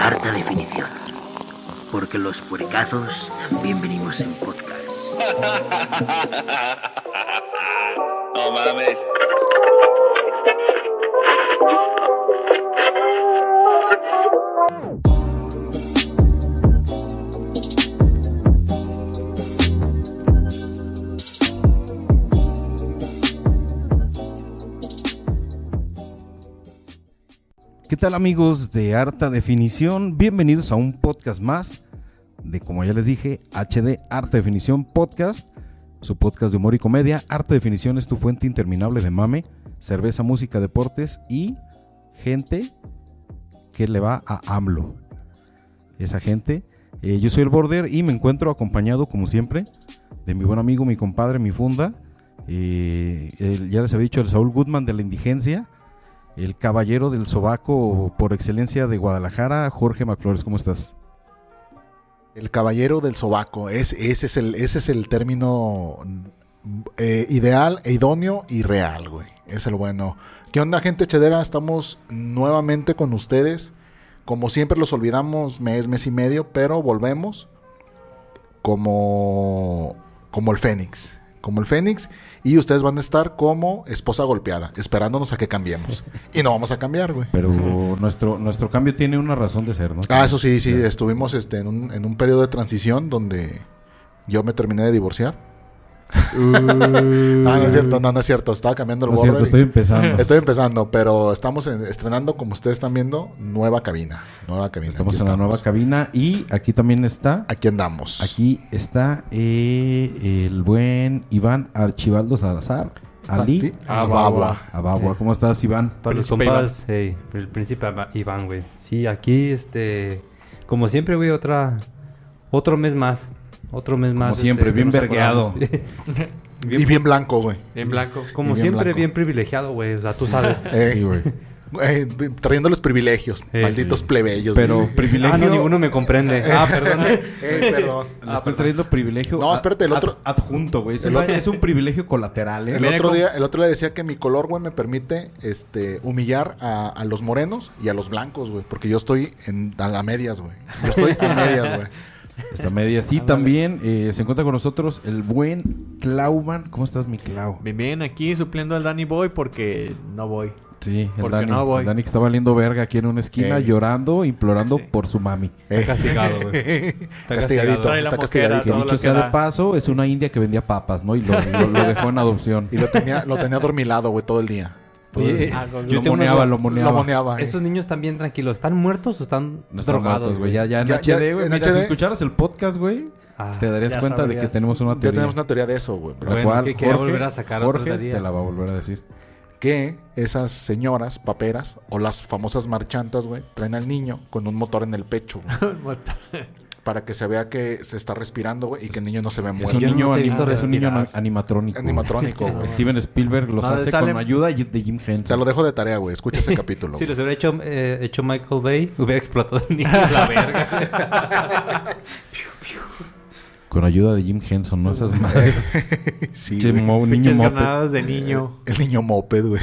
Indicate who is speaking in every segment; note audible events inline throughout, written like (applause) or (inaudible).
Speaker 1: Harta definición. Porque los puercazos también venimos en podcast.
Speaker 2: No mames.
Speaker 3: ¿Qué tal amigos de Harta Definición? Bienvenidos a un podcast más de, como ya les dije, HD Harta Definición Podcast, su podcast de humor y comedia. Harta Definición es tu fuente interminable de mame, cerveza, música, deportes y gente que le va a AMLO. Esa gente. eh, yo soy el Border y me encuentro acompañado, como siempre, de mi buen amigo, mi compadre, mi funda. eh, el- ya les había dicho, el Saúl Goodman de la Indigencia el caballero del sobaco por excelencia de Guadalajara, Jorge Maclores, ¿cómo estás?
Speaker 4: El caballero del sobaco. Es, ese, es el, ese es el término mm, eh, ideal, e idóneo y real, güey. Es el bueno. ¿Qué onda, gente chedera? Estamos nuevamente con ustedes. Como siempre, los olvidamos mes, mes y medio, pero volvemos como, como el Fénix. Como el Fénix. Y ustedes van a estar como esposa golpeada, esperándonos a que cambiemos. Y no vamos a cambiar, güey.
Speaker 3: Pero nuestro, nuestro cambio tiene una razón de ser, ¿no?
Speaker 4: Ah, eso sí, sí, estuvimos este, en, un, en un periodo de transición donde yo me terminé
Speaker 3: (laughs)
Speaker 4: de divorciar. Ah, no es cierto, no, no es cierto, estaba cambiando el
Speaker 3: No es
Speaker 4: border
Speaker 3: cierto,
Speaker 4: y-
Speaker 3: estoy empezando.
Speaker 4: (laughs) estoy empezando, pero estamos en- estrenando, como ustedes están viendo, nueva cabina. Nueva cabina.
Speaker 3: Estamos
Speaker 4: aquí
Speaker 3: en la nueva cabina y aquí también está,
Speaker 4: Aquí andamos.
Speaker 3: aquí está eh, el buen Iván Archibaldo Salazar, Ali
Speaker 4: Ah,
Speaker 5: Ababa.
Speaker 4: Ababa.
Speaker 3: Abagua. ¿Cómo estás, Iván?
Speaker 5: Para los
Speaker 6: Príncipe
Speaker 5: compas, ey, el príncipe Aba- Iván, güey. Sí, aquí, este, como siempre, güey, otra, otro mes más, otro mes más.
Speaker 3: siempre,
Speaker 5: este,
Speaker 3: bien
Speaker 5: que nos
Speaker 3: vergueado.
Speaker 5: acordamos.
Speaker 6: Bien-
Speaker 4: Y bien blanco, güey.
Speaker 6: En blanco.
Speaker 5: como
Speaker 4: Y bien
Speaker 5: siempre,
Speaker 4: blanco.
Speaker 5: bien privilegiado, güey, o sea,
Speaker 3: (laughs)
Speaker 5: tú sabes.
Speaker 4: Eh,
Speaker 3: Sí,
Speaker 4: (laughs)
Speaker 3: güey.
Speaker 4: eh, trayendo los privilegios,
Speaker 5: Eh,
Speaker 4: malditos plebeyos.
Speaker 3: Pero
Speaker 4: dice.
Speaker 3: privilegio...
Speaker 5: Ah, no, ninguno
Speaker 3: (laughs)
Speaker 5: me comprende. Ah, perdón.
Speaker 4: (laughs) Eh, perdón.
Speaker 3: Le estoy trayendo privilegio
Speaker 4: No,
Speaker 3: a-
Speaker 4: espérate, el otro-
Speaker 3: ad- adjunto, güey. Es,
Speaker 4: El
Speaker 3: una-
Speaker 4: otro-
Speaker 3: es un privilegio colateral, ¿eh?
Speaker 4: El
Speaker 6: Mira
Speaker 4: otro,
Speaker 6: cómo-
Speaker 4: día, el otro día decía que mi color, güey, me permite este, humillar a, a los morenos y a los blancos, güey. Porque yo estoy en, a la medias, güey. Yo estoy a medias, güey.
Speaker 3: Esta media. Sí, también eh, se encuentra con nosotros el buen Clauman. ¿Cómo estás, mi Clau?
Speaker 6: Bien, bien, aquí supliendo al Danny Boy porque no voy.
Speaker 3: Sí, el
Speaker 6: Porque
Speaker 3: Dani.
Speaker 6: no voy.
Speaker 3: el Dani que está valiendo verga aquí en una esquina,
Speaker 4: Ey.
Speaker 3: llorando, implorando
Speaker 6: Sí.
Speaker 3: por su mami.
Speaker 4: Eh,
Speaker 5: Castigado, güey.
Speaker 4: está (laughs)
Speaker 6: castigado.
Speaker 4: castigadito,
Speaker 6: Trae la
Speaker 4: está
Speaker 6: moquera.
Speaker 4: castigadito.
Speaker 3: Que
Speaker 6: todo
Speaker 3: dicho
Speaker 6: lo que
Speaker 3: sea
Speaker 6: da.
Speaker 3: de paso, es una india que vendía papas, ¿no? Y lo, lo- lo dejó en adopción.
Speaker 4: (laughs) Y lo tenía, lo tenía dormilado, güey, todo el día.
Speaker 3: Todo
Speaker 5: Oye,
Speaker 3: el-
Speaker 5: ah, yo
Speaker 3: Pues, lo
Speaker 5: tengo
Speaker 3: moneaba,
Speaker 5: una-
Speaker 3: lo moneaba.
Speaker 4: Lo moneaba. eh.
Speaker 5: Esos niños están bien tranquilos. ¿Están muertos o están
Speaker 3: No están
Speaker 5: drogados,
Speaker 3: muertos, güey. Ya, ya en
Speaker 4: Ya- ya-
Speaker 3: HD, güey.
Speaker 4: en
Speaker 3: Mira, si
Speaker 4: HD.
Speaker 3: escucharas el podcast, güey,
Speaker 5: Ah,
Speaker 3: te darías
Speaker 6: ya
Speaker 3: cuenta de que
Speaker 6: sabrías.
Speaker 3: tenemos una
Speaker 4: Ya
Speaker 3: teoría.
Speaker 4: tenemos una teoría de eso, güey.
Speaker 3: La
Speaker 5: Bueno,
Speaker 3: cual
Speaker 5: que- que
Speaker 3: Jorge,
Speaker 5: volver a sacar otra
Speaker 3: Jorge
Speaker 5: teoría.
Speaker 3: te la va a volver a decir.
Speaker 4: Que esas señoras paperas o las famosas marchantas, güey, traen al niño con un motor en el pecho, güey.
Speaker 5: (laughs)
Speaker 4: Para que se vea que se está respirando, güey, y que el niño no se ve
Speaker 3: Es un
Speaker 4: muerto.
Speaker 5: yo no
Speaker 3: niño,
Speaker 5: te he
Speaker 3: anim-
Speaker 5: visto
Speaker 3: es un niño
Speaker 5: respirar.
Speaker 3: animatrónico.
Speaker 4: Animatrónico, güey.
Speaker 3: Steven Spielberg los
Speaker 6: No,
Speaker 3: hace
Speaker 6: sale-
Speaker 3: con ayuda y- de Jim Henson.
Speaker 4: Se lo dejo de tarea, güey. Escucha ese capítulo.
Speaker 5: Si
Speaker 4: güey.
Speaker 5: los hubiera hecho, eh, hecho Michael Bay, hubiera explotado
Speaker 3: (laughs)
Speaker 5: el niño la verga.
Speaker 3: Con ayuda de Jim Henson, ¿no? Esas madres.
Speaker 4: (laughs) Sí,
Speaker 3: Che,
Speaker 4: güey.
Speaker 3: mo- niño
Speaker 6: Pinches
Speaker 3: moped.
Speaker 6: ganadas
Speaker 3: (laughs)
Speaker 6: de niño.
Speaker 4: El niño moped, güey.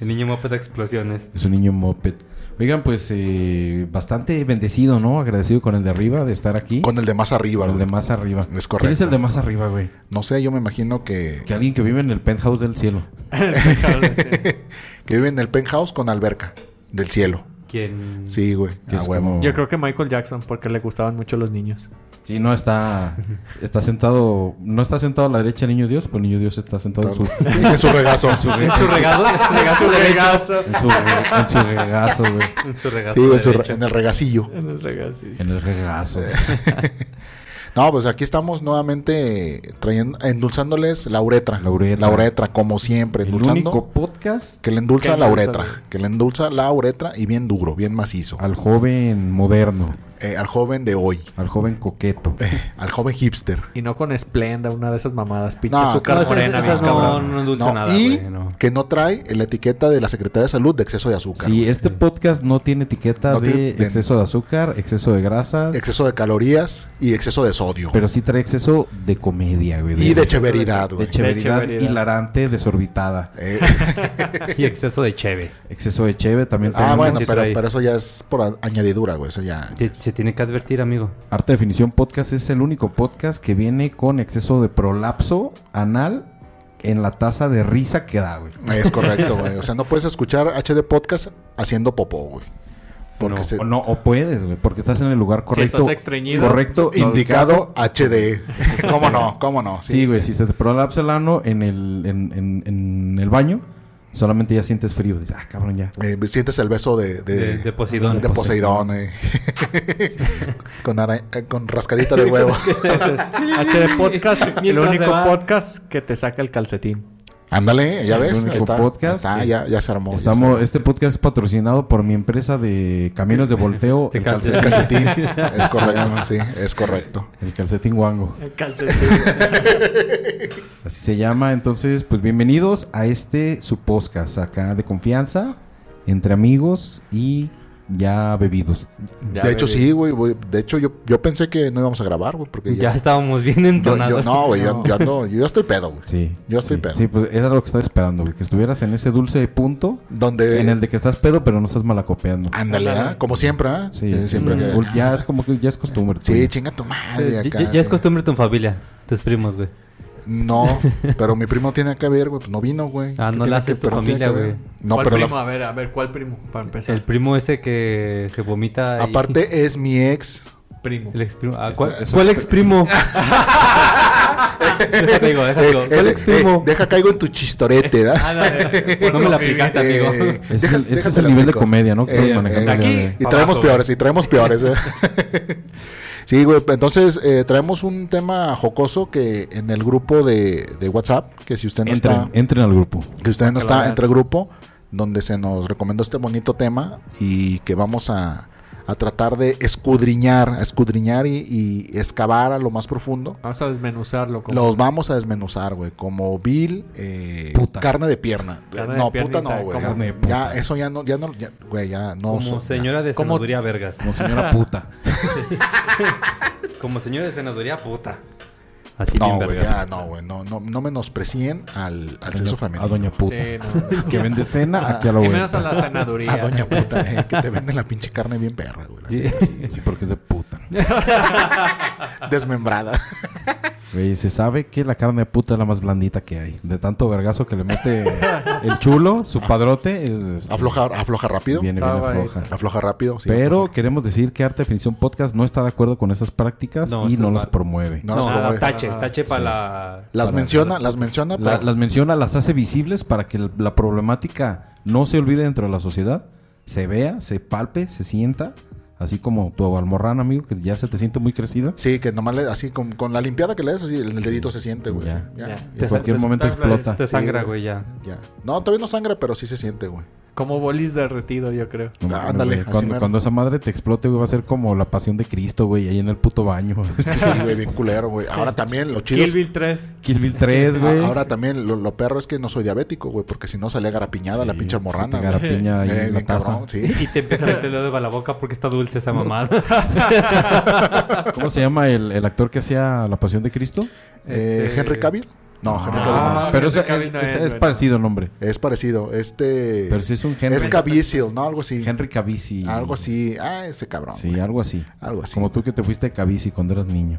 Speaker 5: El niño mapa de explosiones.
Speaker 3: Es un niño moped. Oigan, pues eh, bastante bendecido, ¿no? Agradecido con el de arriba de estar aquí.
Speaker 4: Con el de más arriba,
Speaker 3: Con el
Speaker 4: güey.
Speaker 3: de más arriba.
Speaker 4: Es correcto.
Speaker 3: ¿Quién es el de más arriba, güey?
Speaker 4: No sé, yo me imagino que,
Speaker 3: Que alguien que vive en el penthouse del cielo.
Speaker 4: (laughs) que vive en el penthouse con alberca del cielo.
Speaker 5: ¿Quién?
Speaker 4: Sí, güey.
Speaker 3: Que
Speaker 4: a
Speaker 3: es
Speaker 4: Ah, huevo.
Speaker 3: como-
Speaker 6: Yo creo que Michael Jackson porque le gustaban mucho los niños.
Speaker 3: Sí, no está. Está sentado. No está sentado a la derecha el niño Dios, pues el niño Dios está sentado en su, (laughs) en
Speaker 4: En su regazo.
Speaker 5: Su
Speaker 6: (laughs)
Speaker 5: regazo, regazo derecho.
Speaker 3: su, re- en su regazo, güey.
Speaker 5: En su regazo
Speaker 4: Sí, en, su re-
Speaker 5: derecho.
Speaker 4: en el regacillo.
Speaker 6: En el regazo.
Speaker 3: En el regazo.
Speaker 4: Eh, No, pues aquí estamos nuevamente trayendo, endulzándoles la uretra.
Speaker 3: La uretra.
Speaker 4: como siempre.
Speaker 3: El
Speaker 4: endulzando.
Speaker 3: único podcast
Speaker 4: Que le endulza
Speaker 6: Que
Speaker 4: la
Speaker 6: endulza,
Speaker 4: uretra.
Speaker 6: güey.
Speaker 3: Ah.
Speaker 4: Que le endulza la uretra y bien duro, bien macizo.
Speaker 3: al joven moderno.
Speaker 4: eh, al joven
Speaker 3: (laughs)
Speaker 4: de hoy.
Speaker 3: Al joven coqueto.
Speaker 4: Eh, al joven hipster.
Speaker 6: Y no con Esplenda, una de esas mamadas. Pinche
Speaker 4: No,
Speaker 6: azúcar
Speaker 4: no, esas-
Speaker 6: morena,
Speaker 5: esas
Speaker 6: bien
Speaker 5: no-
Speaker 6: cabrón.
Speaker 5: no endulza
Speaker 4: No,
Speaker 5: nada,
Speaker 4: y
Speaker 5: güey, no.
Speaker 4: que no trae la etiqueta de la Secretaría de Salud de exceso de azúcar.
Speaker 3: Sí, este podcast no tiene etiqueta
Speaker 4: No
Speaker 3: de
Speaker 4: tiene- de-
Speaker 3: exceso de azúcar, exceso de grasas,
Speaker 4: Exceso de calorías y exceso de sodio.
Speaker 3: pero sí trae exceso de comedia, güey.
Speaker 4: y de cheveridad,
Speaker 3: de
Speaker 4: güey.
Speaker 3: cheveridad
Speaker 6: De cheveridad.
Speaker 3: hilarante, desorbitada.
Speaker 5: (laughs)
Speaker 4: Eh,
Speaker 5: Y exceso de cheve.
Speaker 3: Exceso de cheve también
Speaker 4: ah,
Speaker 3: tenemos.
Speaker 4: bueno,
Speaker 5: sí
Speaker 4: pero,
Speaker 5: trae.
Speaker 4: pero eso ya es por a- añadidura, güey. Eso ya.
Speaker 5: Te- se tiene que advertir, amigo.
Speaker 3: Arte de Definición Podcast es el único podcast que viene con exceso de prolapso anal en la taza de risa que da, güey.
Speaker 4: Es
Speaker 5: (laughs)
Speaker 4: correcto, güey. O sea, no puedes escuchar HD Podcast haciendo popó, güey. Porque
Speaker 5: No.
Speaker 4: se.
Speaker 3: O no, o puedes, güey, porque estás en el lugar correcto.
Speaker 6: estás estreñido.
Speaker 3: Correcto,
Speaker 4: Indicado HD. ¿Cómo no? ¿Cómo no?
Speaker 3: Sí, güey, si se te prolapsa el ano en el, en, en- en el baño, solamente ya sientes frío. Dices, ah, cabrón, ya.
Speaker 4: Eh, sientes el beso de, de,
Speaker 5: De, de Poseidón.
Speaker 4: de Poseidón, eh. con, ara- eh, (laughs) con rascadita de
Speaker 5: (laughs)
Speaker 4: huevo.
Speaker 6: Entonces, HD (laughs) Podcast, el
Speaker 5: Mientras
Speaker 6: único
Speaker 5: se va.
Speaker 6: podcast que te saca el calcetín.
Speaker 4: Ándale, ya
Speaker 3: El
Speaker 4: ves.
Speaker 3: único
Speaker 4: ahí Está,
Speaker 3: podcast
Speaker 4: ahí está,
Speaker 3: que-
Speaker 4: ya, ya se armó. ya
Speaker 3: Estamos, este podcast es patrocinado por mi empresa de caminos de
Speaker 4: (laughs)
Speaker 3: volteo,
Speaker 5: De
Speaker 3: el
Speaker 4: se
Speaker 3: calcetín,
Speaker 4: armó. El calcetín. es correcto, sí, es correcto.
Speaker 3: el calcetín guango.
Speaker 6: El calcetín.
Speaker 3: Así se llama. Entonces, pues bienvenidos a este su podcast acá de confianza, entre amigos y ya bebidos.
Speaker 4: de hecho, sí, güey. güey. De hecho, yo, yo pensé que no íbamos a grabar, güey, porque
Speaker 5: Ya
Speaker 4: ya.
Speaker 5: estábamos bien
Speaker 4: yo, yo-
Speaker 5: entonados.
Speaker 4: no, güey, yo, yo no, yo ya estoy pedo, güey.
Speaker 3: Sí.
Speaker 4: Yo estoy
Speaker 3: sí,
Speaker 4: pedo.
Speaker 3: Sí, pues era lo que estaba esperando, güey, que estuvieras en ese dulce punto
Speaker 4: Donde.
Speaker 3: en el de que estás pedo, pero no estás malacopeando.
Speaker 4: Ándale, ¿ah? como siempre, ¿ah?
Speaker 3: Sí,
Speaker 4: Eh,
Speaker 3: sí.
Speaker 4: siempre
Speaker 5: Mm.
Speaker 4: que-
Speaker 3: Ul- ya es como que ya es costumbre. pues.
Speaker 4: Sí,
Speaker 3: tuya.
Speaker 4: chinga tu
Speaker 5: Sí,
Speaker 4: madre
Speaker 5: ya,
Speaker 4: acá.
Speaker 5: ya- ya es
Speaker 4: sí.
Speaker 5: costumbre tu familia, tus primos, güey.
Speaker 4: No, pero mi primo tiene que ver, güey. Pues no vino, güey.
Speaker 5: Ah,
Speaker 4: ¿Qué
Speaker 5: no
Speaker 4: tiene
Speaker 5: la
Speaker 4: que-
Speaker 5: haces tu
Speaker 4: pero tiene
Speaker 5: familia,
Speaker 4: que ver?
Speaker 5: güey.
Speaker 4: No,
Speaker 6: ¿Cuál
Speaker 4: pero la-
Speaker 6: primo? A ver, a ver, ¿cuál primo? Para empezar.
Speaker 5: El primo ese que se vomita.
Speaker 4: (laughs)
Speaker 5: y-
Speaker 4: aparte es mi ex.
Speaker 6: primo.
Speaker 5: El ex (laughs) primo. Ah, ¿Cuál,
Speaker 4: Eso- eso-
Speaker 5: cuál ex
Speaker 4: (laughs)
Speaker 5: primo? déjate, digo, déjate.
Speaker 4: Eh,
Speaker 5: digo. ¿Cuál
Speaker 4: eh,
Speaker 5: ex primo?
Speaker 4: eh, deja caigo en tu chistorete, ¿verdad?
Speaker 5: no
Speaker 4: (laughs)
Speaker 5: me la aplicaste, Este amigo.
Speaker 4: Eh,
Speaker 3: Ese es
Speaker 4: deja-
Speaker 3: el- ese es
Speaker 4: déjate
Speaker 3: el
Speaker 4: la
Speaker 3: nivel de
Speaker 4: pico.
Speaker 3: comedia, ¿no? Que estamos manejando
Speaker 5: el día de hoy.
Speaker 4: eh, Y
Speaker 5: Pa'
Speaker 4: traemos
Speaker 5: abajo,
Speaker 4: peores, y traemos peores.
Speaker 5: (laughs)
Speaker 4: ¿eh? sí, güey. Entonces, eh, traemos un tema jocoso que en el grupo de, de WhatsApp, que si usted no
Speaker 3: entren,
Speaker 4: está...
Speaker 3: entren al
Speaker 4: (laughs)
Speaker 3: grupo.
Speaker 4: que usted no está
Speaker 5: Claro.
Speaker 4: entre el grupo, donde se nos recomendó este bonito tema y que vamos a, a tratar de escudriñar, a escudriñar y, y excavar a lo más profundo.
Speaker 6: Vamos a desmenuzarlo. como-
Speaker 4: Los vamos a desmenuzar, güey, como vil eh,
Speaker 3: Puta.
Speaker 4: carne de pierna.
Speaker 6: Carne
Speaker 4: no,
Speaker 6: de
Speaker 4: puta
Speaker 6: piernita,
Speaker 4: no, güey.
Speaker 6: como-
Speaker 3: Carne de puta.
Speaker 4: Ya, eso ya no, ya no, ya, güey, ya no. so-
Speaker 5: Como señora de
Speaker 6: ¿Cómo-
Speaker 5: senaduría vergas.
Speaker 3: Como señora puta.
Speaker 5: Como señora de senaduría puta. Así
Speaker 4: No,
Speaker 5: bien
Speaker 4: güey,
Speaker 5: vergas.
Speaker 4: ya no, güey. No, no, no menosprecien al, al sexo
Speaker 3: Doña-
Speaker 4: femenino.
Speaker 3: a doña puta.
Speaker 6: Sí,
Speaker 4: (laughs)
Speaker 6: no.
Speaker 3: Que vende cena aquí a la
Speaker 6: Y menos a
Speaker 3: vuelta.
Speaker 6: la senaduría.
Speaker 4: A doña puta, eh, que te venden la pinche carne bien perra, güey. así,
Speaker 3: Sí, porque es de puta. (laughs)
Speaker 4: Desmembrada.
Speaker 3: Güey, se sabe que la carne de puta es la más blandita que hay. De tanto vergazo que le mete el chulo, su padrote, es, es-
Speaker 4: Afloja, afloja rápido.
Speaker 3: viene bien
Speaker 6: Ah, güey.
Speaker 3: afloja.
Speaker 4: Afloja rápido. sí,
Speaker 3: Pero
Speaker 4: afloja.
Speaker 3: queremos decir que Arte Definición Podcast no está de acuerdo con esas prácticas
Speaker 5: No,
Speaker 3: y
Speaker 5: eso
Speaker 3: no
Speaker 5: es
Speaker 3: las
Speaker 5: mal.
Speaker 3: promueve.
Speaker 4: No,
Speaker 5: No,
Speaker 4: las promueve.
Speaker 5: tache,
Speaker 6: Ah,
Speaker 5: tache para la.
Speaker 4: las
Speaker 3: para-
Speaker 4: menciona, las menciona,
Speaker 3: La-
Speaker 4: Ah, pero
Speaker 3: las menciona, las hace visibles para que la problemática no se olvide dentro de la sociedad, se vea, se palpe, se sienta, así como tu almorrana, amigo, que ya se te siente muy crecida.
Speaker 4: sí, que nomás le- así con, con la limpiada que le das, así el dedito se siente, güey.
Speaker 3: Ya.
Speaker 4: Ya,
Speaker 6: Ya.
Speaker 3: En cualquier momento explota.
Speaker 5: Te sangra,
Speaker 4: Sí,
Speaker 5: güey, ya.
Speaker 4: ya. No, todavía no sangra, pero sí se siente, güey.
Speaker 6: Como bolis derretido, yo creo.
Speaker 3: No mames,
Speaker 4: Ándale,
Speaker 3: güey.
Speaker 4: así
Speaker 3: cuando,
Speaker 4: mero.
Speaker 3: cuando esa madre te explote, güey, va a ser como la pasión de Cristo, güey, ahí en el puto baño. (laughs)
Speaker 4: Sí, güey, bien culero, güey. Ahora también, lo chido.
Speaker 6: Kill
Speaker 4: es-
Speaker 6: Bill 3.
Speaker 3: Kill Bill 3, güey.
Speaker 4: a- Ahora también, lo, lo perro es que no soy diabético, güey, porque si no salía garapiñada la
Speaker 3: Sí,
Speaker 4: pinche morrana. Eh,
Speaker 3: se te garapiña ahí en la taza. (laughs)
Speaker 4: sí.
Speaker 5: (laughs) Y te empieza a meter el dedo para la boca porque está dulce esa mamada.
Speaker 3: ¿Cómo se llama el, el actor que hacía La Pasión de Cristo?
Speaker 4: Eh,
Speaker 5: Este-
Speaker 4: Henry Cavill. No, Henry Cavill. no.
Speaker 6: Ah,
Speaker 3: pero
Speaker 6: ese
Speaker 3: ese-
Speaker 6: Cavill no
Speaker 3: ese-
Speaker 6: es,
Speaker 3: es,
Speaker 6: güey.
Speaker 3: parecido el nombre.
Speaker 4: Es parecido. Este.
Speaker 3: Pero sí es un Henry,
Speaker 4: Es Caviezel, ¿no? Algo así.
Speaker 3: Henry Cavici.
Speaker 4: Algo así. Ah, ese cabrón.
Speaker 3: Sí, algo así.
Speaker 4: Algo así.
Speaker 3: Como tú que te fuiste de Cavici cuando eras niño.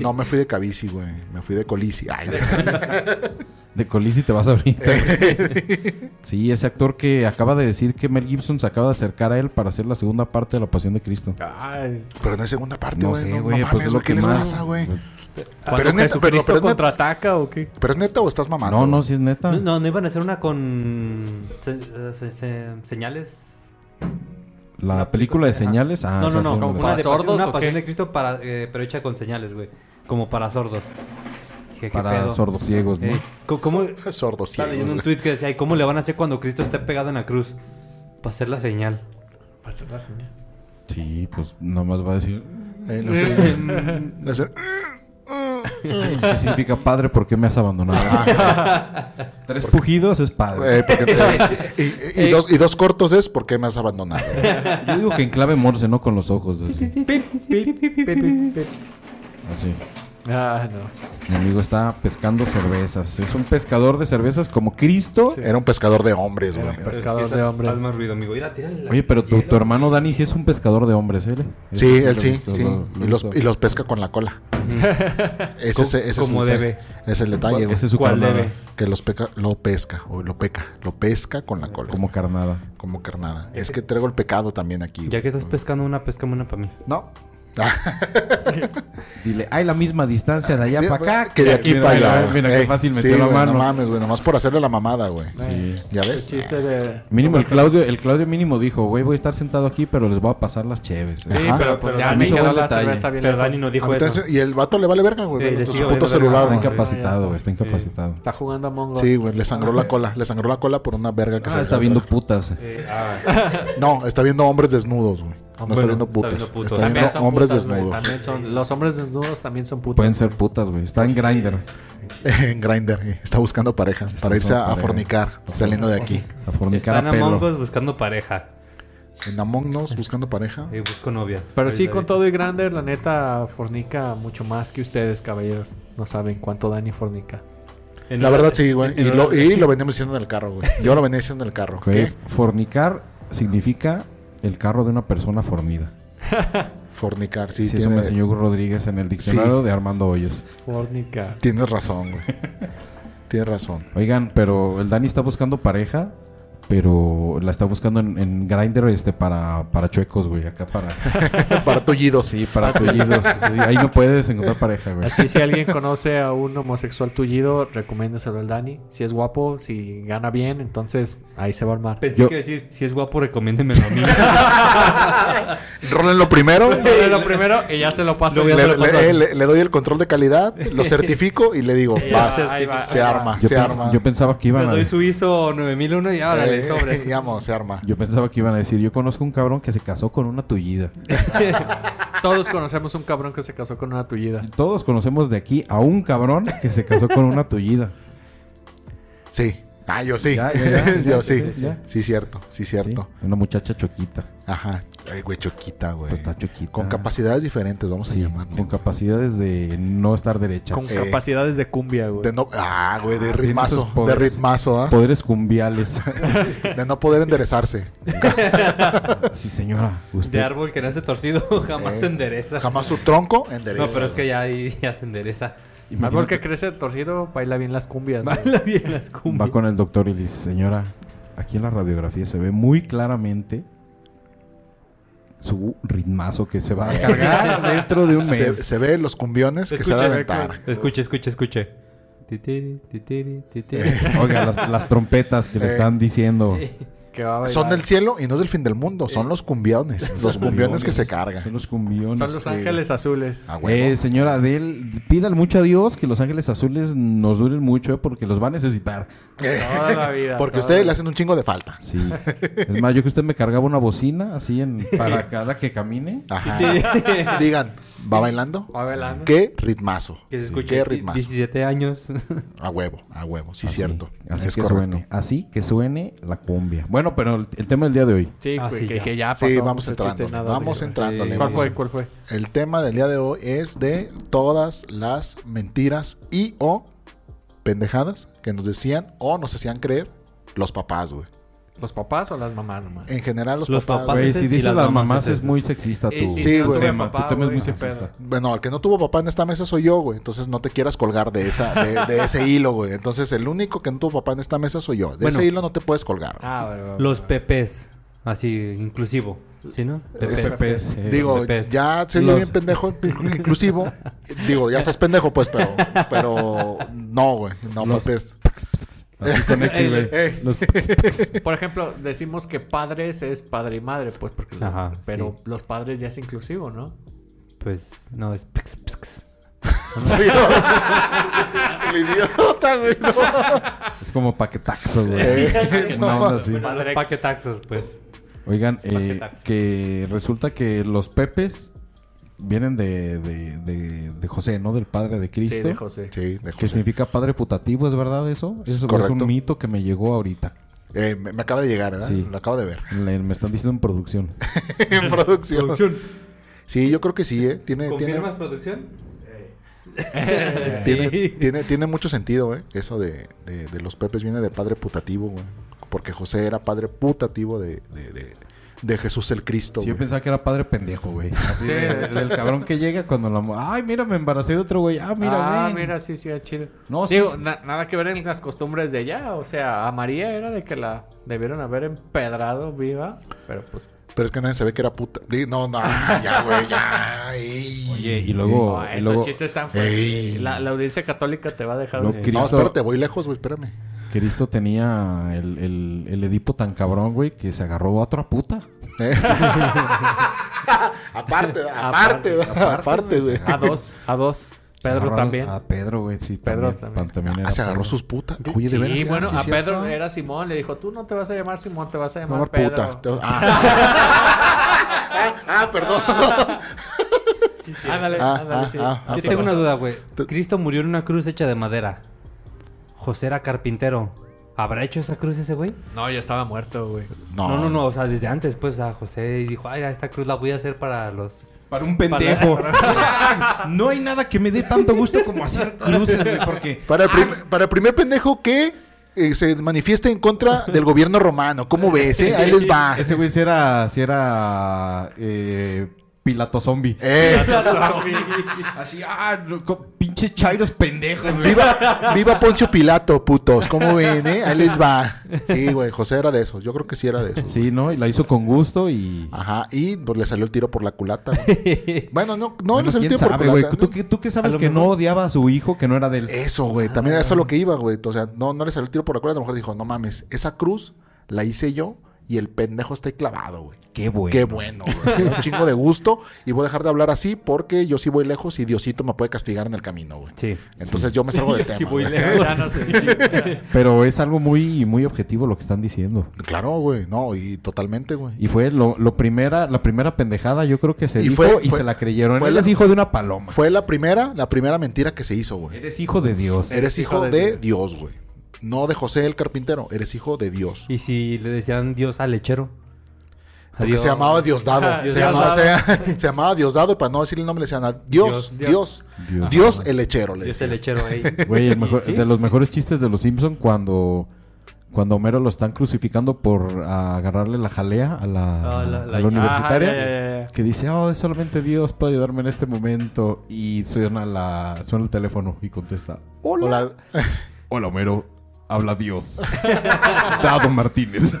Speaker 4: No me fui de Cavici, güey. Me fui de Colisi.
Speaker 3: (laughs)
Speaker 4: Ay,
Speaker 3: De Colisi te vas ahorita.
Speaker 4: (laughs)
Speaker 3: sí, ese actor que acaba de decir que Mel Gibson se acaba de acercar a él para hacer la segunda parte de La Pasión de Cristo.
Speaker 6: Ay,
Speaker 4: Pero no es segunda parte,
Speaker 3: No
Speaker 4: Ah, güey.
Speaker 3: sé,
Speaker 4: no- no
Speaker 3: güey,
Speaker 4: mames,
Speaker 3: pues es lo
Speaker 4: güey, ¿qué
Speaker 3: que
Speaker 4: les
Speaker 3: más. Pues
Speaker 4: pasa, güey?
Speaker 6: ¿Cuándo
Speaker 4: es neta,
Speaker 6: Jesucristo
Speaker 4: pero- pero es neta.
Speaker 6: contraataca o qué?
Speaker 4: ¿Pero es neta o estás mamando?
Speaker 3: No, no,
Speaker 4: (laughs)
Speaker 3: si es neta.
Speaker 5: No, no, no iban a hacer una con se- se- se- señales.
Speaker 3: La película de
Speaker 5: Ajá.
Speaker 3: señales. Ah,
Speaker 5: no,
Speaker 3: esa
Speaker 5: no,
Speaker 3: sí
Speaker 5: no,
Speaker 3: me
Speaker 5: como
Speaker 3: la sé.
Speaker 5: una de
Speaker 6: ¿Para sordos
Speaker 5: sordos,
Speaker 6: o
Speaker 5: una pasión
Speaker 6: qué?
Speaker 5: de Cristo para, eh, pero hecha con señales, güey, como para sordos. Dije, ¿qué
Speaker 3: para
Speaker 5: pedo?
Speaker 3: sordos ciegos, ¿no?
Speaker 5: Eh, co- ¿Cómo
Speaker 4: Sordos ciegos.
Speaker 5: estaba leyendo un
Speaker 4: güey.
Speaker 5: tweet que decía, "¿Y ¿cómo le van a hacer cuando Cristo esté pegado en la cruz? Para hacer la señal.
Speaker 6: Pasar la señal.
Speaker 3: Sí, pues nomás va a decir.
Speaker 4: Eh, no sé, no sé.
Speaker 3: ¿Qué significa padre? ¿Por qué me has abandonado? Tres pujidos es padre.
Speaker 4: Ah, Eh, porque te- (laughs) y, y- y dos, y dos cortos es ¿por qué me has abandonado?
Speaker 3: Yo digo que en clave morse, no con los ojos. Así. Así.
Speaker 6: Ah, no.
Speaker 3: Mi amigo está pescando cervezas. Es un pescador de cervezas como Cristo.
Speaker 4: Era un pescador de hombres, güey.
Speaker 6: Pescador de hombres.
Speaker 5: Haz más ruido, amigo. Mira, tírale la
Speaker 3: Oye, pero tu,
Speaker 5: hielo.
Speaker 3: tu hermano Dani sí es un pescador de hombres, ¿eh? Ese
Speaker 4: Sí,
Speaker 3: lo he
Speaker 4: él sí,
Speaker 3: visto,
Speaker 4: sí.
Speaker 3: lo- lo he
Speaker 4: Y los,
Speaker 3: visto.
Speaker 4: y los pesca con la
Speaker 3: (laughs)
Speaker 4: cola. ese, es- ese es
Speaker 5: Como
Speaker 4: el
Speaker 5: debe.
Speaker 4: detalle. Es el detalle, güey.
Speaker 3: Ese es su
Speaker 5: ¿Cuál
Speaker 3: carnada.
Speaker 5: debe?
Speaker 4: Que los peca, lo pesca, o lo peca, lo pesca con la cola.
Speaker 3: Como
Speaker 4: Como,
Speaker 3: carnada.
Speaker 4: como carnada. Es que traigo el pecado también aquí.
Speaker 5: Ya
Speaker 4: güey. Ah,
Speaker 5: que estás pescando una, pescame una para mí.
Speaker 4: No.
Speaker 3: Dile, hay la misma distancia de allá
Speaker 4: Mira,
Speaker 3: para acá.
Speaker 4: Que de aquí
Speaker 3: Mira,
Speaker 4: para allá.
Speaker 3: mira,
Speaker 4: güey.
Speaker 3: Mira, qué
Speaker 4: Ey,
Speaker 3: fácil
Speaker 4: sí,
Speaker 3: metió la
Speaker 4: güey,
Speaker 3: mano.
Speaker 4: No mames, güey, nomás por hacerle la mamada, güey. ¿Ya ves?
Speaker 6: Chiste de...
Speaker 3: Mínimo, el Claudio, el Claudio mínimo dijo, güey, voy a estar sentado aquí, pero les voy a pasar las cheves.
Speaker 6: Sí,
Speaker 4: Ajá.
Speaker 6: pero pues
Speaker 5: Pero
Speaker 6: ya
Speaker 3: se me
Speaker 6: me
Speaker 3: hizo
Speaker 6: quedó
Speaker 3: buen
Speaker 6: la
Speaker 3: detalle.
Speaker 6: cerveza bien
Speaker 5: Pero
Speaker 6: lejos.
Speaker 5: Dani no dijo
Speaker 4: Entonces,
Speaker 5: eso.
Speaker 4: y el vato le vale verga, güey.
Speaker 5: Ey, le
Speaker 4: su
Speaker 5: sigo
Speaker 4: puto
Speaker 5: valiendo verga.
Speaker 4: celular,
Speaker 3: Está
Speaker 4: güey.
Speaker 3: incapacitado, güey, está incapacitado.
Speaker 6: Está jugando a Mongo.
Speaker 4: Sí, güey, le
Speaker 3: (laughs)
Speaker 4: sangró la cola, le sangró la cola por una verga que
Speaker 3: Ah,
Speaker 4: se
Speaker 3: está
Speaker 4: le-
Speaker 3: viendo putas.
Speaker 5: Eh, ah,
Speaker 4: No, está viendo hombres desnudos, güey. No está
Speaker 5: Bueno,
Speaker 4: viendo
Speaker 5: está
Speaker 4: putas.
Speaker 5: viendo putas.
Speaker 4: Está
Speaker 6: También
Speaker 4: viendo
Speaker 6: son
Speaker 4: hombres
Speaker 6: putas, güey,
Speaker 4: desnudos.
Speaker 6: También son, los hombres desnudos también son putas.
Speaker 3: Pueden ser putas, güey. Está en Grindr.
Speaker 4: (laughs) en Grindr, está buscando pareja para irse a,
Speaker 3: buscando
Speaker 4: a
Speaker 3: pareja.
Speaker 4: fornicar, saliendo de aquí.
Speaker 3: A fornicar
Speaker 5: están
Speaker 3: a
Speaker 5: Among
Speaker 3: pelo.
Speaker 5: Us buscando pareja.
Speaker 4: En Among Us, buscando pareja.
Speaker 5: Eh, busco novia.
Speaker 6: Pero sí,
Speaker 5: Ahorita,
Speaker 6: con todo y Grander, la neta fornica mucho más que ustedes, caballeros. No saben cuánto Dani fornica.
Speaker 5: En
Speaker 4: La
Speaker 5: horas-
Speaker 4: verdad, sí, güey.
Speaker 5: en
Speaker 4: Y lo,
Speaker 5: horas-
Speaker 4: y lo veníamos diciendo en el carro, güey. Yo lo venía diciendo en el carro.
Speaker 3: Güey,
Speaker 4: ¿Qué?
Speaker 3: Eh, Fornicar significa el carro de una persona fornida.
Speaker 4: Fornicar, sí.
Speaker 3: Sí, eso
Speaker 4: tiene-
Speaker 3: me enseñó Hugo Rodríguez en el diccionario de Armando Hoyos.
Speaker 6: Fornica.
Speaker 4: Tienes razón, güey. Tienes razón. (laughs)
Speaker 3: Oigan, pero el Dani está buscando pareja, pero la está buscando en, en Grindr este, para, para chuecos, güey. Acá
Speaker 4: (laughs)
Speaker 3: para...
Speaker 4: Para tullidos.
Speaker 3: Sí, para tullidos. sí. ahí no puedes encontrar pareja, güey.
Speaker 6: Así, si alguien conoce a un homosexual tullido, recomiéndeselo al Dani. Si es guapo, si gana bien, entonces ahí se va a armar.
Speaker 5: Pensé
Speaker 3: Yo-
Speaker 5: que iba a decir, si es guapo, recomiéndemelo
Speaker 4: (laughs)
Speaker 5: a mí. (laughs)
Speaker 4: Rolen lo primero. Le,
Speaker 6: lo primero, y ya se lo paso.
Speaker 5: Luego ya se lo paso.
Speaker 4: le- eh, le- le doy el control de calidad, lo certifico y le digo,
Speaker 5: Ya,
Speaker 4: vas,
Speaker 5: ahí va,
Speaker 4: se
Speaker 5: ahí va.
Speaker 4: arma,
Speaker 3: Yo,
Speaker 4: se
Speaker 3: pens-
Speaker 4: arma.
Speaker 3: yo pensaba que
Speaker 5: Le
Speaker 3: iban a...
Speaker 5: doy su ISO 9001 y ahora le
Speaker 4: Eh, (laughs)
Speaker 5: sobres.
Speaker 4: eh, llamo, se arma.
Speaker 3: Yo pensaba que iban a decir, yo conozco un cabrón que se casó con una tullida.
Speaker 6: Todos conocemos un cabrón que se casó con una tullida.
Speaker 3: Todos conocemos de aquí a un cabrón que se casó con una tullida.
Speaker 4: Sí. Ah, yo sí.
Speaker 3: Ya, ya, ya,
Speaker 4: (laughs) yo
Speaker 3: ya,
Speaker 4: sí.
Speaker 3: sí, sí, ya.
Speaker 4: Sí, cierto. Sí,
Speaker 3: ¿sí?
Speaker 4: cierto.
Speaker 3: Una muchacha choquita.
Speaker 4: Ajá. Ay, güey, choquita, güey.
Speaker 3: Pues está choquita.
Speaker 4: Con capacidades diferentes, vamos
Speaker 3: Sí,
Speaker 4: a llamarle.
Speaker 3: con capacidades de no estar derecha.
Speaker 6: Con
Speaker 4: Eh,
Speaker 6: capacidades de cumbia, güey.
Speaker 4: De no, ah, güey, de
Speaker 3: tiene esos
Speaker 4: ritmazo. De
Speaker 3: poderes.
Speaker 4: ritmazo, ¿ah?
Speaker 3: Poderes cumbiales. (laughs)
Speaker 4: De no poder enderezarse.
Speaker 3: sí, señora.
Speaker 5: De
Speaker 3: Usted.
Speaker 5: árbol que nace torcido, (laughs) jamás se endereza.
Speaker 4: Eh, Jamás su tronco endereza.
Speaker 5: No,
Speaker 4: (laughs)
Speaker 5: pero es que ya ahí ya se endereza. (laughs)
Speaker 6: Árbol que crece torcido, baila bien las cumbias. güey.
Speaker 5: Baila bien las cumbias.
Speaker 3: Va con el doctor y le dice, señora, aquí en la radiografía se ve muy claramente su ritmazo que se va a
Speaker 6: (laughs)
Speaker 3: cargar dentro de un
Speaker 4: Se,
Speaker 3: mes.
Speaker 4: se ve los cumbiones que se ha de aventar.
Speaker 5: Escuche, escuche, escuche. Titiri, titiri, titiri.
Speaker 4: Eh,
Speaker 6: Eh.
Speaker 3: Oiga, las, las trompetas que le están diciendo.
Speaker 6: Que va a bailar.
Speaker 4: Son del cielo y no es del fin del mundo. Son los cumbiones. Los cumbiones que se
Speaker 3: Son
Speaker 4: cargan.
Speaker 3: los cumbiones.
Speaker 6: Son los ángeles azules.
Speaker 4: Ah,
Speaker 3: Eh,
Speaker 4: güey.
Speaker 3: señora Adel, pídale mucho a Dios que los ángeles azules nos duren mucho, eh, porque los va a necesitar.
Speaker 6: Toda la
Speaker 4: Eh,
Speaker 6: vida.
Speaker 4: (laughs) Porque
Speaker 6: toda
Speaker 4: ustedes le
Speaker 6: la-
Speaker 4: hacen un chingo de falta.
Speaker 3: Sí. Es más, yo que usted me cargaba una bocina así
Speaker 4: (laughs)
Speaker 3: en para cada que camine.
Speaker 4: Ah, Ajá. (laughs) Digan, ¿va bailando?
Speaker 6: Va bailando.
Speaker 4: ¿Qué ritmazo?
Speaker 5: Que se
Speaker 4: Sí,
Speaker 5: escuche.
Speaker 4: ¿Qué
Speaker 5: di-
Speaker 4: ritmazo? (laughs)
Speaker 5: 17 años.
Speaker 4: A huevo, a huevo, sí,
Speaker 3: Así,
Speaker 4: cierto.
Speaker 3: Así
Speaker 4: es
Speaker 3: que
Speaker 4: correcto.
Speaker 3: suene. Así que suene la cumbia. Bueno, pero el, el tema del día de hoy.
Speaker 6: Sí,
Speaker 5: Ah,
Speaker 6: güey,
Speaker 5: sí,
Speaker 6: que,
Speaker 5: ya.
Speaker 6: que ya pasó.
Speaker 4: Sí, vamos
Speaker 6: No existe
Speaker 4: entrando.
Speaker 6: nada
Speaker 4: Vamos
Speaker 6: de-
Speaker 4: entrando.
Speaker 5: Sí.
Speaker 6: ¿Cuál fue? ¿Cuál fue?
Speaker 4: El tema del día de hoy es de todas las mentiras y o pendejadas que nos decían o nos hacían creer los papás, güey.
Speaker 6: ¿Los papás o las mamás nomás?
Speaker 4: En general, los,
Speaker 5: Los
Speaker 4: papás.
Speaker 5: papás.
Speaker 3: Güey,
Speaker 5: ese
Speaker 3: si
Speaker 5: y
Speaker 3: dices
Speaker 5: las
Speaker 3: las
Speaker 5: mamás
Speaker 3: mamás
Speaker 5: es
Speaker 3: es muy sexista tu,
Speaker 6: Y- y
Speaker 4: si Sí, no güey. tuve
Speaker 3: tema.
Speaker 6: papá,
Speaker 3: tu tema es
Speaker 6: güey,
Speaker 3: muy
Speaker 6: qué
Speaker 3: sexista.
Speaker 4: Bueno, al que no tuvo papá en esta mesa soy yo, güey. Entonces no te quieras colgar de esa, de, de ese hilo, güey. Entonces el único que no tuvo papá en esta mesa soy yo. De
Speaker 5: Bueno.
Speaker 4: ese hilo no te puedes colgar.
Speaker 6: Ah, bueno.
Speaker 5: Los pepes. Así, inclusivo. ¿Sí, no?
Speaker 3: Es pepes, eh,
Speaker 4: Digo,
Speaker 5: pepes.
Speaker 4: ya se vio
Speaker 5: Los-
Speaker 4: bien pendejo,
Speaker 3: (laughs)
Speaker 4: inclusivo. Digo, ya estás pendejo, pues, pero, pero no, güey. No,
Speaker 3: Los- (laughs)
Speaker 4: papás.
Speaker 3: así con X, güey.
Speaker 4: Eh.
Speaker 3: Los px, px.
Speaker 6: (laughs) Por ejemplo, decimos que padres es padre y madre, pues porque...
Speaker 5: Ajá,
Speaker 6: pero
Speaker 5: sí.
Speaker 6: los padres ya es inclusivo, ¿no?
Speaker 5: Pues, no, es px, px.
Speaker 4: El idiota, güey. no.
Speaker 5: eh, (laughs)
Speaker 3: Es como paquetaxo, güey. (laughs) Una onda así.
Speaker 5: Para los paquetaxos, pues.
Speaker 3: Oigan, eh,
Speaker 5: Paquetaxo.
Speaker 3: que resulta que los pepes vienen de, de- de- de José, ¿no? Del padre de Cristo.
Speaker 6: Sí, de José.
Speaker 4: Sí, de
Speaker 3: Que
Speaker 4: José.
Speaker 3: significa padre putativo, ¿es verdad eso?
Speaker 4: Es
Speaker 3: Eso es
Speaker 4: correcto.
Speaker 3: un mito que me llegó ahorita.
Speaker 4: Eh, me, me acaba de llegar, ¿verdad?
Speaker 3: Sí.
Speaker 4: Lo acabo de ver. (laughs)
Speaker 3: Le- me están diciendo en producción.
Speaker 4: en producción.
Speaker 5: Producción.
Speaker 4: Sí, yo creo que sí, ¿eh? Tiene,
Speaker 5: ¿Confirmas
Speaker 4: tiene,
Speaker 5: producción?
Speaker 4: tiene,
Speaker 5: Eh, sí.
Speaker 4: tiene, tiene mucho sentido, ¿eh? Eso de, de- de los pepes viene de padre putativo, güey. Porque José era padre putativo de, de, de- de Jesús el Cristo,
Speaker 3: Sí, yo
Speaker 4: güey.
Speaker 3: pensaba que era padre pendejo, güey. Así
Speaker 6: Sí.
Speaker 3: de- de- del cabrón que llega cuando la... mu- Ay, mira, me embaracé de otro güey. Ah, mira,
Speaker 6: ah,
Speaker 3: ven.
Speaker 6: mira, sí, sí, era chido.
Speaker 3: No, sí,
Speaker 6: Digo,
Speaker 3: sí.
Speaker 6: na- nada que ver en las costumbres de allá. O sea, a María era de que la debieron haber empedrado viva. Pero pues.
Speaker 4: Pero es que nadie se ve que era puta. Di- No, no, ya, güey, ya. Ey.
Speaker 3: Oye, y luego...
Speaker 6: no,
Speaker 3: y
Speaker 6: esos
Speaker 3: luego
Speaker 6: chistes están
Speaker 4: Ey.
Speaker 6: fuertes. La, la audiencia católica te va a dejar.
Speaker 3: Lo
Speaker 6: de-
Speaker 3: que-
Speaker 4: No,
Speaker 3: Cristo-
Speaker 4: espérate, voy lejos, güey, espérame.
Speaker 3: Cristo tenía el, el, el Edipo tan cabrón, güey, que se agarró a otra puta.
Speaker 4: Eh. aparte, aparte, aparte, güey.
Speaker 6: (laughs) A dos, a dos.
Speaker 3: Se
Speaker 6: Pedro
Speaker 3: agarró a-
Speaker 6: también.
Speaker 3: A Pedro, güey, sí.
Speaker 6: Pedro
Speaker 3: también,
Speaker 6: también.
Speaker 4: Ah,
Speaker 3: era
Speaker 4: se agarró
Speaker 3: Pedro.
Speaker 4: sus putas. Oye, de
Speaker 6: sí,
Speaker 4: veras.
Speaker 6: bueno,
Speaker 4: sí,
Speaker 6: a
Speaker 4: sí,
Speaker 6: Pedro
Speaker 4: cierto.
Speaker 6: era Simón. Le dijo, tú no te vas a llamar Simón, te vas a llamar
Speaker 4: Amor
Speaker 6: Pedro.
Speaker 4: puta. Te-
Speaker 6: (laughs)
Speaker 4: Ah, Ah, ah, perdón.
Speaker 6: Ándale,
Speaker 4: Ah,
Speaker 6: ándale,
Speaker 4: ah,
Speaker 6: sí.
Speaker 4: ah, ah,
Speaker 6: Sí,
Speaker 5: Yo
Speaker 4: sí
Speaker 5: tengo
Speaker 4: pasa.
Speaker 5: una duda, güey.
Speaker 4: Tú-
Speaker 5: Cristo murió en una cruz hecha de madera. José era carpintero. ¿Habrá hecho esa cruz ese güey?
Speaker 6: No, ya estaba
Speaker 4: (laughs)
Speaker 6: muerto, güey.
Speaker 5: No, no, no, O sea, desde antes, pues, a José dijo, ay, esta cruz la voy a hacer para los...
Speaker 3: Para un pendejo.
Speaker 6: (laughs)
Speaker 3: no hay nada que me dé tanto gusto como hacer cruces, güey, porque...
Speaker 4: Para el, prim- para el primer pendejo que eh, se manifiesta en contra del gobierno romano. ¿Cómo ves? eh? Ahí les va.
Speaker 3: Ese güey sí era... Sí era eh, pilato zombie.
Speaker 4: Eh,
Speaker 3: Así, ah, no, co- pinches chairos pendejos, güey.
Speaker 4: viva, viva Poncio Pilato, putos. ¿Cómo ven? eh? Ahí les va. Sí, güey, José era de esos. Yo creo que sí era de esos.
Speaker 3: Sí, ¿no? Y la hizo con gusto y...
Speaker 4: Ajá, y pues le salió el tiro por la culata. güey. Bueno, no, no
Speaker 3: Bueno,
Speaker 4: le salió el
Speaker 3: ¿quién
Speaker 4: tiro por
Speaker 3: sabe,
Speaker 4: culata.
Speaker 3: güey?
Speaker 4: ¿no? Eh,
Speaker 3: ¿Tú, qué- ¿Tú qué
Speaker 5: A
Speaker 3: sabes
Speaker 5: lo
Speaker 3: que no
Speaker 5: mejor-
Speaker 3: odiaba a su hijo, que no era de él?
Speaker 4: Eso, güey. También eso
Speaker 3: Ah.
Speaker 4: es lo que iba, güey. O sea, no, no le salió el tiro por la cuerda. A lo mejor dijo, no mames, esa cruz la hice yo y el pendejo está ahí clavado, güey.
Speaker 3: Qué bueno.
Speaker 4: Qué bueno, güey. Me da Un chingo de gusto. Y voy a dejar de hablar así porque yo sí voy lejos y Diosito me puede castigar en el camino, güey.
Speaker 5: Sí.
Speaker 4: Entonces yo
Speaker 3: (laughs)
Speaker 4: me salgo del tema.
Speaker 5: Ah,
Speaker 4: güey.
Speaker 6: Ya no sé.
Speaker 3: Pero es algo muy, muy objetivo lo que están diciendo.
Speaker 4: Claro, güey. No, y totalmente, güey.
Speaker 3: Y fue lo, lo primera, la primera pendejada, yo creo que se
Speaker 4: Y
Speaker 3: dijo
Speaker 4: fue-
Speaker 3: y
Speaker 4: fue-
Speaker 3: se la creyeron.
Speaker 4: fue
Speaker 3: Él
Speaker 4: la-
Speaker 3: es hijo de una paloma.
Speaker 4: Fue la primera, la primera mentira que se hizo, güey.
Speaker 3: Eres hijo de Dios.
Speaker 4: Eres hijo de Dios, güey. No de José el carpintero, eres hijo de Dios.
Speaker 5: (laughs) Y si le decían Dios al lechero.
Speaker 4: Porque se llamaba Diosdado.
Speaker 5: (laughs)
Speaker 4: (laughs) se,
Speaker 5: Diosdado.
Speaker 4: llamaba, se, se llamaba Diosdado y para no decirle el nombre le decían a Dios,
Speaker 5: Dios,
Speaker 4: Dios, Dios,
Speaker 3: Dios.
Speaker 4: el lechero. Le
Speaker 5: Dios
Speaker 4: decían.
Speaker 5: el lechero ahí.
Speaker 3: Güey,
Speaker 6: (laughs)
Speaker 3: el mejor-
Speaker 5: Sí.
Speaker 3: de los mejores chistes de los Simpson cuando, cuando a Homero lo están crucificando por ah, agarrarle la jalea a la,
Speaker 5: Ah, la-
Speaker 3: a
Speaker 5: la-
Speaker 3: la universitaria.
Speaker 6: Ajá, ya, ya, ya.
Speaker 3: Que dice, oh, es solamente Dios puede ayudarme en este momento. Y suena, la, suena el teléfono y contesta, hola.
Speaker 4: Hola.
Speaker 3: Hola, Homero. Habla
Speaker 6: (laughs)
Speaker 3: Dios. Dado Martínez.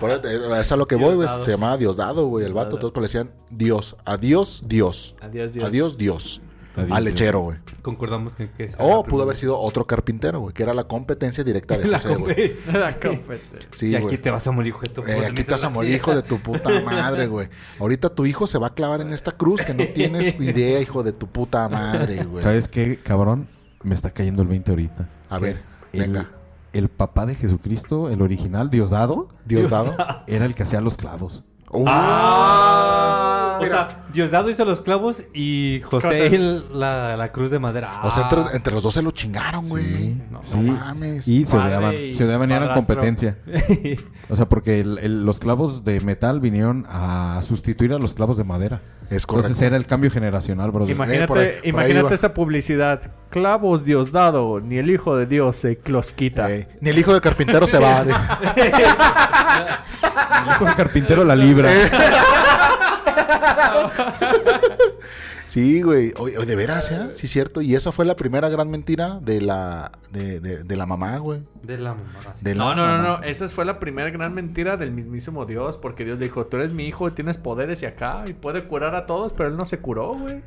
Speaker 4: Por- eh, eso es a lo que voy, güey.
Speaker 5: Diosdado.
Speaker 4: Se llamaba Diosdado, güey, el vato. Entonces pues, le decían Dios, adiós, Dios.
Speaker 6: Adiós, Dios.
Speaker 4: Adiós, Dios.
Speaker 3: Adiós,
Speaker 4: Al
Speaker 3: Dios.
Speaker 4: lechero, güey.
Speaker 5: Concordamos que... que
Speaker 4: O Oh, pudo haber sido otro carpintero, güey, que era la competencia directa de
Speaker 5: (laughs) La
Speaker 4: José, güey.
Speaker 5: compe-
Speaker 6: (laughs) La compete.
Speaker 4: Sí,
Speaker 5: y aquí
Speaker 4: güey.
Speaker 5: te vas a morir, hijo de tu
Speaker 4: Eh,
Speaker 5: madre,
Speaker 4: aquí te
Speaker 5: mientras
Speaker 4: vas a
Speaker 5: la
Speaker 4: morir, hijo de tu puta madre, güey. Ahorita tu hijo se va a clavar en esta cruz que
Speaker 6: (laughs)
Speaker 4: no tienes idea, hijo de tu puta madre, güey.
Speaker 3: ¿Sabes qué, cabrón? Me está cayendo el 20 ahorita.
Speaker 4: A ver,
Speaker 3: El,
Speaker 4: venga.
Speaker 3: el papá de Jesucristo, el original, Diosdado,
Speaker 6: (laughs)
Speaker 4: Diosdado.
Speaker 3: era el que hacía los clavos.
Speaker 4: Uh,
Speaker 5: Ah, o
Speaker 4: Mira.
Speaker 5: sea, Diosdado hizo los clavos y José,
Speaker 6: José.
Speaker 5: el- la, la cruz de madera.
Speaker 4: O sea,
Speaker 5: Ah.
Speaker 4: entre, entre los dos se lo chingaron, güey.
Speaker 3: Sí,
Speaker 4: No,
Speaker 3: sí.
Speaker 4: mames.
Speaker 3: Y se
Speaker 5: Padre
Speaker 3: odiaban.
Speaker 5: y
Speaker 3: Se odiaban y eran
Speaker 5: padrastro.
Speaker 3: competencia. O sea, porque el- el- los clavos de metal vinieron a sustituir a los clavos de madera.
Speaker 4: Es
Speaker 3: Entonces
Speaker 4: correcto.
Speaker 3: era el cambio generacional, brother.
Speaker 6: Imagínate,
Speaker 4: Eh, por ahí- por ahí
Speaker 6: imagínate
Speaker 4: iba.
Speaker 6: esa publicidad. Clavos Diosdado, ni el hijo de Dios se los quita.
Speaker 4: Ey, ni el hijo del carpintero se
Speaker 6: (laughs)
Speaker 4: va. güey.
Speaker 3: Con el carpintero la libra.
Speaker 4: Sí, güey. Oye, oye, de veras, ¿eh? Sí, cierto. Y esa fue la primera gran mentira de la, de, de- de la mamá, güey.
Speaker 5: De la mamá.
Speaker 4: De
Speaker 6: No,
Speaker 4: la
Speaker 6: no, no,
Speaker 4: mamá.
Speaker 6: no. Esa fue la primera gran mentira del mismísimo Dios, porque Dios le dijo, tú eres mi hijo, tienes poderes y acá, y puede curar a todos, pero él no se curó, güey.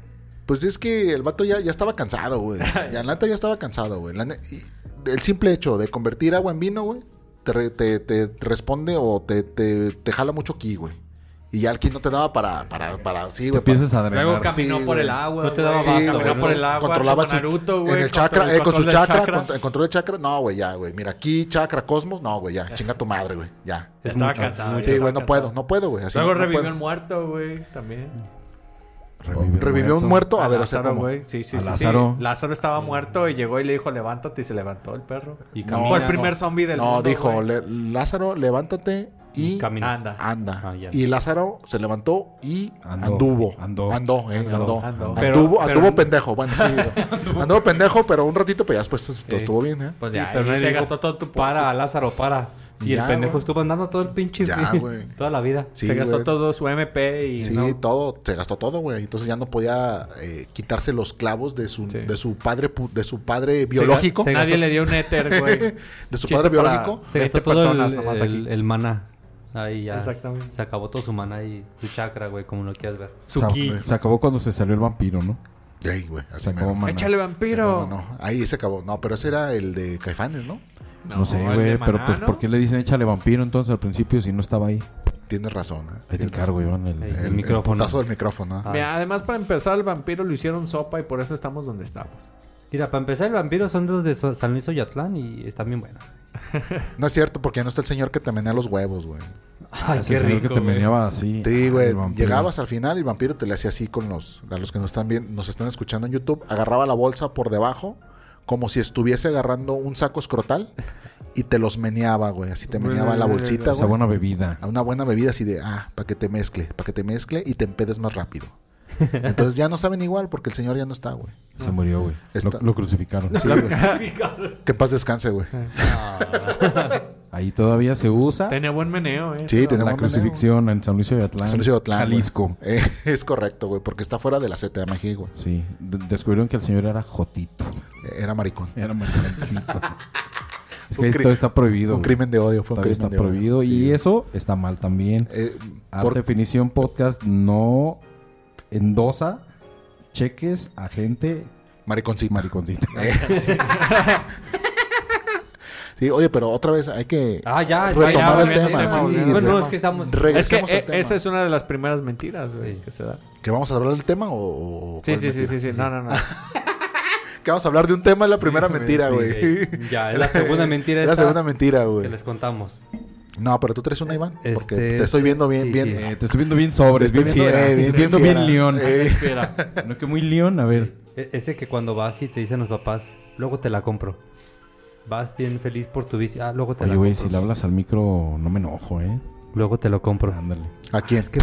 Speaker 4: Pues es que el vato ya, ya estaba cansado,
Speaker 6: (laughs)
Speaker 4: güey. Ya, la neta ya estaba cansado, güey. La ne- y el simple hecho de convertir agua en vino, güey, te, re- te- te- te responde o te, te- te jala mucho ki, güey. Y Y ya el kit no te daba para. para, para sí,
Speaker 3: Te
Speaker 4: güey.
Speaker 3: empiezas a
Speaker 6: Luego
Speaker 3: drenar.
Speaker 4: cam-
Speaker 6: caminó
Speaker 4: Sí,
Speaker 6: por
Speaker 4: güey.
Speaker 6: el agua.
Speaker 5: No te
Speaker 6: güey.
Speaker 5: daba
Speaker 4: Sí,
Speaker 5: baja,
Speaker 4: güey,
Speaker 5: caminó
Speaker 4: no,
Speaker 5: por el
Speaker 6: agua,
Speaker 4: controlaba
Speaker 6: como
Speaker 4: su-
Speaker 6: Naruto, güey,
Speaker 4: en el
Speaker 6: contra-
Speaker 4: chakra,
Speaker 6: el
Speaker 4: eh, con su
Speaker 6: control del
Speaker 4: chakra,
Speaker 6: chakra.
Speaker 4: contra- el control de chakra, no, güey, ya, güey, mira, aquí, chakra, cosmos, no, güey, ya, chinga tu madre, güey, ya.
Speaker 6: Estaba cansado. ya
Speaker 4: Sí,
Speaker 6: estaba
Speaker 4: güey, no
Speaker 6: cansado.
Speaker 4: puedo, no puedo, güey, así,
Speaker 6: Luego
Speaker 4: no
Speaker 6: revivió
Speaker 4: puedo.
Speaker 6: el muerto, güey, también.
Speaker 3: Revivió
Speaker 4: Revivió un muerto, a ver, o sea,
Speaker 6: Lázaro,
Speaker 4: ¿cómo?
Speaker 6: güey. Sí, sí,
Speaker 3: A
Speaker 6: sí,
Speaker 3: Lázaro.
Speaker 6: sí. Lázaro estaba muerto y llegó y le dijo, levántate, y se levantó el perro.
Speaker 5: Y
Speaker 6: Fue el
Speaker 5: camina.
Speaker 6: primer zombie del
Speaker 4: no,
Speaker 6: mundo,
Speaker 4: dijo,
Speaker 6: güey.
Speaker 4: "Le- Lázaro, levántate y,
Speaker 5: Y camina.
Speaker 6: Anda.
Speaker 4: anda.
Speaker 5: Ah, ya.
Speaker 4: Y Lázaro se levantó y
Speaker 3: Andó,
Speaker 4: anduvo.
Speaker 3: andó.
Speaker 4: Andó, eh, andó.
Speaker 6: Andó, andó.
Speaker 4: Anduvo,
Speaker 5: Pero-
Speaker 4: anduvo,
Speaker 5: pero-
Speaker 4: pendejo, bueno, sí. anduvo, pendejo, pero un ratito, pero ya después esto estuvo bien, eh.
Speaker 6: Pues
Speaker 5: Sí,
Speaker 6: ya,
Speaker 5: pero
Speaker 6: ahí
Speaker 5: nadie
Speaker 6: se
Speaker 5: dijo, "Pues
Speaker 6: gastó todo tu
Speaker 5: Para,
Speaker 6: para.
Speaker 5: Lázaro, para. Y
Speaker 4: Ya,
Speaker 5: el pendejo
Speaker 4: güey.
Speaker 5: estuvo andando todo el pinche.
Speaker 4: Ya, güey.
Speaker 5: Toda la vida.
Speaker 4: Sí,
Speaker 6: se gastó
Speaker 4: güey.
Speaker 6: todo su MP y
Speaker 4: Sí,
Speaker 6: no.
Speaker 4: todo, se gastó todo, güey. Entonces ya no podía eh, quitarse los clavos de su,
Speaker 6: Sí.
Speaker 4: de su padre, pu- de su padre biológico.
Speaker 5: se-
Speaker 6: Nadie le dio
Speaker 4: (laughs)
Speaker 6: un éter, güey.
Speaker 4: de su
Speaker 6: Chiste
Speaker 4: padre
Speaker 6: para-
Speaker 4: biológico.
Speaker 5: Se
Speaker 6: 20
Speaker 5: gastó todo el,
Speaker 6: personas nomás
Speaker 5: el-
Speaker 6: aquí.
Speaker 5: el mana. Ahí ya.
Speaker 6: Exactamente.
Speaker 5: Se acabó todo su mana y su chakra, güey, como lo quieras ver.
Speaker 3: Se, ac- se acabó cuando se salió el vampiro, ¿no?
Speaker 4: Ey, güey, así
Speaker 3: Se acabó
Speaker 4: mero.
Speaker 3: maná.
Speaker 6: Échale vampiro.
Speaker 4: No, no, ahí se acabó. No, pero ese era el de Caifanes, ¿no?
Speaker 3: No sé, güey, pero pues ¿por qué le dicen échale vampiro entonces al principio si no estaba ahí?
Speaker 4: Tienes razón. ¿eh?
Speaker 3: Ahí te encargo, Iván. el-
Speaker 5: Ey,
Speaker 4: El,
Speaker 5: el,
Speaker 4: el
Speaker 5: micrófono.
Speaker 4: putazo del micrófono. ¿eh?
Speaker 5: Ah.
Speaker 6: Mira, además para empezar el vampiro lo hicieron sopa y por eso estamos donde estamos.
Speaker 5: Mira, para empezar, el vampiro son de los de So- San Luis Oyatlán y están bien buenos.
Speaker 4: No es cierto, porque ya no está el señor que te menea los huevos, güey. Ah,
Speaker 5: Ay,
Speaker 3: Ese señor que te meneaba así.
Speaker 4: Sí,
Speaker 3: el
Speaker 4: güey.
Speaker 3: vampiro.
Speaker 4: Llegabas al final y el vampiro te le hacía así con los. A los que nos están bien, nos están escuchando en YouTube. Agarraba la bolsa por debajo, como si estuviese agarrando un saco escrotal, y te los meneaba, güey. Así te meneaba la bolsita,
Speaker 3: O sea,
Speaker 4: güey.
Speaker 3: buena bebida.
Speaker 4: A una buena bebida así de, ah, para que te mezcle, para que te mezcle y te empedes más rápido. Entonces ya no saben igual porque el señor ya no está, güey.
Speaker 3: Se murió, güey.
Speaker 4: Está-
Speaker 3: Lo, lo crucificaron.
Speaker 4: Sí, güey. que en paz descanse, güey.
Speaker 3: (laughs) Ahí todavía se usa
Speaker 6: Tenía buen meneo, eh.
Speaker 4: Ah. Sí, tenemos
Speaker 3: la
Speaker 4: meneo.
Speaker 3: crucifixión en San Luis Oyatlán.
Speaker 4: San Luis Otlán, güey.
Speaker 3: Jalisco.
Speaker 4: Eh, (laughs) es correcto, güey, porque está fuera de la CTMG, güey.
Speaker 3: Sí, de- descubrieron que el señor era Jotito.
Speaker 4: (laughs) Era maricón.
Speaker 3: Era mariconcito. es que
Speaker 4: Un
Speaker 3: ahí
Speaker 4: cri-
Speaker 3: todo está prohibido.
Speaker 4: un
Speaker 3: güey.
Speaker 4: crimen de odio, fue un
Speaker 3: Todavía
Speaker 4: crimen
Speaker 3: está
Speaker 4: de odio.
Speaker 3: prohibido.
Speaker 4: Sí,
Speaker 3: y
Speaker 4: güey.
Speaker 3: eso está mal también.
Speaker 4: Eh,
Speaker 3: Arte
Speaker 4: por-
Speaker 3: Definición Podcast no endosa cheques a gente
Speaker 4: mariconcito.
Speaker 5: (laughs)
Speaker 3: mariconcita.
Speaker 4: Sí, oye, pero otra vez hay que
Speaker 5: Ah, ya, ya, ya,
Speaker 4: retomar el
Speaker 5: volviendo,
Speaker 4: tema.
Speaker 5: tema,
Speaker 4: sí,
Speaker 5: volviendo. Bueno,
Speaker 4: rema-
Speaker 5: es e-, que estamos-
Speaker 6: Es que
Speaker 4: Regresemos al
Speaker 6: eh,
Speaker 4: tema.
Speaker 6: esa es una de las primeras mentiras, güey, que se da.
Speaker 4: ¿Que vamos a hablar del tema o...? o
Speaker 6: Sí,
Speaker 4: cuál
Speaker 6: sí, sí,
Speaker 4: mentira?
Speaker 6: sí, sí. No,
Speaker 4: (laughs)
Speaker 6: no, no.
Speaker 4: Que vamos a hablar de un tema es la primera mentira,
Speaker 5: sí,
Speaker 4: güey.
Speaker 5: sí. Ya, es la
Speaker 4: (laughs)
Speaker 5: segunda mentira
Speaker 4: Es la
Speaker 5: esta
Speaker 4: segunda mentira,
Speaker 5: Que
Speaker 4: güey.
Speaker 5: les contamos.
Speaker 4: No, pero tú traes una, Iván. Porque
Speaker 5: Este-
Speaker 4: te estoy viendo bien,
Speaker 5: sí,
Speaker 4: bien.
Speaker 5: sí.
Speaker 4: eh,
Speaker 3: Eh, te estoy viendo bien sobres,
Speaker 4: Estoy
Speaker 3: bien
Speaker 4: viendo-
Speaker 3: fiera.
Speaker 4: eh,
Speaker 3: te
Speaker 4: bien-
Speaker 3: estoy viendo
Speaker 4: bien
Speaker 3: bien
Speaker 4: fiera. Eh.
Speaker 3: león.
Speaker 6: Espera.
Speaker 3: No, que muy león. A ver,
Speaker 5: E- ese que cuando vas y te dicen los papás, luego te la compro. Vas bien feliz por tu bici. Ah, luego te
Speaker 3: oye,
Speaker 5: la
Speaker 3: güey,
Speaker 5: compro.
Speaker 3: si le hablas al micro, no me enojo, ¿eh?
Speaker 5: Luego te lo compro.
Speaker 3: Ándale.
Speaker 4: ¿A quién?
Speaker 5: que-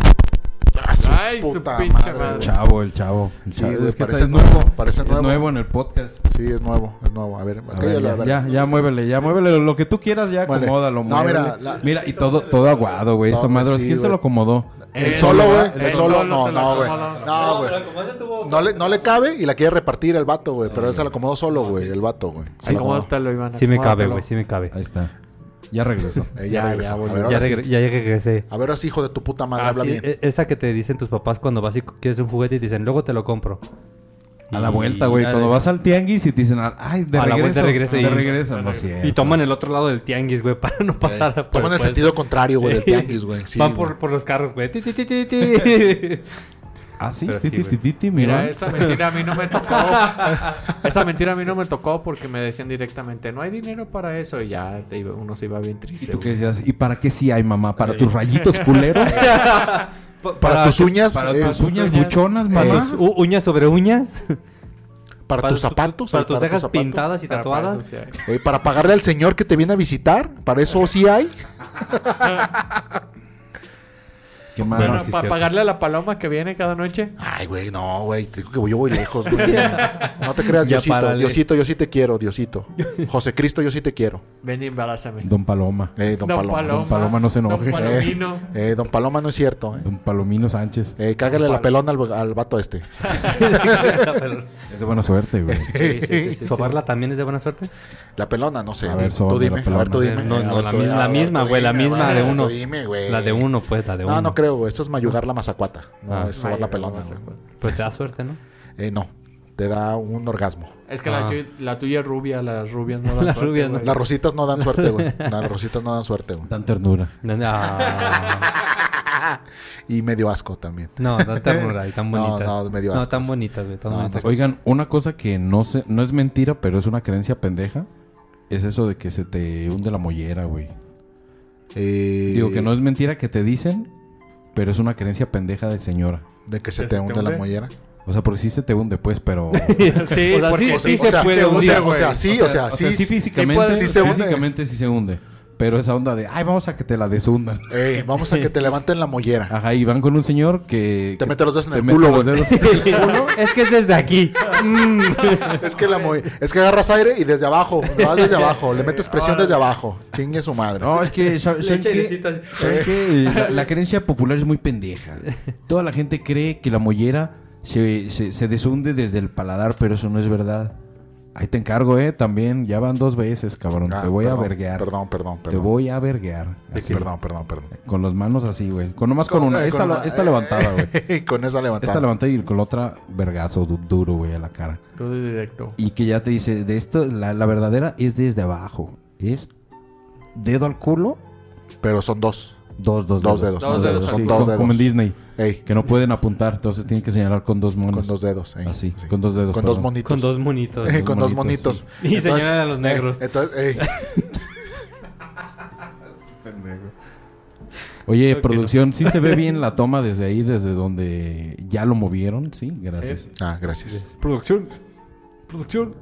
Speaker 4: Ah, su
Speaker 6: Ay, su
Speaker 4: puta
Speaker 6: pinche
Speaker 4: madre,
Speaker 6: madre.
Speaker 4: güey.
Speaker 3: El chavo, el chavo. El
Speaker 4: Sí,
Speaker 3: chavo.
Speaker 4: güey,
Speaker 3: es que está-
Speaker 4: parece
Speaker 3: es
Speaker 4: nuevo,
Speaker 3: nuevo.
Speaker 4: parece
Speaker 3: es
Speaker 4: nuevo.
Speaker 3: nuevo en el podcast.
Speaker 4: Sí, es nuevo, es nuevo. A ver,
Speaker 3: A
Speaker 4: aquella
Speaker 3: ver, ya,
Speaker 4: la- la-
Speaker 3: ya, ya muévele, ya muévele lo que tú quieras, ya
Speaker 4: Muévele.
Speaker 3: acomódalo,
Speaker 4: No,
Speaker 3: muévele.
Speaker 4: mira, la-
Speaker 3: Mira, y todo, todo aguado, güey.
Speaker 4: No, pues
Speaker 3: Esta madre,
Speaker 4: sí,
Speaker 3: ¿quién se
Speaker 4: güey.
Speaker 3: lo acomodó?
Speaker 4: El solo, güey. El,
Speaker 6: el
Speaker 4: solo,
Speaker 6: solo
Speaker 4: Eh, no,
Speaker 6: se lo
Speaker 4: no, güey.
Speaker 6: acomodó.
Speaker 4: No, güey. No le, no le cabe y la quiere repartir el vato, güey. Pero él se la acomodó solo, güey. El vato, güey. Se
Speaker 6: Sí,
Speaker 4: la acomodó.
Speaker 6: acomódatelo, Iván.
Speaker 5: Sí me cabe,
Speaker 6: acomódatelo.
Speaker 5: güey, sí me cabe.
Speaker 3: Ahí está. Ya regresó.
Speaker 4: Eh,
Speaker 6: Ya,
Speaker 4: ya regresó.
Speaker 6: ya,
Speaker 4: A ver,
Speaker 6: volvió.
Speaker 5: Ya,
Speaker 4: ahora sí.
Speaker 5: regre- ya regresé.
Speaker 4: A ver, ahora sí, hijo de tu puta madre,
Speaker 5: Ah,
Speaker 4: habla
Speaker 5: sí,
Speaker 4: bien.
Speaker 5: e- Esa que te dicen tus papás cuando vas y cu- quieres un juguete y te dicen, luego te lo compro.
Speaker 3: A
Speaker 4: (laughs)
Speaker 3: la
Speaker 5: Y-
Speaker 3: vuelta, güey.
Speaker 5: y-
Speaker 3: Cuando vas al tianguis y te dicen, ay, de
Speaker 5: A la
Speaker 3: regreso.
Speaker 5: vuelta,
Speaker 3: De
Speaker 5: regreso
Speaker 3: regreso.
Speaker 5: y-
Speaker 3: no es cierto.
Speaker 5: Y toman el otro lado del tianguis, güey, (laughs) para no pasar. por
Speaker 4: Toma en el
Speaker 5: puesto.
Speaker 4: sentido contrario, güey, del tianguis, güey. Sí,
Speaker 5: Van
Speaker 4: güey.
Speaker 5: por, por los carros, güey. Ti, ti, ti, ti,
Speaker 4: (laughs)
Speaker 5: ti. (laughs)
Speaker 3: Ah, sí,
Speaker 5: Pero sí,
Speaker 3: titi,
Speaker 5: güey.
Speaker 3: titi, titi,
Speaker 6: Mira,
Speaker 3: mira.
Speaker 6: esa mentira a mí no me tocó. (laughs) esa mentira a mí no me tocó porque me decían directamente, no hay dinero para eso. Y ya te iba- uno se iba bien triste.
Speaker 3: ¿Y tú qué
Speaker 6: güey.
Speaker 3: decías? ¿Y para qué sí hay, mamá? ¿Para tus rayitos culeros?
Speaker 5: Pa-
Speaker 4: Eh. (laughs) Para, tus uñas,
Speaker 3: ¿Para
Speaker 4: eh,
Speaker 3: tus uñas buchonas,
Speaker 5: para-
Speaker 3: mamá?
Speaker 5: Eh, u- uñas sobre (laughs) uñas.
Speaker 4: para, tus
Speaker 5: tu-
Speaker 4: zapatos,
Speaker 5: Para
Speaker 4: eh,
Speaker 5: tus cejas
Speaker 4: zapatos.
Speaker 5: pintadas y
Speaker 6: Para- para
Speaker 5: tatuadas.
Speaker 6: eso sí hay.
Speaker 4: Eh, para pagarle al señor que te viene a visitar, para eso sí hay.
Speaker 3: Qué malo.
Speaker 6: Bueno,
Speaker 5: sí,
Speaker 6: para
Speaker 5: cierto.
Speaker 6: pagarle a la paloma que viene cada noche.
Speaker 4: Ay, güey, no, güey, te digo que yo voy lejos, güey. No te creas,
Speaker 5: Ya
Speaker 4: Diosito,
Speaker 5: párale.
Speaker 4: Diosito, yo sí te quiero, Diosito. José Cristo, yo sí te quiero.
Speaker 6: Ven y embarázame.
Speaker 3: Don Paloma.
Speaker 4: Eh, don, Paloma.
Speaker 3: Don Paloma, no se enoje.
Speaker 6: Don Palomino.
Speaker 4: Eh, eh, don Paloma no es cierto, eh.
Speaker 3: (laughs) Don Palomino Sánchez.
Speaker 4: Eh, cágale la pelona al, al vato este.
Speaker 3: Es de buena suerte,
Speaker 4: (laughs)
Speaker 3: güey.
Speaker 6: Sí, sí, sí, sí, sí.
Speaker 5: ¿Sobarla también es de buena suerte?
Speaker 4: La pelona, no sé.
Speaker 3: A ver,
Speaker 4: tú
Speaker 3: sóbame la
Speaker 4: dime, a ver,
Speaker 3: pelona.
Speaker 4: tú dime.
Speaker 5: Eh, No,
Speaker 4: A
Speaker 5: no,
Speaker 4: ver,
Speaker 5: la
Speaker 4: tú-
Speaker 5: misma-
Speaker 4: a
Speaker 5: la
Speaker 4: ver,
Speaker 5: misma,
Speaker 4: tú
Speaker 5: güey, la
Speaker 4: dime,
Speaker 5: misma
Speaker 4: güey,
Speaker 5: de
Speaker 4: tú
Speaker 5: uno.
Speaker 4: dime, güey.
Speaker 5: La de uno, pues, la de uno.
Speaker 4: No, no creo, güey. Eso es mayugar la mazacuata. No,
Speaker 5: Ah.
Speaker 4: es sobar la
Speaker 6: Mayugar la
Speaker 4: pelona. güey.
Speaker 6: mazacuata.
Speaker 5: Pues te da suerte, ¿no?
Speaker 4: Eh, no, te da un orgasmo.
Speaker 6: Es que la,
Speaker 5: Ah.
Speaker 6: tuya- la tuya es rubia, las rubias no dan
Speaker 5: Las
Speaker 6: suerte,
Speaker 5: rubias no.
Speaker 6: güey.
Speaker 4: Las
Speaker 5: (laughs)
Speaker 4: rositas no dan suerte, güey. No, las rositas no dan suerte, güey. (laughs)
Speaker 3: Tan ternura.
Speaker 5: Ah,
Speaker 4: y medio asco también.
Speaker 5: No, dan ternura y tan
Speaker 4: No,
Speaker 5: bonitas.
Speaker 4: no, medio
Speaker 5: No,
Speaker 4: asco.
Speaker 5: tan bonitas, güey. Tan
Speaker 4: No, no.
Speaker 5: bonitas.
Speaker 3: Oigan, una cosa que no sé, no es mentira, pero es una creencia pendeja, es eso de que se te hunde la mollera, güey.
Speaker 4: Eh,
Speaker 3: Digo que no es mentira que te dicen, pero es una creencia pendeja de señora.
Speaker 4: De que se
Speaker 6: ¿Que
Speaker 4: te
Speaker 6: se
Speaker 4: hunde
Speaker 6: te
Speaker 4: la
Speaker 6: hunde?
Speaker 4: mollera.
Speaker 3: O sea, porque sí se te hunde, pues, pero.
Speaker 5: (laughs) Sí,
Speaker 6: O sea,
Speaker 5: porque
Speaker 6: (laughs) sí- sí
Speaker 5: sí
Speaker 4: o sea,
Speaker 5: se puede
Speaker 4: o sea,
Speaker 5: hundir.
Speaker 4: o sea,
Speaker 5: güey.
Speaker 4: sí, o sea, (laughs) sí.
Speaker 3: sí, físicamente,
Speaker 4: puede- sí se hunde.
Speaker 3: físicamente sí se hunde. Pero esa onda de, ay, vamos a que te la deshundan.
Speaker 4: Ey, Eh, vamos a que te levanten la
Speaker 5: (laughs)
Speaker 4: mollera.
Speaker 3: Ajá, y van con un señor que.
Speaker 4: Te
Speaker 3: que
Speaker 4: mete los dedos en
Speaker 3: te
Speaker 4: el
Speaker 3: mete
Speaker 4: culo,
Speaker 3: los
Speaker 4: güey. (laughs)
Speaker 3: dedos.
Speaker 5: (laughs) Es que es desde aquí. Mm.
Speaker 4: Es que la mo- es que agarras aire y desde abajo, le vas desde abajo, le metes presión desde abajo. Chingue su madre.
Speaker 3: No, es que, ¿saben
Speaker 5: Le
Speaker 3: saben
Speaker 5: echa
Speaker 3: qué?
Speaker 5: airecito así.
Speaker 3: ¿Saben
Speaker 5: (laughs)
Speaker 3: qué? La, la creencia popular es muy pendeja. Toda la gente cree que la mollera se, se, se deshunde desde el paladar, pero eso no es verdad. Ahí te encargo, eh, también. Ya van dos veces, cabrón.
Speaker 4: Ah,
Speaker 3: te voy
Speaker 4: perdón,
Speaker 3: a verguear.
Speaker 4: Perdón, perdón,
Speaker 3: Te
Speaker 4: perdón.
Speaker 3: voy a verguear.
Speaker 4: Sí,
Speaker 3: Así.
Speaker 4: Perdón, perdón, perdón.
Speaker 3: Con las manos así, güey. Con nomás con, una.
Speaker 4: eh,
Speaker 3: Esta,
Speaker 4: con
Speaker 3: la-
Speaker 4: una-
Speaker 3: esta levantada,
Speaker 4: (laughs)
Speaker 3: güey.
Speaker 4: con esa levantada.
Speaker 3: Esta levantada y con la otra vergazo du- duro, güey, a la cara.
Speaker 6: Todo directo.
Speaker 3: Y que ya te dice, de esto, la, la verdadera es desde abajo. Es dedo al culo,
Speaker 4: Pero son dos.
Speaker 3: dos, dos,
Speaker 4: Dos
Speaker 3: dedos.
Speaker 4: dedos,
Speaker 6: dos dedos, son
Speaker 3: sí,
Speaker 4: dos
Speaker 3: como-
Speaker 4: dedos.
Speaker 3: Como en Disney.
Speaker 4: Ey,
Speaker 3: Que no pueden apuntar, entonces tienen que señalar con dos monos.
Speaker 4: con dos dedos. ey,
Speaker 3: Así,
Speaker 4: sí.
Speaker 3: con dos dedos.
Speaker 4: Con dos
Speaker 3: perdón.
Speaker 4: monitos.
Speaker 5: Con dos monitos.
Speaker 4: Ey, (laughs) con dos
Speaker 3: monitos,
Speaker 4: monitos.
Speaker 5: sí. Y señalan a los
Speaker 4: ey,
Speaker 5: negros.
Speaker 4: entonces, ey,
Speaker 5: (laughs)
Speaker 3: Oye,
Speaker 5: Ok,
Speaker 3: producción, sí se ve bien
Speaker 6: (laughs)
Speaker 3: la toma desde ahí, desde donde ya lo movieron, sí, gracias.
Speaker 6: Eh.
Speaker 4: Ah, gracias.
Speaker 5: Producción. Producción.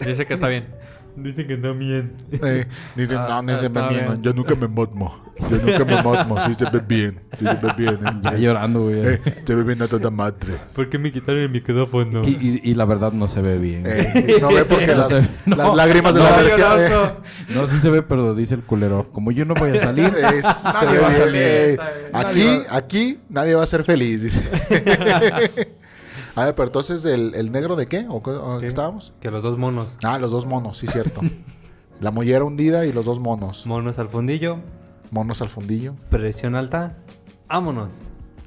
Speaker 6: Dice que está bien.
Speaker 5: Dicen que no bien.
Speaker 4: Ey, dicen,
Speaker 6: Ah,
Speaker 4: no, no es de
Speaker 6: está
Speaker 4: mami, no,
Speaker 6: bien.
Speaker 4: Yo nunca me motmo. Yo nunca me motmo. Sí se ve bien. Sí se ve bien. eh.
Speaker 3: (laughs) Ya llorando, güey.
Speaker 4: Ey, se ve bien a toda madre.
Speaker 5: ¿Por qué me quitaron el micrófono?
Speaker 3: Y, y- y la verdad no se ve bien.
Speaker 4: Ey, Eh, no ve
Speaker 3: (laughs)
Speaker 4: porque
Speaker 3: No
Speaker 4: las,
Speaker 3: se ve.
Speaker 4: las
Speaker 3: No,
Speaker 4: lágrimas de la alergia, eh,
Speaker 3: No, sí se ve, pero dice el culero. Como yo no voy a salir,
Speaker 4: (laughs) eh, se
Speaker 3: Nadie
Speaker 4: ve
Speaker 3: va a
Speaker 4: bien,
Speaker 3: salir.
Speaker 4: eh.
Speaker 6: Está bien.
Speaker 4: Aquí, aquí nadie va a ser feliz. dice. (laughs) a ver, pero entonces, ¿el, el negro de qué? ¿O, qué- o qué estábamos?
Speaker 5: Que los dos monos.
Speaker 4: Ah, los dos monos, sí, cierto. La mollera hundida y los dos monos.
Speaker 5: Monos al fondillo.
Speaker 4: Monos al fundillo.
Speaker 5: Presión alta. Vámonos.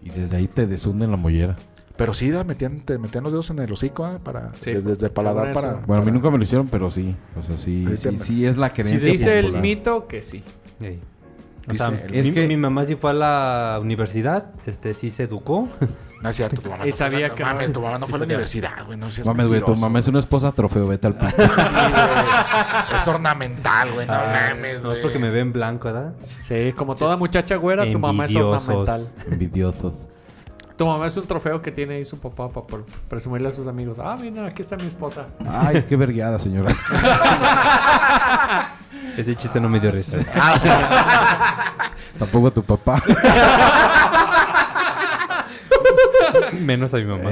Speaker 3: y desde ahí te deshunden la mollera.
Speaker 4: Pero sí, da, metían, te metían los dedos en el hocico, ¿eh? Para,
Speaker 6: Sí.
Speaker 4: de- desde el paladar
Speaker 6: Cabrón,
Speaker 4: para...
Speaker 6: eso.
Speaker 3: Bueno, a mí nunca me lo hicieron, pero sí. O sea, sí,
Speaker 4: Ahorita
Speaker 3: sí,
Speaker 4: me-
Speaker 3: sí es la
Speaker 6: Si
Speaker 3: creencia
Speaker 6: dice el
Speaker 3: popular.
Speaker 6: mito que sí.
Speaker 5: Ey. O
Speaker 4: Dice
Speaker 5: sea,
Speaker 4: el-
Speaker 5: mi,
Speaker 3: Es que-
Speaker 5: mi mamá sí fue a la universidad, este sí se educó.
Speaker 4: No es cierto, tu mamá
Speaker 6: Y
Speaker 4: no fue-
Speaker 6: sabía
Speaker 4: no
Speaker 6: que-
Speaker 4: mames, tu mamá no fue a la universidad, güey. No seas
Speaker 3: Mames, güey, tu
Speaker 4: mentiroso.
Speaker 3: mamá es una esposa trofeo, vete al
Speaker 6: (laughs)
Speaker 3: pito.
Speaker 4: Sí, güey. Es ornamental, güey. No
Speaker 6: Ah,
Speaker 4: mames,
Speaker 5: no es
Speaker 4: güey.
Speaker 5: porque me ven blanco, ¿verdad?
Speaker 6: Sí, como toda muchacha güera, tu mamá es
Speaker 5: Envidiosos.
Speaker 6: ornamental.
Speaker 3: Envidiosos.
Speaker 6: Tu mamá es un trofeo que tiene ahí su papá para por- presumirle a sus amigos. Ah, mira, aquí está mi (laughs) esposa.
Speaker 3: Ay, qué vergueada, señora.
Speaker 5: Ese chiste no me dio risa.
Speaker 3: Tampoco a tu
Speaker 4: (laughs)
Speaker 3: papá.
Speaker 5: Menos a mi mamá.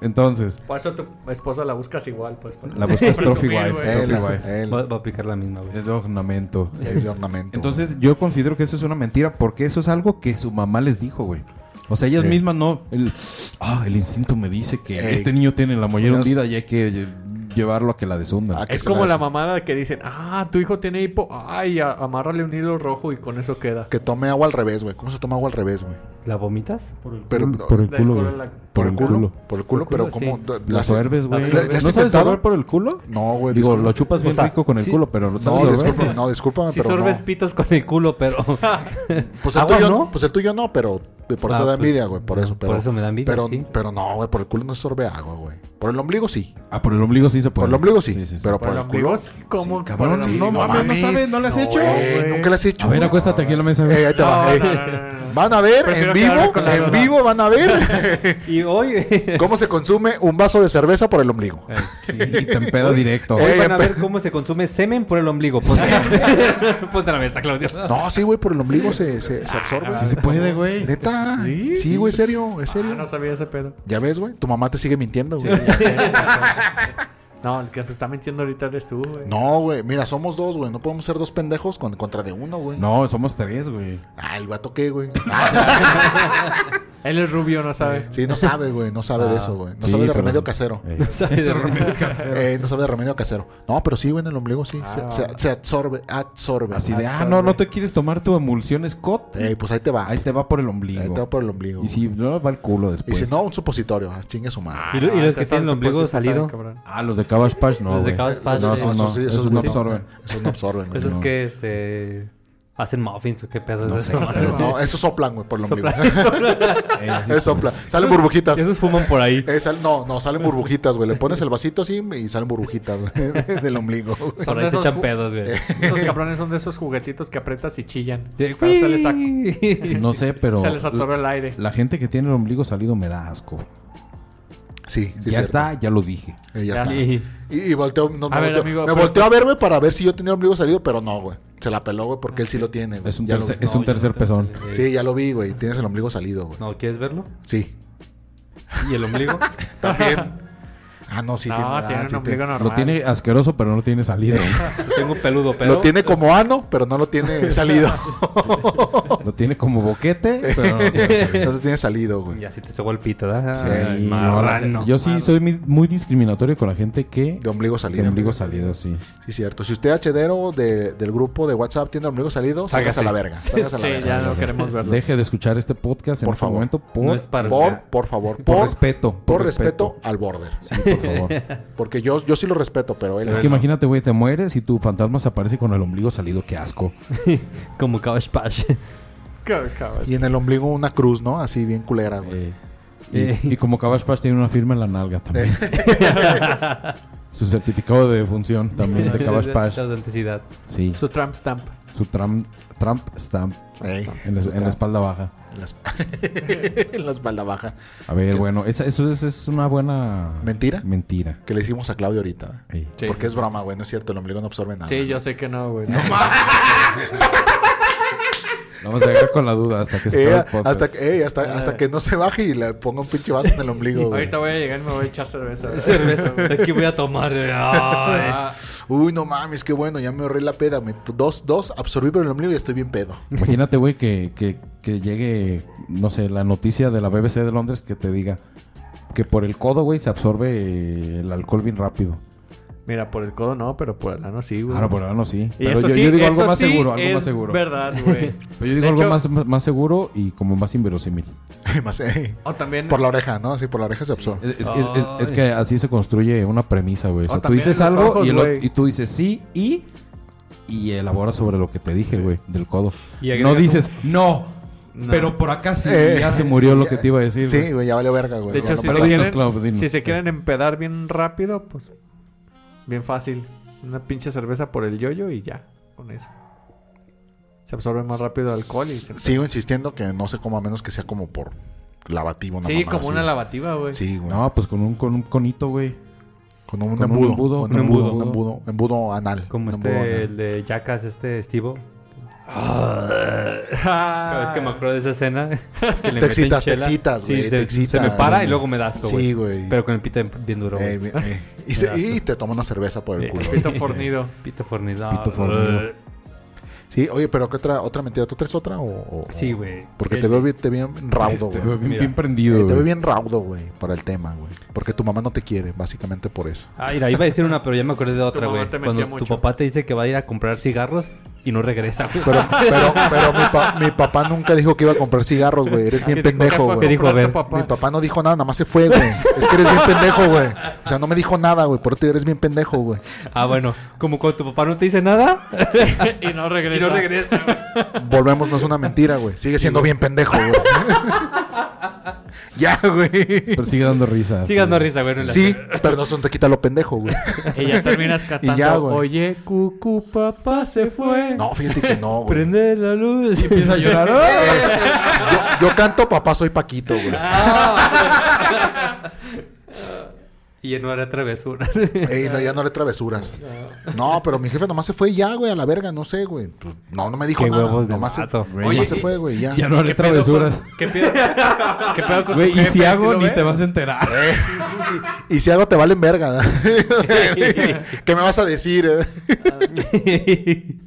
Speaker 3: Entonces,
Speaker 6: Por eso tu esposa la buscas igual, pues. para-
Speaker 3: la buscas
Speaker 6: presumir,
Speaker 3: Trophy
Speaker 6: güey.
Speaker 3: Wife.
Speaker 4: Él,
Speaker 3: Trophy Wife.
Speaker 4: él.
Speaker 5: Va, va a aplicar la misma, güey.
Speaker 3: Es de ornamento.
Speaker 4: Es de ornamento.
Speaker 3: Entonces, yo considero que eso es una mentira porque eso es algo que su mamá les dijo, güey. O sea, ellas
Speaker 4: Sí.
Speaker 3: mismas no. El, ah, el instinto me dice que
Speaker 4: Ey.
Speaker 3: este niño tiene la mollera
Speaker 4: Unas-
Speaker 3: hundida y hay que lle- llevarlo a que la deshunda.
Speaker 4: Ah,
Speaker 6: Es
Speaker 4: que se
Speaker 6: como
Speaker 4: la
Speaker 6: la
Speaker 4: des-
Speaker 6: mamada que dicen, ah, tu hijo tiene hipo, ay, a- amárrale un hilo rojo y con eso queda.
Speaker 4: Que tome agua al revés, güey. ¿Cómo se toma agua al revés, güey?
Speaker 5: ¿La vomitas?
Speaker 4: Pero
Speaker 3: por el
Speaker 6: Del
Speaker 3: culo,
Speaker 6: culo
Speaker 3: güey.
Speaker 6: la-
Speaker 3: Por el culo.
Speaker 4: Por el culo,
Speaker 5: Por el
Speaker 4: pero
Speaker 5: culo,
Speaker 4: como...
Speaker 5: sí.
Speaker 3: Lo absorbes, güey.
Speaker 4: ¿Le- le
Speaker 3: ¿No
Speaker 4: has
Speaker 3: sabes
Speaker 4: intentado?
Speaker 3: sorber por el culo?
Speaker 4: No, güey.
Speaker 3: Digo,
Speaker 4: disculpa.
Speaker 3: lo chupas bien
Speaker 5: O sea,
Speaker 3: rico con el
Speaker 5: sí.
Speaker 3: culo, pero lo sabes
Speaker 4: No,
Speaker 3: sorber.
Speaker 4: discúlpame, no, discúlpame,
Speaker 5: Si
Speaker 4: Ah, pero
Speaker 5: sorbes
Speaker 4: no.
Speaker 5: pitos con el culo, pero.
Speaker 4: Pues
Speaker 5: (laughs)
Speaker 4: el,
Speaker 5: Agua,
Speaker 4: tuyo,
Speaker 5: ¿no?
Speaker 4: pues el tuyo no, pero de- por eso
Speaker 5: Ah,
Speaker 4: te da
Speaker 5: pues,
Speaker 4: envidia, güey. Por eso,
Speaker 5: por
Speaker 4: pero.
Speaker 5: eso me da envidia,
Speaker 4: Pero,
Speaker 5: sí.
Speaker 4: pero no, güey, por el culo no se sorbe agua, güey. Por el ombligo sí.
Speaker 3: Ah, por el ombligo sí se
Speaker 4: Por
Speaker 3: puede.
Speaker 4: el ombligo sí. Pero por,
Speaker 6: Para
Speaker 4: el
Speaker 6: los
Speaker 4: culo.
Speaker 6: amigos, ¿cómo?
Speaker 3: Sí, cabrón,
Speaker 6: Para los-
Speaker 3: (laughs) no,
Speaker 4: no
Speaker 3: mames, no
Speaker 4: mames.
Speaker 3: sabes, no lo has hecho.
Speaker 4: Güey, Eh, nunca lo has hecho.
Speaker 3: A ver,
Speaker 4: güey.
Speaker 3: acuéstate aquí en la mesa.
Speaker 4: Ey, ahí te va,
Speaker 6: No,
Speaker 4: ey.
Speaker 6: no, no, no, no.
Speaker 4: Van a ver en
Speaker 6: Prefiero
Speaker 4: vivo,
Speaker 6: quedarme con la
Speaker 4: en
Speaker 6: duda.
Speaker 4: vivo van a ver
Speaker 5: y hoy. eh,
Speaker 4: cómo se consume un vaso de cerveza por el ombligo.
Speaker 3: Sí, y te empeda directo.
Speaker 5: Hoy
Speaker 4: Ey,
Speaker 5: van a
Speaker 4: empe-
Speaker 5: ver cómo se consume semen por el ombligo. Ponte, Ponte a la mesa, (laughs) Claudio.
Speaker 4: No, sí, güey, por el ombligo se, se, se absorbe.
Speaker 3: Sí se puede, güey.
Speaker 4: Neta.
Speaker 6: Ah, Sí,
Speaker 4: Sí, güey, serio, es
Speaker 6: Ah,
Speaker 4: serio.
Speaker 6: no sabía ese pedo.
Speaker 4: Ya ves, güey, tu mamá te sigue mintiendo, güey.
Speaker 6: No, el que te está mintiendo ahorita eres tú, güey.
Speaker 4: No, güey, mira, somos dos, güey. No podemos ser dos pendejos con, contra de uno, güey.
Speaker 3: No, somos tres, güey.
Speaker 4: Ah, el vato qué, güey.
Speaker 6: Él es rubio, no sabe.
Speaker 4: Sí, no sabe, güey. No sabe
Speaker 3: Ah.
Speaker 4: de eso, güey. No sabe de remedio casero.
Speaker 3: Ey.
Speaker 5: ¿Sabes de
Speaker 4: Eh, no sabe de remedio casero. No, pero sí, güey, en el ombligo sí. se,
Speaker 6: Ah.
Speaker 4: se- se absorbe, absorbe.
Speaker 3: Así de, ah,
Speaker 4: absorbe.
Speaker 3: no, no te quieres tomar tu emulsión Scott.
Speaker 4: Ey, pues ahí te va.
Speaker 3: Ahí
Speaker 4: Ahí
Speaker 3: te va por el
Speaker 4: te,
Speaker 3: ombligo.
Speaker 4: va por el
Speaker 3: Y
Speaker 4: ombligo.
Speaker 3: pues. si no, va el culo
Speaker 4: güey. Y
Speaker 3: después.
Speaker 4: si no, un supositorio. Ah, chingue su madre.
Speaker 5: Y lo- y los
Speaker 6: ese
Speaker 5: que tienen el ombligo
Speaker 6: supuesto está
Speaker 5: salido.
Speaker 6: bien, cabrón.
Speaker 3: Ah, los de Cabbage Patch no.
Speaker 5: Los de
Speaker 3: güey.
Speaker 5: Cabbage Patch,
Speaker 3: Ah, No,
Speaker 5: sí.
Speaker 3: esos no,
Speaker 4: sí, (laughs)
Speaker 3: esos no
Speaker 4: güey,
Speaker 3: absorben.
Speaker 4: Esos no absorben. güey.
Speaker 5: Eso es
Speaker 4: No.
Speaker 5: que, Pues este. Hacen muffins o qué pedo.
Speaker 3: No
Speaker 5: es
Speaker 3: sé,
Speaker 5: eso?
Speaker 3: pero
Speaker 6: (laughs)
Speaker 4: No, eso soplan, güey, por lo mismo.
Speaker 3: Eh,
Speaker 4: Eso sopla. Salen burbujitas.
Speaker 5: Esos fuman por ahí.
Speaker 4: Eh, sal- no, no, salen burbujitas, güey. Le pones el vasito así y salen burbujitas, güey, (laughs) del ombligo. güey.
Speaker 5: Por
Speaker 6: de
Speaker 5: ahí se
Speaker 6: esos
Speaker 5: echan
Speaker 6: ju-
Speaker 5: pedos, güey.
Speaker 4: Eh. (laughs)
Speaker 6: Esos cabrones son de esos juguetitos que aprietas y chillan.
Speaker 5: De-
Speaker 6: Pero se les sac-
Speaker 3: no sé, pero
Speaker 6: se les atoró el aire.
Speaker 3: la gente que tiene el ombligo salido me da asco.
Speaker 4: Sí, sí,
Speaker 3: ya
Speaker 4: cierto.
Speaker 3: está, ya lo dije.
Speaker 4: Eh, ya
Speaker 6: Ya.
Speaker 4: está.
Speaker 5: Y-
Speaker 4: Y, y volteó, no, me
Speaker 6: A ver,
Speaker 4: volteó,
Speaker 6: amigo,
Speaker 4: me
Speaker 6: pero-
Speaker 4: volteó a ver, güey, para ver si yo tenía el ombligo salido, pero no, güey. Se la peló, güey, porque él sí lo tiene, güey.
Speaker 3: Es un
Speaker 4: Ya lo
Speaker 3: tercer,
Speaker 4: vi.
Speaker 3: es un
Speaker 5: No, yo
Speaker 3: tercer
Speaker 5: no te-
Speaker 3: pezón.
Speaker 4: Sí, ya lo vi, güey. Tienes el ombligo salido, güey.
Speaker 5: No, ¿quieres verlo?
Speaker 4: Sí.
Speaker 5: ¿Y el ombligo?
Speaker 6: (laughs)
Speaker 4: También. ah, no, sí.
Speaker 6: no,
Speaker 4: ah,
Speaker 6: tiene
Speaker 4: sí
Speaker 6: un ombligo normal.
Speaker 3: Lo tiene asqueroso, pero no tiene
Speaker 5: (laughs)
Speaker 3: salida.
Speaker 5: Lo tengo peludo, pero...
Speaker 4: Lo tiene como ano, pero no lo
Speaker 6: (laughs)
Speaker 4: tiene salido.
Speaker 3: lo tiene como boquete, pero no tiene salida.
Speaker 4: (laughs) no lo tiene salido, güey.
Speaker 5: Y así te sacó el pito, ¿verdad?
Speaker 3: Sí,
Speaker 5: Ay,
Speaker 3: no,
Speaker 5: marrano.
Speaker 3: yo sí soy mi- muy discriminatorio con la gente que
Speaker 4: De ombligo salido.
Speaker 3: de ombligo salido, sí.
Speaker 4: Sí, cierto. Si usted hedero de, del grupo de WhatsApp tiene el ombligo salido, salgas a la verga. Salgas a la
Speaker 6: Sí, ya
Speaker 4: verga.
Speaker 6: no queremos verlo.
Speaker 3: Deje de escuchar este podcast en
Speaker 4: Por
Speaker 3: este
Speaker 4: favor.
Speaker 3: momento por,
Speaker 5: No es para...
Speaker 4: Por, por favor, por,
Speaker 3: por respeto.
Speaker 4: Por, respeto, al border.
Speaker 3: Sí, por favor.
Speaker 4: Porque yo, yo sí lo respeto, pero él
Speaker 3: es que imagínate, güey, te mueres y tu fantasma se aparece con el ombligo salido. Qué asco.
Speaker 5: Como Couch Pash.
Speaker 6: Ca- cabrón.
Speaker 4: Y en el ombligo una cruz, ¿no? Así bien culera, güey.
Speaker 3: Eh, y, y como Cabbage Patch tiene una firma en la nalga también. Su certificado de función también
Speaker 5: (laughs)
Speaker 3: de Cabbage Patch.
Speaker 5: autenticidad.
Speaker 3: Sí,
Speaker 6: Su tramp stamp.
Speaker 3: su Trump, Trump Stamp
Speaker 4: Ey,
Speaker 3: en la, en la espalda baja.
Speaker 4: en la esp- (laughs) en la espalda baja.
Speaker 3: A ver, bueno, esa, eso es, es una buena
Speaker 4: ¿Mentira?
Speaker 3: mentira.
Speaker 4: Que le hicimos a Claudio ahorita.
Speaker 3: Ey.
Speaker 6: Sí.
Speaker 4: Porque es broma, güey. No es cierto, el ombligo no absorbe nada.
Speaker 6: Sí, yo sé que no, güey.
Speaker 3: Vamos a llegar con la duda hasta que se
Speaker 4: (laughs) Eh,
Speaker 3: acabe el podcast.
Speaker 4: hasta, que- ey, hasta, hasta que no se baje y le ponga un pinche vaso en el
Speaker 6: (laughs)
Speaker 4: ombligo, güey.
Speaker 6: Eh. Ahorita voy a llegar y me voy a echar cerveza. güey.
Speaker 5: Cerveza.
Speaker 4: (laughs)
Speaker 5: güey. Aquí voy a tomar. güey. Ay.
Speaker 6: (laughs) Ah,
Speaker 4: Uy, no mames, qué bueno, ya me ahorré la peda. Me, dos, dos, absorbí por el ombligo y estoy bien pedo.
Speaker 3: Imagínate, güey, que, que- que llegue, no sé, la noticia de la BBC de Londres que te diga que por el codo, güey, se absorbe eh, el alcohol bien rápido.
Speaker 6: mira, por el codo no, pero por el ano sí, güey.
Speaker 3: Ahora, por ahora Ah, no, sí.
Speaker 6: Y
Speaker 3: Pero
Speaker 6: eso
Speaker 3: yo,
Speaker 6: sí,
Speaker 3: yo digo algo
Speaker 6: eso
Speaker 3: más
Speaker 6: sí
Speaker 3: seguro, algo
Speaker 6: es
Speaker 3: más seguro.
Speaker 6: verdad, güey.
Speaker 3: Pero yo digo
Speaker 6: De
Speaker 3: algo
Speaker 6: hecho-
Speaker 3: más, más más seguro y como más inverosímil.
Speaker 4: (laughs) Más, eh,
Speaker 6: O también...
Speaker 4: Por la oreja, ¿no? Sí, por la oreja se absorbe.
Speaker 3: Es, es que, es- es que así se construye una premisa, güey. O sea, tú
Speaker 6: O Oh, también
Speaker 3: dices
Speaker 6: los
Speaker 3: algo
Speaker 6: ojos,
Speaker 3: y, el ot-
Speaker 6: güey.
Speaker 3: y tú dices sí y... Y elaboras sobre lo que te dije, güey, del codo.
Speaker 5: Y agregas
Speaker 3: No
Speaker 5: un-
Speaker 3: dices, no, pero por acá sí,
Speaker 4: Eh,
Speaker 3: ya se murió lo que te iba a decir.
Speaker 4: Sí,
Speaker 3: güey".
Speaker 4: güey, ya valió verga, güey.
Speaker 6: De hecho,
Speaker 4: Ya no
Speaker 6: si,
Speaker 4: me
Speaker 6: se
Speaker 4: la-
Speaker 3: dinos,
Speaker 6: quieren,
Speaker 3: Clau, dinos.
Speaker 6: si se
Speaker 4: Eh.
Speaker 6: quieren empedar bien rápido, pues bien fácil. Una pinche cerveza por el yoyo y ya, con eso. Se absorbe más rápido el alcohol y se...
Speaker 4: Sigo insistiendo que no se coma a menos que sea como por lavativo. Una
Speaker 6: Sí,
Speaker 4: mamada
Speaker 6: como
Speaker 4: así.
Speaker 6: una lavativa, güey.
Speaker 4: Sí, güey.
Speaker 3: No, pues con un, con un conito, güey.
Speaker 4: Con un
Speaker 3: Con un
Speaker 4: embudo.
Speaker 3: embudo,
Speaker 4: Con
Speaker 3: un
Speaker 4: un embudo.
Speaker 3: embudo.
Speaker 4: Un embudo, embudo anal.
Speaker 5: Como
Speaker 4: un embudo
Speaker 5: este,
Speaker 4: anal.
Speaker 5: el de Jackass, este Estivo.
Speaker 6: Ah,
Speaker 5: Cada vez que me acuerdo de esa escena, que le
Speaker 4: Ah. Te
Speaker 5: meten
Speaker 4: excitas, te
Speaker 5: chela.
Speaker 4: excitas, güey,
Speaker 5: se,
Speaker 4: te excitas.
Speaker 5: se me para y luego me das,
Speaker 4: Sí,
Speaker 5: güey.
Speaker 4: güey.
Speaker 5: Pero con el pito bien duro, güey.
Speaker 4: Eh, bien, eh. Y, se- y te toma una cerveza por el
Speaker 5: Eh. (laughs)
Speaker 4: culo.
Speaker 6: Pito fornido.
Speaker 5: Pito fornido. Eh,
Speaker 3: Pito fornido.
Speaker 4: Sí, oye, pero ¿qué otra, otra mentira? ¿Tú traes otra? O, o-
Speaker 5: Sí, güey. Eh,
Speaker 4: Porque
Speaker 5: El-
Speaker 4: te veo, bien- te veo bien
Speaker 6: Oh,
Speaker 4: raudo,
Speaker 3: Te
Speaker 4: güey.
Speaker 3: veo bien,
Speaker 5: Mira.
Speaker 3: bien prendido,
Speaker 4: Eh, Te veo
Speaker 3: güey.
Speaker 4: bien raudo, güey, para el tema, güey. Porque tu mamá no te quiere, básicamente por eso.
Speaker 5: Ah, mira, iba a decir una, pero ya me acordé de otra,
Speaker 6: mamá
Speaker 5: güey.
Speaker 6: te metió
Speaker 5: Cuando tu
Speaker 6: mucho.
Speaker 5: papá te dice que va a ir a comprar cigarros y no regresa, güey.
Speaker 4: Pero, pero, pero mi, pa- mi papá nunca dijo que iba a comprar cigarros, güey. Eres bien
Speaker 6: ¿Qué dijo? ¿Qué
Speaker 4: pendejo,
Speaker 6: fue?
Speaker 5: ¿Qué
Speaker 4: güey.
Speaker 5: dijo? A ver.
Speaker 4: Mi papá no dijo nada, nada más se fue, güey. Es que eres bien pendejo, güey. O sea, no me dijo nada, güey. Por eso te digo, eres bien pendejo, güey.
Speaker 5: (laughs) Ah, bueno, como cuando tu papá no te dice nada
Speaker 6: y no
Speaker 5: y
Speaker 6: regresa.
Speaker 5: no regresa, güey.
Speaker 4: Volvemos, no es una mentira, güey. Sigue siendo bien pendejo, güey. (laughs) ya, güey.
Speaker 3: Pero sigue dando risa.
Speaker 5: Sigue dando risa, güey. no le
Speaker 4: Sí,
Speaker 5: hace-
Speaker 4: pero no eso no te quita lo pendejo, güey.
Speaker 6: (laughs) Y ya terminas
Speaker 4: (laughs)
Speaker 6: cantando.
Speaker 4: ya, güey.
Speaker 6: Oye, cucu, papá se fue.
Speaker 4: No, fíjate que no, güey.
Speaker 5: Prende la
Speaker 4: (laughs)
Speaker 5: luz. Y
Speaker 3: Empieza a
Speaker 6: (laughs)
Speaker 3: llorar. ¡ah!
Speaker 4: Yo, yo canto papá, soy Paquito, güey.
Speaker 5: Y ya no hará travesuras.
Speaker 4: Ey, no, ya no le travesuras. No, pero mi jefe nomás se fue y ya, güey, a la verga, no sé, güey. Pues, no, no me dijo
Speaker 5: Qué
Speaker 4: nada.
Speaker 5: huevos de
Speaker 4: nomás se,
Speaker 5: vato, güey.
Speaker 4: nomás
Speaker 3: Oye,
Speaker 4: se fue, güey, ya.
Speaker 3: Ya no haré
Speaker 6: ¿Qué pedo con-
Speaker 3: travesuras.
Speaker 6: ¿Qué pedo? ¿Qué pedo
Speaker 3: (laughs)
Speaker 6: con
Speaker 3: Güey,
Speaker 6: tu
Speaker 3: y si
Speaker 6: jefe?
Speaker 3: hago,
Speaker 6: lo
Speaker 3: ni
Speaker 5: (laughs)
Speaker 6: ves? Eh.
Speaker 3: te vas a enterar.
Speaker 4: Y si algo te valen verga. (laughs) ¿no? ¿Qué me vas a decir? eh?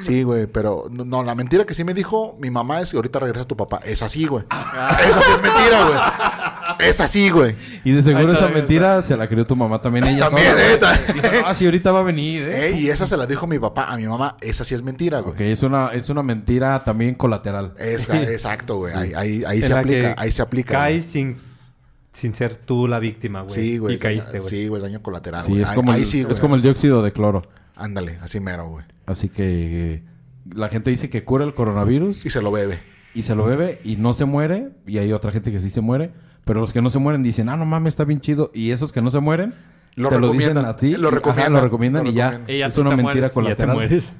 Speaker 4: Sí, güey, pero no, no, la mentira que sí me dijo mi mamá es que ahorita regresa tu papá. Es así, güey. Esa sí es mentira, güey. Es así, güey.
Speaker 3: Y de seguro
Speaker 6: Ahí está,
Speaker 3: esa
Speaker 6: ahí está.
Speaker 3: mentira se la crió tu mamá también. Ella
Speaker 4: También,
Speaker 3: sola,
Speaker 4: eh,
Speaker 3: güey.
Speaker 4: también.
Speaker 3: Dijo, "No, sí, ahorita va a venir, ¿eh?".
Speaker 4: Ey, y esa se la dijo mi papá a mi mamá. Esa sí es mentira, güey.
Speaker 3: Ok, es una, es una mentira también colateral.
Speaker 4: Esa, (laughs) exacto, güey. Ahí, ahí, ahí
Speaker 5: En
Speaker 4: se
Speaker 5: la
Speaker 4: aplica,
Speaker 5: que
Speaker 4: ahí se aplica. güey.
Speaker 5: Caes sin, sin ser tú la víctima, güey.
Speaker 4: Sí, güey.
Speaker 5: Y caíste, güey.
Speaker 4: Sí, güey, daño colateral.
Speaker 3: Sí,
Speaker 4: güey.
Speaker 3: es
Speaker 4: Ahí-
Speaker 3: como,
Speaker 4: ahí
Speaker 3: el,
Speaker 4: sí,
Speaker 3: es
Speaker 4: güey.
Speaker 3: como el dióxido de cloro.
Speaker 4: Ándale, así mero, güey.
Speaker 3: Así que eh, la gente dice que cura el coronavirus
Speaker 4: Y se lo bebe.
Speaker 3: y se lo bebe y no se muere. Y hay otra gente que sí se muere. Pero los que no se mueren dicen, ah, no mames, está bien chido. Y esos que no se mueren,
Speaker 4: Lo
Speaker 3: te lo dicen
Speaker 4: recomiendan,
Speaker 3: a ti.
Speaker 4: lo
Speaker 3: y- ajá,
Speaker 4: recomiendan,
Speaker 3: lo recomiendan
Speaker 4: lo
Speaker 3: y ya.
Speaker 4: recomiendan.
Speaker 6: Y ya
Speaker 3: es
Speaker 6: tú
Speaker 3: una
Speaker 6: te
Speaker 3: mentira
Speaker 6: mueres,
Speaker 5: Ya te
Speaker 3: colateral.
Speaker 5: mueres.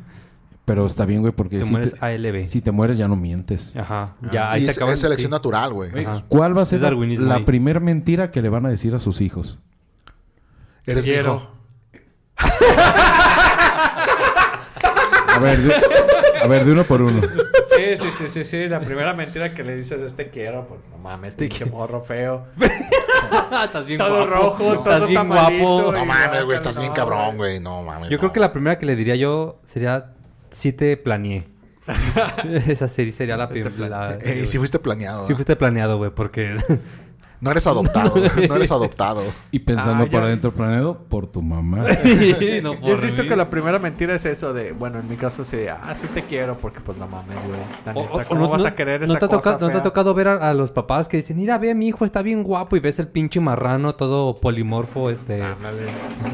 Speaker 3: Pero está bien, güey, porque
Speaker 5: Te
Speaker 3: si,
Speaker 5: mueres
Speaker 3: te,
Speaker 5: ALB.
Speaker 3: si te mueres ya no mientes.
Speaker 5: Ajá.
Speaker 4: Ah,
Speaker 5: Ya, ahí
Speaker 4: y
Speaker 5: se
Speaker 4: es,
Speaker 5: acaba.
Speaker 4: es
Speaker 5: sí.
Speaker 4: selección natural, güey.
Speaker 3: Oye,
Speaker 5: Ajá.
Speaker 3: ¿Cuál va a ser
Speaker 5: Es
Speaker 3: la,
Speaker 5: darwinismo
Speaker 3: la
Speaker 5: ahí.
Speaker 3: primer mentira que le van a decir a sus hijos?
Speaker 4: Eres mi
Speaker 6: Quiero.
Speaker 4: hijo.
Speaker 3: A ver, de, a ver, de uno por uno.
Speaker 6: Sí, sí, sí, sí, sí. La primera mentira que le dices es te quiero, pues no mames, pinche morro feo.
Speaker 5: Ah, estás bien
Speaker 6: Todo
Speaker 5: guapo.
Speaker 6: rojo,
Speaker 5: No.
Speaker 6: todo
Speaker 5: Estás bien
Speaker 6: tamalito,
Speaker 5: guapo.
Speaker 6: Ay,
Speaker 4: No mames, güey,
Speaker 6: guácala,
Speaker 4: estás bien
Speaker 6: no,
Speaker 4: cabrón, güey. No mames.
Speaker 5: Yo creo
Speaker 4: no.
Speaker 5: que la primera que le diría yo sería: Si te (laughs) planeé. Esa serie sería la primera.
Speaker 4: Ey, sí fuiste planeado.
Speaker 5: Si
Speaker 4: ¿eh?
Speaker 5: fuiste planeado, güey, porque. (laughs)
Speaker 4: No eres adoptado. no eres adoptado.
Speaker 3: Y pensando
Speaker 6: Ah, ya.
Speaker 3: por adentro planeado, por tu
Speaker 6: (laughs)
Speaker 3: mamá. (laughs)
Speaker 5: No, por
Speaker 6: Yo insisto
Speaker 5: mí.
Speaker 6: que la primera mentira es eso de, bueno, en mi caso sería, ah, sí te quiero, porque pues no mames, güey. La
Speaker 5: O-
Speaker 6: neta,
Speaker 5: o- o
Speaker 6: ¿Cómo vas a querer esa
Speaker 5: te ha
Speaker 6: cosa
Speaker 5: tocado- ¿No te ha
Speaker 6: fea?
Speaker 5: tocado ver a, a los papás que dicen, mira, ve a mi hijo, está bien guapo? Y ves el pinche marrano todo polimorfo, este...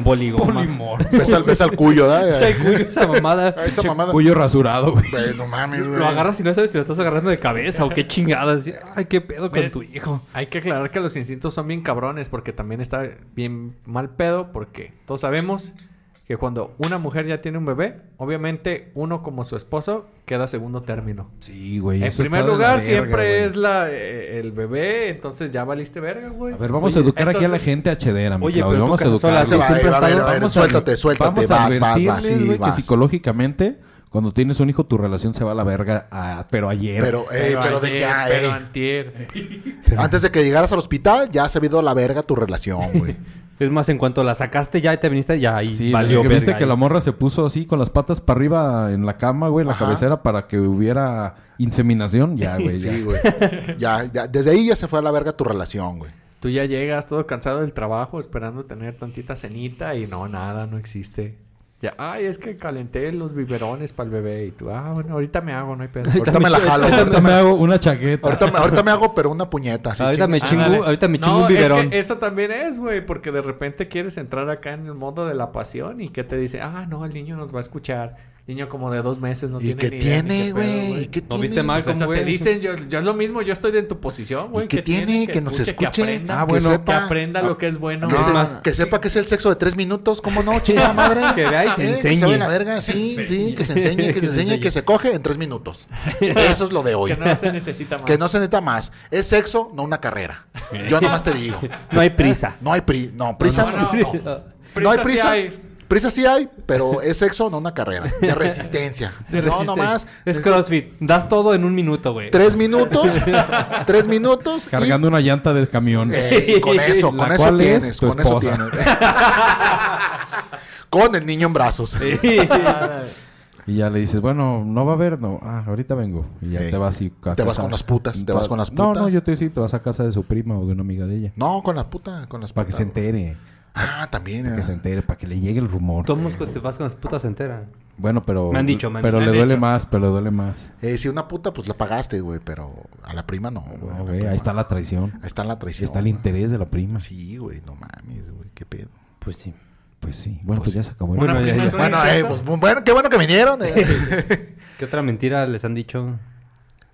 Speaker 5: Boligoma. (laughs)
Speaker 4: Ves al, ves al cuyo,
Speaker 5: O sea,
Speaker 4: ¿verdad?
Speaker 5: el cuyo, esa mamada.
Speaker 4: A Esa mamada.
Speaker 3: Cuyo rasurado, güey.
Speaker 4: Güey, no mames, güey.
Speaker 5: Lo agarras y no sabes si lo estás agarrando de cabeza o qué chingadas. Y, Ay, qué pedo con
Speaker 6: (laughs) Mira,
Speaker 5: tu hijo.
Speaker 6: Hay que aclarar que los instintos son bien cabrones porque también está bien mal pedo porque todos sabemos que cuando una mujer ya tiene un bebé, obviamente uno como su esposo queda segundo término.
Speaker 3: Sí, güey.
Speaker 6: en
Speaker 3: eso
Speaker 6: primer
Speaker 3: está de la
Speaker 6: lugar
Speaker 3: verga,
Speaker 6: siempre
Speaker 3: güey.
Speaker 6: es la eh, el bebé, entonces ya valiste verga, güey.
Speaker 3: A ver, vamos a
Speaker 6: Oye,
Speaker 3: educar aquí a la
Speaker 6: entonces-
Speaker 3: gente a Chedera, mi
Speaker 5: Oye,
Speaker 3: Claudio.
Speaker 5: pero
Speaker 3: Vamos a
Speaker 5: tú que
Speaker 3: educar.
Speaker 5: estás
Speaker 4: Se va,
Speaker 5: sola,
Speaker 4: ahí va, a ver, a ver,
Speaker 3: Vamos a-
Speaker 4: suéltate, suéltate,
Speaker 3: vamos a
Speaker 4: vas, vas, vas,
Speaker 3: advertirles,
Speaker 4: sí,
Speaker 3: güey, que
Speaker 4: vas.
Speaker 3: psicológicamente, cuando tienes un hijo, tu relación se va a la verga, ah, pero ayer.
Speaker 4: Pero, ey,
Speaker 6: Pero
Speaker 4: pero de
Speaker 6: ayer,
Speaker 4: que, ah,
Speaker 6: pero
Speaker 4: ey.
Speaker 6: antier.
Speaker 4: Antes de que llegaras al hospital, ya se ha ido a la verga tu relación, güey.
Speaker 5: Es más, en cuanto la sacaste ya y te viniste, ya ahí
Speaker 3: Sí,
Speaker 5: valió
Speaker 3: desde que viste
Speaker 5: verga
Speaker 3: que
Speaker 4: ¿eh?
Speaker 5: ahí.
Speaker 3: la morra se puso así con las patas para arriba en la cama, güey, en la
Speaker 4: Ajá.
Speaker 3: cabecera para que hubiera inseminación.
Speaker 4: (laughs)
Speaker 3: Ya, güey. ya.
Speaker 4: Sí, güey. Ya, ya, desde ahí ya se fue a la verga tu relación, güey.
Speaker 6: Tú ya llegas todo cansado del trabajo, esperando tener tantita cenita y no, nada, no existe. Ya, ay, es que calenté los biberones para el bebé y tú, ah, bueno, ahorita me hago, no hay pedo.
Speaker 4: Ahorita me la
Speaker 3: (laughs)
Speaker 4: jalo.
Speaker 3: Ahorita
Speaker 4: Ahorita,
Speaker 3: me hago una chaqueta.
Speaker 4: ahorita me, ahorita me hago, pero una puñeta. así,
Speaker 5: Ahorita me
Speaker 4: chingas.
Speaker 5: chingo,
Speaker 6: Ándale.
Speaker 5: ahorita me chingo
Speaker 6: No,
Speaker 5: un biberón.
Speaker 6: Es que eso también es, güey, porque de repente quieres entrar acá en el modo de la pasión y que te dice, ah, no, el niño nos va a escuchar. Niño como de dos meses no
Speaker 4: ¿Y
Speaker 6: tiene
Speaker 4: qué
Speaker 6: ni idea ni
Speaker 4: tiene,
Speaker 6: qué pedo,
Speaker 4: güey? ¿Y qué
Speaker 5: ¿No
Speaker 4: tiene?
Speaker 5: viste mal
Speaker 6: Pues
Speaker 5: Ah, cómo
Speaker 6: eso te
Speaker 5: güey?
Speaker 6: dicen, yo, yo es lo mismo, yo estoy en tu posición, güey.
Speaker 4: ¿Y qué tiene? Que nos escuche.
Speaker 6: Que aprenda,
Speaker 4: Ah, bueno. Ah,
Speaker 6: que,
Speaker 4: sepa.
Speaker 6: aprenda lo que es bueno.
Speaker 4: Que,
Speaker 6: No,
Speaker 4: se-
Speaker 6: más,
Speaker 4: que sepa que es el sexo de tres minutos, ¿cómo no? Chingada madre.
Speaker 5: (laughs) Que vea y se
Speaker 4: Eh,
Speaker 5: enseñe.
Speaker 4: sabe la verga, sí, sí, que se enseñe, que se enseñe, que se coge en tres minutos. Eso es lo de hoy.
Speaker 6: (laughs) que no se necesita más.
Speaker 4: Que no se neta más. Es sexo, no una carrera. Yo nomás te digo.
Speaker 5: No
Speaker 4: (laughs)
Speaker 5: hay prisa.
Speaker 4: No hay pri no, prisa.
Speaker 6: No,
Speaker 4: No,
Speaker 6: no, no.
Speaker 4: no.
Speaker 6: Prisa
Speaker 4: No hay
Speaker 6: sí
Speaker 4: prisa.
Speaker 6: hay.
Speaker 4: Prisa sí hay, pero es sexo, no una carrera. De resistencia.
Speaker 5: De
Speaker 4: no,
Speaker 5: resistencia.
Speaker 4: nomás.
Speaker 5: Es CrossFit. Das todo en un minuto, güey. (laughs)
Speaker 4: Tres minutos. tres minutos. y-
Speaker 3: Cargando una llanta de camión.
Speaker 4: eh, y con
Speaker 3: (laughs)
Speaker 4: eso,
Speaker 3: La
Speaker 4: con eso
Speaker 3: cual es
Speaker 4: tienes.
Speaker 3: tu
Speaker 4: Con eso
Speaker 3: esposa.
Speaker 4: tienes. (laughs) con el niño en brazos.
Speaker 3: Y ya le dices, bueno, no va a haber, no. Ah, ahorita vengo. Y ya
Speaker 4: Ey,
Speaker 3: te vas y a
Speaker 4: te vas con las putas, te vas con las
Speaker 3: No,
Speaker 4: putas.
Speaker 3: no, yo te digo, sí, te vas a casa de su prima o de una amiga de ella.
Speaker 4: No, con la puta, con las
Speaker 3: Para que
Speaker 4: putas,
Speaker 3: se
Speaker 4: güey.
Speaker 3: entere.
Speaker 4: Ah, también.
Speaker 3: Para
Speaker 4: eh.
Speaker 3: que se entere, para que le llegue el rumor.
Speaker 5: Tomos con- te vas con las putas enteras.
Speaker 3: Bueno, pero.
Speaker 5: Me han dicho, me han-
Speaker 3: Pero
Speaker 5: me
Speaker 3: le
Speaker 5: han
Speaker 3: duele
Speaker 5: dicho.
Speaker 3: más, pero le duele más.
Speaker 4: Eh, si una puta, pues la pagaste, güey, pero a la prima no. güey, a
Speaker 3: No,
Speaker 4: la
Speaker 3: güey,
Speaker 4: prima.
Speaker 3: ahí está la traición.
Speaker 4: Ahí está la traición.
Speaker 3: Está el
Speaker 4: güey.
Speaker 3: interés de la prima.
Speaker 4: Sí, güey, no mames, güey, qué pedo.
Speaker 5: Pues sí.
Speaker 3: Pues sí. Bueno, pues, ya se acabó. el-
Speaker 5: Bueno,
Speaker 3: Bueno,
Speaker 5: ya-
Speaker 3: ya-
Speaker 5: ya.
Speaker 6: Soy
Speaker 4: Bueno, eh,
Speaker 6: incesto.
Speaker 4: pues bu- bueno, qué bueno que vinieron. eh.
Speaker 5: ¿Qué otra mentira les han dicho?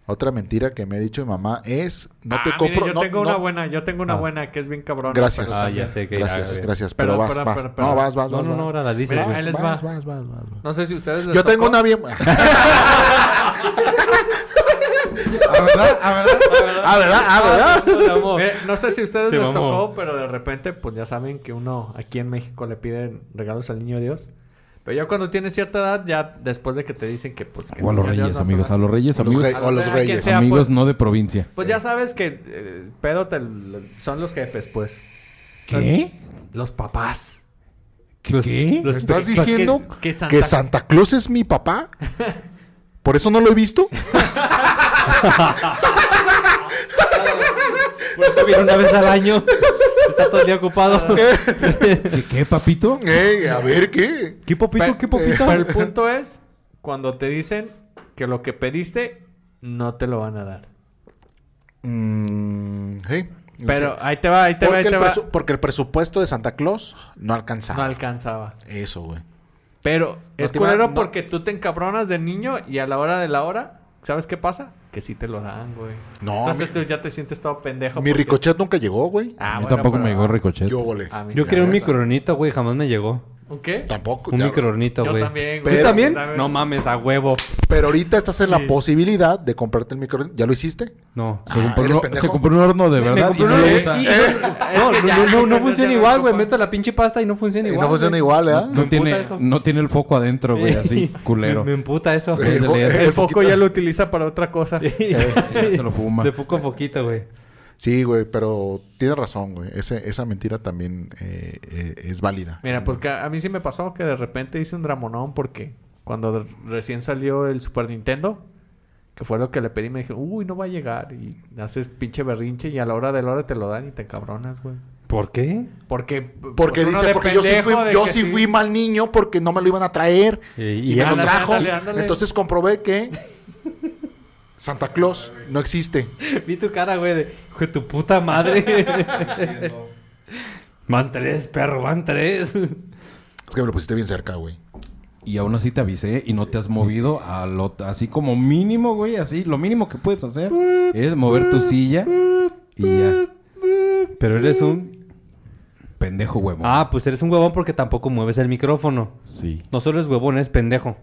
Speaker 4: Otra mentira que me ha dicho mi mamá es no te
Speaker 6: Ah,
Speaker 4: compro.
Speaker 6: mire, yo
Speaker 4: no-
Speaker 6: tengo
Speaker 4: no-
Speaker 6: una buena, yo tengo una
Speaker 5: Ah.
Speaker 6: buena que es bien cabrona.
Speaker 4: Gracias.
Speaker 6: pero-
Speaker 5: Ah, ya sé que.
Speaker 4: Gracias,
Speaker 5: ah,
Speaker 4: gracias.
Speaker 6: Pero,
Speaker 4: Pero, vas,
Speaker 6: pero,
Speaker 4: vas.
Speaker 6: pero, pero.
Speaker 4: No, vas, vas,
Speaker 5: No,
Speaker 4: vas.
Speaker 5: no, no,
Speaker 4: vas.
Speaker 5: ahora la dices,
Speaker 6: Mira,
Speaker 5: güey.
Speaker 6: él-
Speaker 4: Vas,
Speaker 6: les va.
Speaker 4: vas, vas, vas, vas, vas.
Speaker 6: No sé si ustedes les
Speaker 4: Yo tengo
Speaker 6: tocó.
Speaker 4: una (laughs) bien.
Speaker 3: ¿A verdad? ¿A verdad?
Speaker 4: Ah, ¿verdad? Ah, ¿verdad?
Speaker 5: (laughs)
Speaker 6: Mira, Eh, no sé si a ustedes
Speaker 5: Se
Speaker 6: les
Speaker 5: mamó.
Speaker 6: tocó, pero de repente, pues ya saben que uno aquí en México le piden regalos al niño Dios. Pero ya cuando tienes cierta edad, ya después de que te dicen que pues... que
Speaker 3: O a los
Speaker 6: el niño
Speaker 3: reyes,
Speaker 6: Dios no
Speaker 3: amigos.
Speaker 6: son
Speaker 3: A los reyes,
Speaker 4: A los
Speaker 3: amigos.
Speaker 4: reyes. O a los
Speaker 6: A quien
Speaker 4: reyes.
Speaker 6: sea,
Speaker 3: Amigos
Speaker 6: pues.
Speaker 3: no de provincia.
Speaker 6: Pues ya sabes que eh, pedo te- son los jefes, pues.
Speaker 3: ¿Qué?
Speaker 6: Los papás.
Speaker 5: Los-
Speaker 3: ¿Qué?
Speaker 5: los-
Speaker 4: ¿Estás
Speaker 6: ¿Qué- qué-
Speaker 4: diciendo
Speaker 6: qué Santa-
Speaker 4: que Santa Claus es mi papá? ¿Por eso no lo he visto?
Speaker 5: Por eso viene una vez al año. Está todo el día
Speaker 4: (laughs)
Speaker 5: ocupado.
Speaker 3: ¿Qué, qué, papito?
Speaker 4: Ey, a ver, ¿qué?
Speaker 5: ¿Qué popito?
Speaker 6: Pero-
Speaker 5: ¿Qué popito?
Speaker 6: Pero el punto es cuando te dicen que lo que pediste no te lo van a dar.
Speaker 4: Mm, sí.
Speaker 6: Pero ahí te va, ahí te va,
Speaker 4: Porque
Speaker 6: ahí
Speaker 4: el,
Speaker 6: te va.
Speaker 4: presu- porque el presupuesto de Santa Claus no alcanzaba.
Speaker 6: No alcanzaba.
Speaker 4: Eso, güey.
Speaker 6: Pero
Speaker 4: No
Speaker 6: es
Speaker 4: te iba-
Speaker 6: culero
Speaker 4: no-
Speaker 6: porque tú te encabronas de niño y a la hora de la hora, ¿sabes qué pasa? Que sí te lo dan, güey.
Speaker 4: No,
Speaker 6: Entonces
Speaker 4: mi-
Speaker 6: tú ya te sientes todo pendejo.
Speaker 4: Mi
Speaker 6: porque-
Speaker 4: ricochet nunca llegó, güey.
Speaker 6: Ah,
Speaker 3: a mí
Speaker 6: bueno,
Speaker 3: tampoco me
Speaker 6: pero-
Speaker 3: llegó ricochet.
Speaker 4: Yo volé.
Speaker 6: A mí
Speaker 5: Yo
Speaker 6: sí.
Speaker 5: quería un
Speaker 4: esa.
Speaker 5: microornito, güey, jamás me llegó.
Speaker 6: ¿Un qué?
Speaker 4: Tampoco.
Speaker 5: Un
Speaker 4: ya-
Speaker 5: microornito,
Speaker 6: Yo
Speaker 5: güey.
Speaker 6: también,
Speaker 5: ¿Tú
Speaker 6: güey.
Speaker 5: también?
Speaker 6: Pero-
Speaker 5: No mames, a huevo.
Speaker 4: Pero ahorita estás en la posibilidad de comprarte el microornito. ¿Ya lo hiciste?
Speaker 5: No.
Speaker 3: Se, compró,
Speaker 4: ¿eres
Speaker 3: un-
Speaker 4: pendejo?
Speaker 3: se compró un horno de
Speaker 5: Me
Speaker 3: verdad y
Speaker 5: compré
Speaker 3: no
Speaker 5: uno
Speaker 3: lo
Speaker 5: de-
Speaker 3: usa.
Speaker 6: (laughs)
Speaker 5: y- No,
Speaker 6: Es que
Speaker 5: no,
Speaker 6: ya,
Speaker 5: no, no, no
Speaker 6: ya
Speaker 5: funciona
Speaker 6: no
Speaker 5: igual,
Speaker 6: ocupa.
Speaker 5: güey. Meto la pinche pasta y no funciona
Speaker 4: Y
Speaker 5: igual.
Speaker 4: no funciona
Speaker 5: güey.
Speaker 4: igual, ¿verdad?
Speaker 3: No tiene,
Speaker 5: eso.
Speaker 3: no tiene el foco adentro, güey, así, culero.
Speaker 5: Me, me emputa eso.
Speaker 3: Es de
Speaker 4: fo-
Speaker 3: leer.
Speaker 6: El foco
Speaker 4: foquito.
Speaker 6: ya lo utiliza para otra cosa.
Speaker 3: Ya se lo fuma.
Speaker 5: De poco a poquito, güey.
Speaker 4: Sí, güey, pero tienes razón, güey. Ese- esa mentira también eh, eh, es válida.
Speaker 6: Mira, pues que a a mí sí me pasó que de repente hice un dramonón porque cuando de- recién salió el Super Nintendo, que fue lo que le pedí, me dije, uy, no va a llegar. Y haces pinche berrinche y a la hora de la hora te lo dan y te cabronas, güey.
Speaker 5: ¿Por qué?
Speaker 6: Porque,
Speaker 4: Porque
Speaker 6: pues, uno
Speaker 4: dice,
Speaker 6: de
Speaker 4: porque yo sí
Speaker 6: pendejo
Speaker 4: fui,
Speaker 6: de
Speaker 4: yo
Speaker 6: que
Speaker 4: sí fui mal niño porque no me lo iban a traer.
Speaker 5: Y-
Speaker 4: Y,
Speaker 5: y
Speaker 4: me
Speaker 6: ándale,
Speaker 4: lo trajo.
Speaker 6: ándale, ándale.
Speaker 4: Entonces comprobé que Santa Claus no existe.
Speaker 5: Vi tu cara, güey, de hijo de tu puta madre. van tres, perro, van tres.
Speaker 4: Es que me lo pusiste bien cerca, güey.
Speaker 3: Y aún así te avisé y no te has movido a lo, así como mínimo, güey, así. Lo mínimo que puedes hacer es mover tu silla y ya.
Speaker 5: Pero eres un.
Speaker 3: Pendejo huevo.
Speaker 5: Ah, pues eres un huevón porque tampoco mueves el micrófono.
Speaker 3: Sí.
Speaker 5: No solo eres huevón, eres pendejo.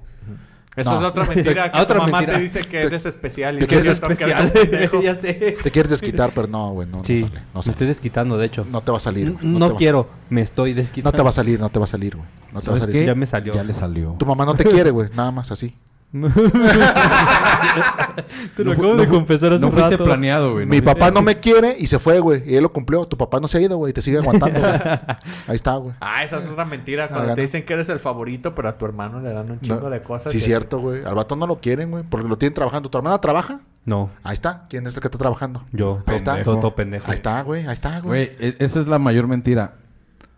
Speaker 6: Esa
Speaker 5: No.
Speaker 6: es
Speaker 5: (laughs)
Speaker 6: otra mentira que
Speaker 5: Otra
Speaker 6: tu mamá
Speaker 5: mentira.
Speaker 6: te dice que eres especial y
Speaker 4: Te
Speaker 6: no
Speaker 4: quieres
Speaker 6: es cierto, que eres
Speaker 5: Especial. (laughs)
Speaker 6: un pendejo.
Speaker 5: ya sé.
Speaker 4: Te quieres desquitar, pero no, güey, no, no
Speaker 5: Sí,
Speaker 4: sale. No,
Speaker 5: me
Speaker 4: sale.
Speaker 5: estoy desquitando, de hecho.
Speaker 4: No te va a salir. güey.
Speaker 5: No,
Speaker 4: te va-
Speaker 5: quiero, me estoy desquitando.
Speaker 4: No te va a salir, no te va a salir, güey. No te va a
Speaker 3: ¿Sabes
Speaker 4: salir.
Speaker 3: qué?
Speaker 5: Ya me salió.
Speaker 3: Ya le salió.
Speaker 4: Tu mamá no te quiere, güey. Nada más así.
Speaker 5: (laughs) Te lo
Speaker 3: fu-
Speaker 5: acabo de
Speaker 3: fu-
Speaker 5: confesar hace
Speaker 3: No fuiste
Speaker 5: rato.
Speaker 3: planeado, güey. no
Speaker 4: Mi
Speaker 3: fuiste-
Speaker 4: papá no me quiere y se fue, güey. Y él lo cumplió. Tu papá no se ha ido, güey. Te sigue aguantando, güey. Ahí está, güey.
Speaker 6: Ah, esa es otra mentira. Cuando
Speaker 4: gana.
Speaker 6: te dicen que eres el favorito, pero a tu hermano le dan un chingo de cosas.
Speaker 4: Sí,
Speaker 6: que-
Speaker 4: cierto, güey. Al vato no lo quieren, güey. Porque lo tienen trabajando. ¿Tu hermana trabaja?
Speaker 5: No,
Speaker 4: Ahí está. ¿Quién es el que está trabajando?
Speaker 5: yo.
Speaker 4: Ahí está.
Speaker 5: Todo, todo pendejo.
Speaker 4: Ahí está, güey. Ahí está,
Speaker 3: Güey,
Speaker 4: güey.
Speaker 3: e- esa es la mayor mentira.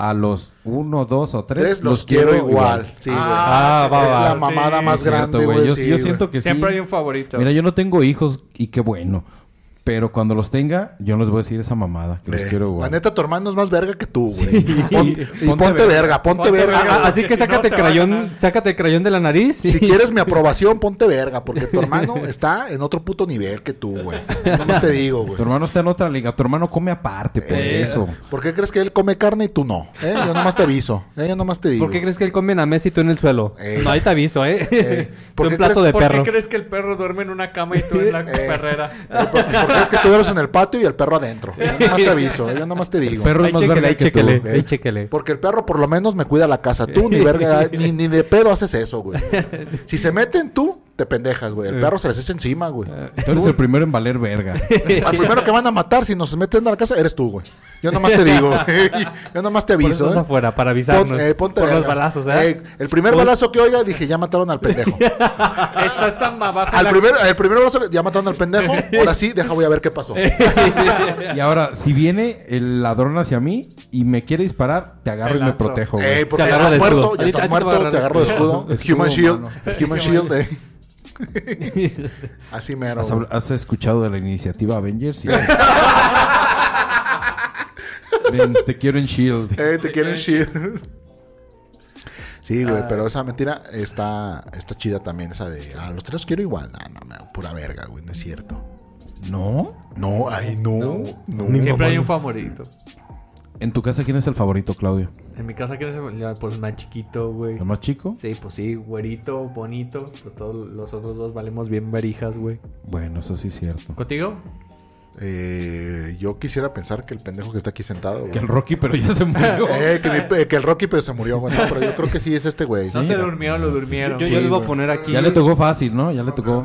Speaker 3: A los uno, dos o tres,
Speaker 4: Tres, los, quiero igual. Sí, güey.
Speaker 5: Ah, va,
Speaker 4: es
Speaker 5: va.
Speaker 4: la mamada
Speaker 6: sí.
Speaker 4: más
Speaker 3: Es cierto,
Speaker 4: grande,
Speaker 3: güey.
Speaker 4: güey.
Speaker 3: Yo,
Speaker 4: sí,
Speaker 3: yo
Speaker 4: güey.
Speaker 3: siento que sí.
Speaker 6: Siempre hay un favorito.
Speaker 3: Mira, yo no tengo hijos y qué bueno. Pero cuando los tenga, yo no les voy a decir esa mamada. Que los
Speaker 4: Eh,
Speaker 3: quiero
Speaker 4: La
Speaker 3: igual.
Speaker 4: neta, tu hermano es más verga que tú, güey. Pon- y
Speaker 3: Ponte
Speaker 4: ponte,
Speaker 3: verga.
Speaker 4: verga, ponte,
Speaker 6: Ponte
Speaker 4: verga.
Speaker 6: verga.
Speaker 5: Ah, (laughs) así
Speaker 6: Porque
Speaker 5: que
Speaker 6: si no,
Speaker 5: sácate
Speaker 6: te va a
Speaker 5: crayón,
Speaker 6: ganar.
Speaker 5: sácate crayón de la nariz.
Speaker 4: Si quieres mi aprobación, ponte verga, porque tu hermano está en otro puto nivel que tú, güey. Nada más te digo, güey.
Speaker 3: Tu hermano está en otra liga. Tu hermano come aparte, por
Speaker 4: Eh,
Speaker 3: eso.
Speaker 4: ¿Por qué crees que él come carne y tú no? Eh, Yo nomás te aviso. Eh, Yo nomás te digo.
Speaker 5: (laughs) ¿Por
Speaker 4: (laughs)
Speaker 5: qué crees que él come en la mesa y tú en el suelo?
Speaker 4: Eh.
Speaker 5: No, ahí te aviso, (laughs) ¿eh?
Speaker 4: Eh,
Speaker 5: Tú
Speaker 4: ¿por
Speaker 5: en
Speaker 4: qué
Speaker 5: plato
Speaker 4: crees-
Speaker 5: de
Speaker 6: ¿Por
Speaker 5: perro.
Speaker 6: qué crees que el perro duerme en una cama y tú en la
Speaker 4: Eh.
Speaker 6: perrera?
Speaker 4: ¿Por, por qué crees que tú eres en el patio y el perro adentro? Yo nomás te aviso. eh, Yo nomás te digo.
Speaker 3: Perro
Speaker 5: Ahí
Speaker 3: es más
Speaker 5: chéquele,
Speaker 3: verga
Speaker 5: ahí
Speaker 3: que tú. ¿eh?
Speaker 5: chéquele,
Speaker 4: güey.
Speaker 5: ahí chéquele.
Speaker 4: Porque el perro por lo menos me cuida la casa. Tú ni
Speaker 5: (laughs)
Speaker 4: verga, ni, ni de pedo haces eso, güey. Si se meten tú, te pendejas, güey. El perro se les echa encima, güey.
Speaker 5: Ah.
Speaker 3: Tú
Speaker 5: (laughs)
Speaker 3: eres el primero en valer verga.
Speaker 4: Al primero que van a matar si nos meten a la casa, eres tú, güey. Yo nomás te
Speaker 5: (laughs)
Speaker 4: digo. (laughs) güey. Yo nomás te
Speaker 5: Por
Speaker 4: aviso.
Speaker 5: eso estás
Speaker 4: ¿eh?
Speaker 5: afuera, para avisarnos.
Speaker 4: Pon- eh, ponte
Speaker 5: por los
Speaker 4: verga.
Speaker 5: balazos, ¿eh?
Speaker 4: Eh, el primer balazo que oiga, dije, ya mataron al
Speaker 5: (laughs)
Speaker 4: pendejo.
Speaker 6: Estás tan abajo.
Speaker 4: al
Speaker 6: la-
Speaker 4: primer, el primer balazo, que- ya mataron al pendejo. Ahora sí, deja, voy a ver qué pasó.
Speaker 3: Y ahora, si viene el ladrón hacia mí y me quiere disparar, te agarro
Speaker 6: Te
Speaker 3: y me
Speaker 6: lanzo.
Speaker 3: protejo, güey.
Speaker 4: Eh, porque
Speaker 5: Te
Speaker 4: ya
Speaker 5: agarro
Speaker 4: estás
Speaker 5: de escudo.
Speaker 4: muerto, ya
Speaker 5: Ahorita- ahorita
Speaker 4: estás
Speaker 5: te voy a
Speaker 4: muerto, te
Speaker 5: agarrar
Speaker 4: agarro
Speaker 5: de
Speaker 4: de escudo.
Speaker 3: escudo.
Speaker 4: Human
Speaker 3: Escudo,
Speaker 4: Shield,
Speaker 3: mano.
Speaker 4: eh, Human Shield, eh. (laughs) Así mero.
Speaker 3: ¿Has,
Speaker 4: güey.
Speaker 3: habl- has escuchado de la iniciativa Avengers? Sí.
Speaker 4: (laughs)
Speaker 3: Ven, te quiero en Shield.
Speaker 4: Eh, te quieren Shield. (laughs) Sí, güey, pero esa mentira está, está chida también, esa de, ah, los tres los quiero igual. Ah, no, no, pura verga, güey, no es cierto.
Speaker 3: ¿No?
Speaker 4: No, ay, no, no.
Speaker 6: Siempre hay un favorito.
Speaker 3: ¿En tu casa quién es el favorito, Claudio?
Speaker 6: En mi casa, ¿quién es el- ya, Pues más chiquito, güey.
Speaker 3: ¿El más chico?
Speaker 6: Sí, pues sí, güerito, bonito. Pues todos los otros dos valemos bien verijas, güey.
Speaker 3: Bueno, eso sí es cierto.
Speaker 6: ¿Contigo?
Speaker 4: Eh, yo quisiera pensar que el pendejo que está aquí sentado, güey.
Speaker 3: Que el Rocky, pero ya se murió.
Speaker 4: (laughs) Eh, que, mi- eh, que el Rocky pero se murió, güey. No, pero yo creo que sí es este güey.
Speaker 6: No se durmió, lo durmieron.
Speaker 5: Yo,
Speaker 4: Sí,
Speaker 5: yo les voy a
Speaker 4: güey.
Speaker 5: poner aquí.
Speaker 3: Ya le tocó fácil, ¿no? Ya le tocó.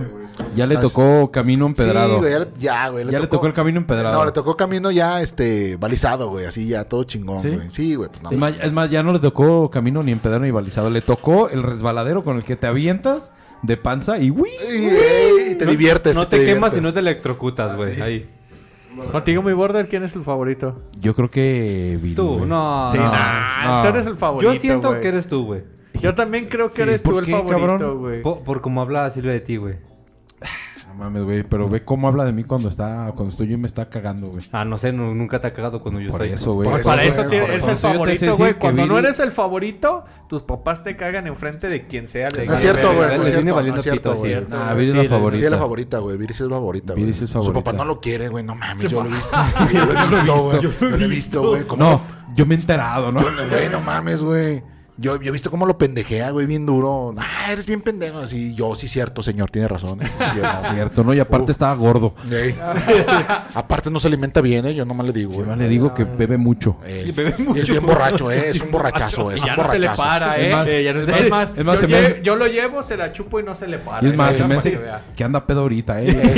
Speaker 3: Ya le
Speaker 4: Ah,
Speaker 3: tocó camino
Speaker 4: Sí,
Speaker 3: empedrado.
Speaker 4: güey, ya, le- ya, güey.
Speaker 3: Ya le tocó el camino empedrado.
Speaker 4: No, le tocó camino ya, este, balizado, güey. Así ya, todo chingón,
Speaker 3: ¿Sí?
Speaker 4: güey. Sí, güey. pues, no,
Speaker 3: Es más, es más, ya no le tocó camino ni empedrado ni balizado. Le tocó el resbaladero con el que te avientas de panza y ¡uy!
Speaker 4: Y, eh, y te este. diviertes.
Speaker 5: No te, quemas y no
Speaker 4: diviertes.
Speaker 5: te electrocutas, güey. Ahí.
Speaker 6: Contigo, mi border, ¿quién es el favorito?
Speaker 3: Yo creo que... Vini,
Speaker 5: Tú,
Speaker 3: güey.
Speaker 5: no.
Speaker 6: Sí,
Speaker 5: no.
Speaker 6: nah, Ah, tú eres el favorito.
Speaker 5: Yo siento
Speaker 6: güey.
Speaker 5: que eres tú, güey.
Speaker 6: Yo también creo que
Speaker 3: Sí,
Speaker 6: eres
Speaker 3: ¿por
Speaker 6: tú el
Speaker 3: qué,
Speaker 6: favorito,
Speaker 3: cabrón?
Speaker 6: güey.
Speaker 5: Por, por cómo hablaba Silvia de ti, güey.
Speaker 3: No mames, güey. Pero ve cómo habla de mí cuando está, cuando estoy yo y me está cagando, güey.
Speaker 5: Ah, no sé, nu- nunca te ha cagado cuando yo
Speaker 3: Por
Speaker 5: estoy.
Speaker 3: eso, güey.
Speaker 4: Por
Speaker 6: Para
Speaker 4: eso,
Speaker 6: eso,
Speaker 4: güey,
Speaker 6: tienes-
Speaker 4: por
Speaker 6: es
Speaker 4: eso.
Speaker 6: el
Speaker 3: Yo te sé
Speaker 6: favorito,
Speaker 3: decir
Speaker 6: güey.
Speaker 3: que
Speaker 6: Cuando no
Speaker 3: Viri-
Speaker 6: eres el favorito, tus papás te cagan enfrente de quien sea. les
Speaker 5: Es
Speaker 4: No es
Speaker 6: vale
Speaker 4: cierto,
Speaker 6: verga.
Speaker 4: güey. No es
Speaker 5: Le viene
Speaker 4: cierto, no
Speaker 5: valiendo
Speaker 4: es cierto,
Speaker 5: pito,
Speaker 4: güey.
Speaker 5: es cierto.
Speaker 3: Ah, Viri es la
Speaker 5: Sí, la-
Speaker 3: favorita.
Speaker 4: Sí, es la favorita, güey. Viris es la favorita, güey.
Speaker 3: Viris es favorita.
Speaker 4: Su papá no lo quiere, güey. No mames, yo lo he visto. güey, Yo lo he visto, güey. Yo lo he visto, güey. cómo-
Speaker 3: No, yo me he enterado, ¿no?
Speaker 4: Güey, no mames, güey. Yo, yo he visto cómo lo pendejea, güey, bien duro. Ah, eres bien pendejo. Así, yo sí, cierto, señor, tiene razón. eh, sí, cierto.
Speaker 3: Cierto, ¿no? Y aparte
Speaker 4: Uf.
Speaker 3: estaba gordo. (laughs)
Speaker 4: Ey. Aparte, no se alimenta bien, ¿eh? Yo nomás le digo,
Speaker 3: Yo
Speaker 4: güey.
Speaker 3: más le digo que bebe mucho.
Speaker 4: Ey.
Speaker 6: Y bebe
Speaker 4: Y es
Speaker 6: mucho,
Speaker 4: bien
Speaker 6: güey.
Speaker 4: borracho, ¿eh? Es un borrachazo, es
Speaker 6: Y
Speaker 4: un
Speaker 6: ya no se
Speaker 4: borrachazo.
Speaker 6: le para,
Speaker 3: Es
Speaker 6: ¿eh?
Speaker 3: más,
Speaker 6: Sí, ya no-
Speaker 3: es
Speaker 6: es
Speaker 3: más-
Speaker 6: más,
Speaker 3: es más, se
Speaker 6: yo,
Speaker 3: me
Speaker 6: lle-
Speaker 3: hace-
Speaker 6: yo lo llevo, se la chupo y no se le para.
Speaker 3: Y es más,
Speaker 6: Eso
Speaker 3: se me
Speaker 6: para que
Speaker 3: hace
Speaker 6: vea.
Speaker 3: que anda pedo ahorita, ¿eh?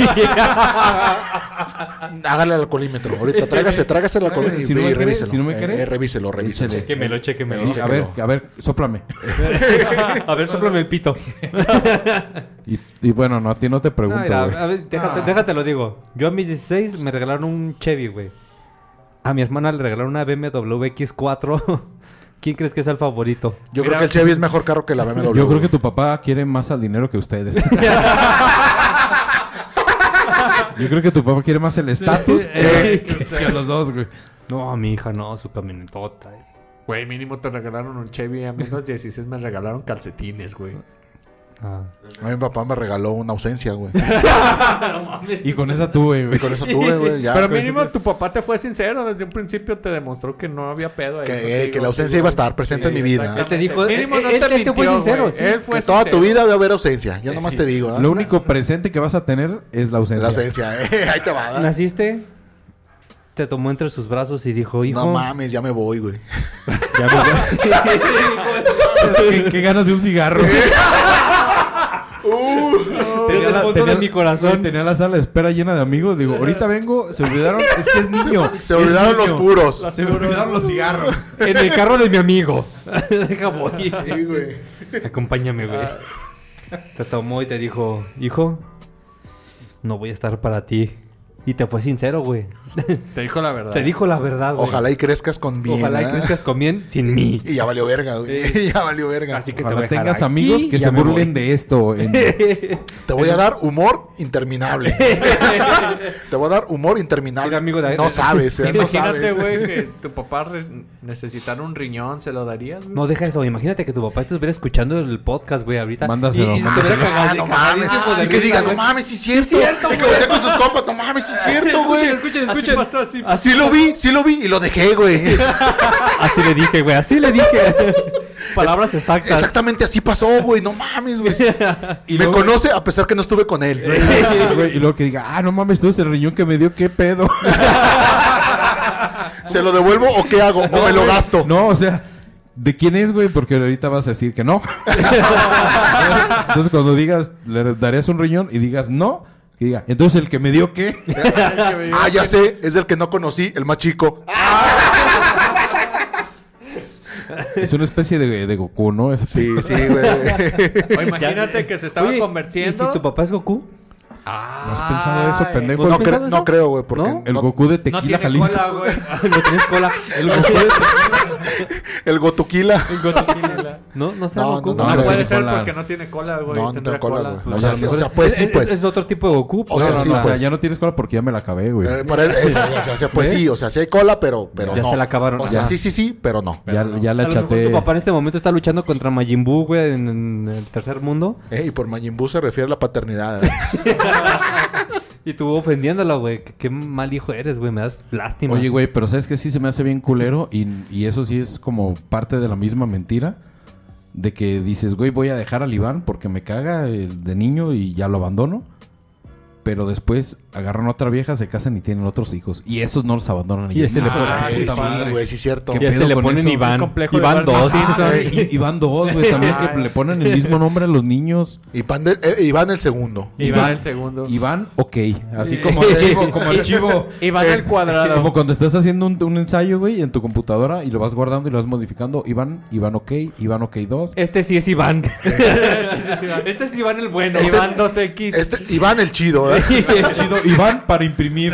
Speaker 4: Hágale al alcoholímetro. Ahorita, tráigase, tráigase el alcoholímetro.
Speaker 3: Si no me
Speaker 4: y
Speaker 3: quiere,
Speaker 4: revíselo.
Speaker 3: si no me
Speaker 4: Eh,
Speaker 3: quiere,
Speaker 4: eh, revíselo, revíselo.
Speaker 3: échele.
Speaker 5: Chéquemelo, chéquemelo.
Speaker 4: Eh,
Speaker 3: a ver, a ver, sóplame.
Speaker 5: (laughs) A ver, sóplame el pito.
Speaker 3: Y, y bueno, no, a ti no te
Speaker 5: No,
Speaker 3: pregunto,
Speaker 5: mira,
Speaker 3: güey.
Speaker 5: a ver, déjate, déjate lo digo. Yo a mis 16 me regalaron un Chevy, güey. A mi hermana le regalaron una BMW X4. (laughs) ¿Quién crees que es el favorito?
Speaker 4: Yo creo que el Chevy es mejor carro que la BMW.
Speaker 3: Yo creo que tu papá quiere más al dinero que ustedes. Yo creo que tu papá quiere más el estatus que, que a los dos, güey.
Speaker 5: No, mi hija no, su camionetota. eh.
Speaker 6: Güey, mínimo te regalaron un Chevy. A menos 16 me regalaron calcetines, güey.
Speaker 5: Ah.
Speaker 4: A mí mi papá me regaló una ausencia, güey.
Speaker 3: Y con esa tuve,
Speaker 4: Y
Speaker 3: güey.
Speaker 6: (laughs)
Speaker 4: con eso tuve, güey. ya.
Speaker 6: Pero
Speaker 4: Que-
Speaker 6: mínimo tu papá te fue sincero. Desde un principio te demostró que no había pedo ahí.
Speaker 4: que,
Speaker 6: contigo,
Speaker 4: que la ausencia
Speaker 6: sí,
Speaker 4: iba a estar presente en mi vida.
Speaker 5: Él te dijo,
Speaker 6: Mínimo
Speaker 5: él-
Speaker 6: no
Speaker 5: él-
Speaker 6: te
Speaker 5: él te fue
Speaker 6: mintió,
Speaker 5: sincero,
Speaker 6: güey.
Speaker 5: sí.
Speaker 6: Él fue
Speaker 4: Que toda tu
Speaker 6: sincero.
Speaker 4: vida va a haber ausencia. Yo nomás te digo, ¿ah?
Speaker 3: Eh, Lo único presente que vas a tener es la ausencia.
Speaker 4: La ausencia, (laughs) eh. Ahí te va,
Speaker 3: Ah.
Speaker 4: ¿verdad?
Speaker 5: Naciste, te tomó entre sus brazos y dijo, hijo.
Speaker 4: No mames, ya me voy, güey.
Speaker 5: ya me
Speaker 3: (laughs)
Speaker 5: voy".
Speaker 3: (laughs) ¿Qué, qué ganas de un cigarro.
Speaker 5: Desde el fondo de mi corazón.
Speaker 3: güey, Tenía la sala de espera llena de amigos. Digo, ahorita vengo, se olvidaron. Es que
Speaker 4: (laughs)
Speaker 3: es niño.
Speaker 4: Se
Speaker 3: es
Speaker 4: olvidaron los
Speaker 3: niño.
Speaker 4: puros.
Speaker 3: Se me olvidaron los cigarros.
Speaker 5: en el carro de mi amigo. (laughs) Deja voy.
Speaker 4: Sí, güey.
Speaker 5: Acompáñame, güey.
Speaker 3: Ah.
Speaker 5: Te tomó y te dijo, hijo, no voy a estar para ti. Y te fue sincero, güey.
Speaker 6: Te dijo la verdad.
Speaker 5: Te dijo la verdad, güey.
Speaker 4: Ojalá y crezcas con bien.
Speaker 5: Ojalá y
Speaker 3: ¿eh?
Speaker 4: ¿ah?
Speaker 5: crezcas con bien sin mí.
Speaker 4: Y ya valió verga, güey. (laughs) Ya valió verga.
Speaker 5: Así que te voy a
Speaker 3: Cuando
Speaker 5: dejar
Speaker 3: tengas
Speaker 5: aquí,
Speaker 3: amigos que
Speaker 5: ya
Speaker 3: se
Speaker 5: me
Speaker 3: burlen
Speaker 5: voy.
Speaker 3: de esto.
Speaker 4: (laughs)
Speaker 3: en-
Speaker 4: Te voy a dar humor interminable. Te voy a dar humor interminable.
Speaker 5: Mira, amigo, de-
Speaker 4: no sabes, eh, no
Speaker 6: Imagínate,
Speaker 4: sabes.
Speaker 6: güey, que tu papá re- necesitara un riñón, ¿se lo darías? güey?
Speaker 5: No, deja eso. Imagínate que tu papá estuviera escuchando el podcast, güey, ahorita.
Speaker 3: Mándaselo,
Speaker 5: Y, y se
Speaker 3: mándaselo.
Speaker 5: estuviera
Speaker 4: (laughs) Ah,
Speaker 5: cagando,
Speaker 4: no
Speaker 5: cagando,
Speaker 4: mames.
Speaker 5: hijo de
Speaker 4: Y que
Speaker 5: mil,
Speaker 4: diga, no
Speaker 5: güey.
Speaker 4: mames, sí es cierto.
Speaker 5: cierto,
Speaker 4: Y que vaya con sus compas, no mames, sí es cierto, güey.
Speaker 5: Escuchen,
Speaker 6: Así
Speaker 5: escuchen.
Speaker 6: pasó, así
Speaker 4: Sí lo vi, sí lo vi y lo dejé, güey.
Speaker 5: Así le dije, güey. Así le dije. Palabras exactas.
Speaker 4: Exactamente así pasó, güey. No mames,
Speaker 5: (laughs)
Speaker 4: güey.
Speaker 3: Y Eh.
Speaker 4: Me
Speaker 3: luego-
Speaker 4: conoce a pesar que no estuve con él.
Speaker 3: Güey, y luego que diga, ah, no mames, todo ese riñón que me dio, qué
Speaker 4: (laughs)
Speaker 3: pedo.
Speaker 4: (laughs) ¿Se lo devuelvo o qué hago? O me lo gasto.
Speaker 3: (laughs) No, o sea, ¿de quién es, güey? Porque ahorita vas a decir que no. (laughs) entonces, cuando digas, le darías un riñón y digas no, que diga, entonces el que me dio, ¿qué?
Speaker 4: Ah, ya sé, es el que no conocí, el más chico.
Speaker 3: Es una especie de, de Goku, ¿no? Ese
Speaker 4: Sí, sí, güey.
Speaker 6: O imagínate que se estaba Ah,
Speaker 5: Oye,
Speaker 6: convirtiendo.
Speaker 5: ¿Y si tu papá es (laughs) Goku?
Speaker 3: ¿No has pensado eso, pendejo?
Speaker 4: No,
Speaker 5: ¿Has
Speaker 4: cre-
Speaker 5: pensado eso?
Speaker 4: no creo, güey, porque
Speaker 5: ¿No?
Speaker 3: El
Speaker 4: no-
Speaker 3: Goku de
Speaker 6: no
Speaker 3: Tequila,
Speaker 6: tiene
Speaker 3: Jalisco.
Speaker 6: cola, güey.
Speaker 4: (laughs)
Speaker 5: no tienes cola.
Speaker 3: El Goku de
Speaker 4: el Gotuquila.
Speaker 5: No, no será
Speaker 4: No,
Speaker 5: Goku.
Speaker 4: no,
Speaker 6: No,
Speaker 3: no
Speaker 6: puede
Speaker 3: tiene
Speaker 6: ser
Speaker 3: cola.
Speaker 6: porque no tiene cola, güey.
Speaker 4: No, no
Speaker 6: Tendrá
Speaker 4: tengo cola, güey. O
Speaker 5: Pues
Speaker 4: sea,
Speaker 5: a lo
Speaker 4: sí, o
Speaker 5: mejor
Speaker 4: sea, pues
Speaker 5: es-
Speaker 4: sí,
Speaker 5: es-
Speaker 4: pues.
Speaker 5: Es otro tipo de Goku.
Speaker 4: O
Speaker 3: o
Speaker 4: sea,
Speaker 3: sea, no,
Speaker 4: sí,
Speaker 3: no, o sea,
Speaker 4: pues.
Speaker 3: ya no tienes cola porque ya me la acabé, güey.
Speaker 4: Eh, para él, eso, o sea, o sea, pues sí, o sea, sí hay cola, pero, pero
Speaker 5: ¿Eh? Ya
Speaker 4: no.
Speaker 5: se la acabaron,
Speaker 4: O sea,
Speaker 3: ya.
Speaker 4: sí, sí, sí, pero no.
Speaker 3: ya, ya
Speaker 5: A
Speaker 3: la
Speaker 5: lo mejor
Speaker 3: chaté.
Speaker 5: tu papá en este momento está luchando contra Majin Buu, güey, en, en el tercer mundo.
Speaker 4: Eh, y por Majin Buu se refiere a la paternidad. ¿eh?
Speaker 5: Y tú ofendiéndolo, güey. Qué, qué mal hijo eres, güey. Me das lástima.
Speaker 3: Oye, güey, pero ¿sabes que Sí se me hace bien culero y, y eso sí es como parte de la misma mentira. De que dices, güey, voy a dejar al Iván porque me caga el de niño y ya lo abandono. Pero después agarran a otra vieja, se casan y tienen otros hijos. Y esos no los abandonan.
Speaker 5: Y ese le pone-
Speaker 3: Ah,
Speaker 4: Ay,
Speaker 3: puta
Speaker 4: sí,
Speaker 3: madre.
Speaker 4: güey, sí, cierto.
Speaker 3: Qué
Speaker 5: Y
Speaker 3: pedo
Speaker 5: a este le
Speaker 3: con
Speaker 5: ponen
Speaker 3: eso?
Speaker 5: Iván.
Speaker 6: Un complejo de
Speaker 5: Iván
Speaker 6: Iván
Speaker 5: 2.
Speaker 6: Martín.
Speaker 3: Ah, güey, y, y van dos, güey, también que le ponen el mismo nombre a los niños.
Speaker 4: Y Pan de- eh, Iván el segundo.
Speaker 6: Y va
Speaker 3: (laughs)
Speaker 6: el segundo.
Speaker 3: Iván, ok. Así (laughs) como el chivo,
Speaker 5: (laughs)
Speaker 3: como el chivo.
Speaker 6: Y va el
Speaker 3: Como
Speaker 6: cuadrado.
Speaker 3: cuando estás haciendo un, un ensayo, güey, en tu computadora y lo vas guardando y lo vas modificando. Iván, Iván OK, Iván OK 2. (laughs)
Speaker 5: Este sí es Iván. (laughs) este es Iván el bueno.
Speaker 4: Este
Speaker 6: Iván
Speaker 5: (laughs)
Speaker 6: 2X.
Speaker 4: Este, Iván el chido, ¿eh?
Speaker 3: Chido, Iván para imprimir.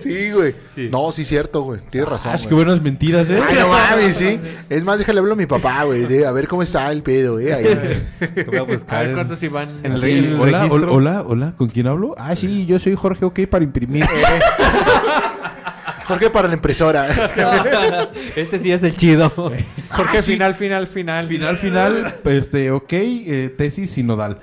Speaker 4: Sí, güey.
Speaker 5: Sí.
Speaker 4: No, sí, cierto, güey. Tienes razón.
Speaker 3: Ah, es
Speaker 4: güey.
Speaker 3: que buenas mentiras, ¿eh?
Speaker 5: (laughs)
Speaker 4: Ay, no mames, sí. Es más, déjale hablo a mi papá, güey. de- A ver cómo está el pedo, eh. Ahí.
Speaker 5: Te voy a
Speaker 6: A
Speaker 5: buscar.
Speaker 6: ver cuántos iban.
Speaker 5: en el
Speaker 3: Sí,
Speaker 5: reg- en el
Speaker 3: hola, hol-
Speaker 5: registro.
Speaker 3: hola, hola, ¿con quién hablo? Ah, sí, yo soy Jorge OK para imprimir. Eh,
Speaker 4: Jorge para la impresora.
Speaker 5: (laughs) Este sí es el chido.
Speaker 6: Jorge,
Speaker 4: Ah, (laughs) sí.
Speaker 6: final, final, final.
Speaker 3: final, final, este, OK, eh, tesis sinodal.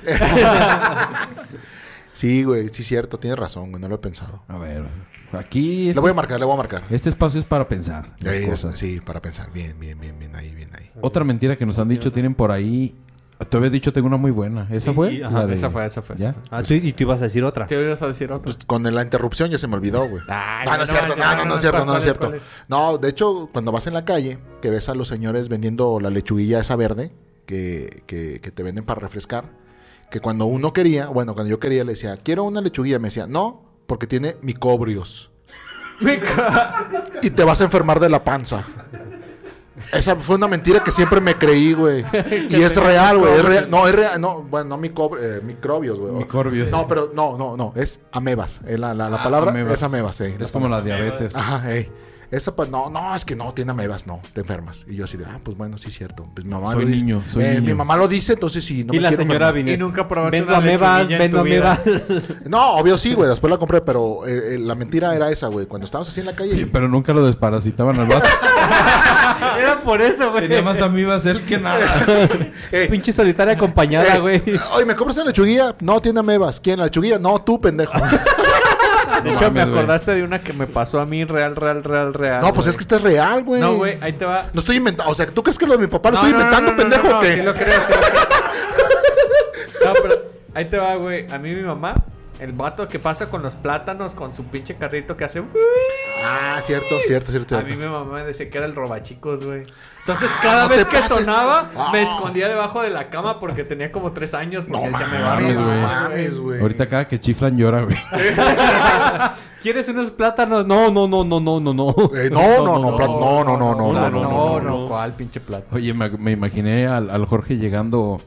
Speaker 4: Sí, güey. Sí, cierto. Tienes razón, güey. No lo he pensado.
Speaker 3: A ver, aquí
Speaker 4: Le
Speaker 3: este,
Speaker 4: voy a marcar, le voy a marcar.
Speaker 3: este espacio es para pensar las
Speaker 4: Ahí,
Speaker 3: cosas.
Speaker 4: Sí, para pensar. Bien, bien, bien, bien. Ahí, bien, ahí.
Speaker 3: Otra mentira que nos han dicho, tienen por ahí. Tú habías dicho, tengo una muy buena. ¿Esa
Speaker 5: Sí,
Speaker 3: fue?
Speaker 5: y- ajá,
Speaker 3: La de-
Speaker 6: esa fue, esa fue,
Speaker 3: ¿Ya?
Speaker 6: esa fue.
Speaker 5: Ah, sí, y tú ibas a decir otra.
Speaker 6: Te ibas a decir otro.
Speaker 4: Pues con la interrupción ya se me olvidó, güey.
Speaker 6: Ay,
Speaker 4: Ah, no, no es
Speaker 6: Ah, no,
Speaker 4: cierto, no,
Speaker 6: ya,
Speaker 4: no,
Speaker 6: no,
Speaker 4: no es
Speaker 6: no,
Speaker 4: cierto, no
Speaker 6: ¿cuál
Speaker 4: es
Speaker 6: es,
Speaker 4: cierto.
Speaker 6: cuál es?
Speaker 4: No, de hecho, cuando vas en la calle, que ves a los señores vendiendo la lechuguilla esa verde, que, que, que te venden para refrescar, que cuando uno quería, bueno, cuando yo quería, le decía, quiero una lechuguilla, me decía, no, porque tiene micobrios. (laughs) y te vas a enfermar de la panza. Esa fue una mentira que siempre me creí,
Speaker 5: (laughs)
Speaker 4: güey. Y es real, güey. es real. No, es real. No, bueno, no micob- eh, microbios, güey.
Speaker 3: Micorbios.
Speaker 4: No, pero no, no, no. Es amebas. Eh, La, la, la palabra
Speaker 3: Ah, amebas.
Speaker 4: es amebas, eh.
Speaker 3: Es como la diabetes. (laughs)
Speaker 4: Ajá, ey. Esa pa- no, no, es que no, tiene amebas, no, te enfermas. Y yo así de, ah, pues bueno, sí es cierto. Pues mi mamá
Speaker 3: Soy
Speaker 4: lo dice.
Speaker 3: niño, soy
Speaker 4: Eh,
Speaker 3: niño.
Speaker 4: Mi mamá lo dice, entonces sí, no
Speaker 5: y
Speaker 4: me
Speaker 5: la
Speaker 4: quiero
Speaker 5: señora
Speaker 4: enfermar.
Speaker 5: vino.
Speaker 6: Y nunca probaste
Speaker 5: Vendo
Speaker 6: una
Speaker 5: amebas,
Speaker 6: lechuguilla en
Speaker 5: vendo
Speaker 6: tu
Speaker 5: amebas. (laughs)
Speaker 4: No, obvio sí, güey, después la compré, pero eh, eh, la mentira era esa, güey. Cuando estábamos así en la
Speaker 3: Oye,
Speaker 4: calle,
Speaker 3: Pero nunca lo desparasitaban al vato.
Speaker 5: Era por eso, güey.
Speaker 3: Tenía más amibas él que nada.
Speaker 4: eh,
Speaker 5: Pinche solitaria acompañada, güey.
Speaker 4: eh, oye, ¿me compras una lechuguilla? No, tiene amebas. ¿Quién? ¿La lechuguilla? No, tú,
Speaker 6: (laughs)
Speaker 4: pendejo.
Speaker 6: Ah, De hecho, me
Speaker 3: mames, güey.
Speaker 6: acordaste de una que me pasó a mí real, real, real, real.
Speaker 4: no, pues
Speaker 6: güey.
Speaker 4: es que este es real, güey.
Speaker 6: No, güey, ahí te va.
Speaker 4: No estoy inventando, o sea, ¿tú crees que lo de mi papá Ah, lo
Speaker 6: No,
Speaker 4: estoy
Speaker 6: no, no,
Speaker 4: inventando,
Speaker 6: no, no,
Speaker 4: pendejo?
Speaker 6: no,
Speaker 4: o
Speaker 6: no,
Speaker 4: qué?
Speaker 6: sí lo creo, sí lo creo. (laughs) No, pero ahí te va, güey. A mí mi mamá, el vato que pasa con los plátanos, con su pinche carrito que hace... "Uy".
Speaker 4: Ah, cierto, cierto, cierto.
Speaker 6: A
Speaker 4: cierto.
Speaker 6: mí mi mamá me decía que era el robachicos, güey. Entonces, cada
Speaker 4: no
Speaker 6: vez
Speaker 4: te
Speaker 6: que
Speaker 4: pases.
Speaker 6: sonaba,
Speaker 4: Ah.
Speaker 6: me escondía debajo de la cama porque tenía como tres años. Porque
Speaker 4: No
Speaker 6: decía, me
Speaker 4: mames,
Speaker 6: va a
Speaker 4: güey.
Speaker 6: robar,
Speaker 4: mames, (laughs) güey.
Speaker 3: Ahorita cada que chiflan llora, güey.
Speaker 5: (laughs) ¿Quieres unos plátanos? No, no, no, no, no, no, no.
Speaker 4: Eh,
Speaker 5: (laughs)
Speaker 4: no, no, no, plat- no, no, no, no, no, no, no, no.
Speaker 5: no.
Speaker 6: ¿Cuál pinche plátano?
Speaker 3: Oye, me, me imaginé al, al Jorge llegando,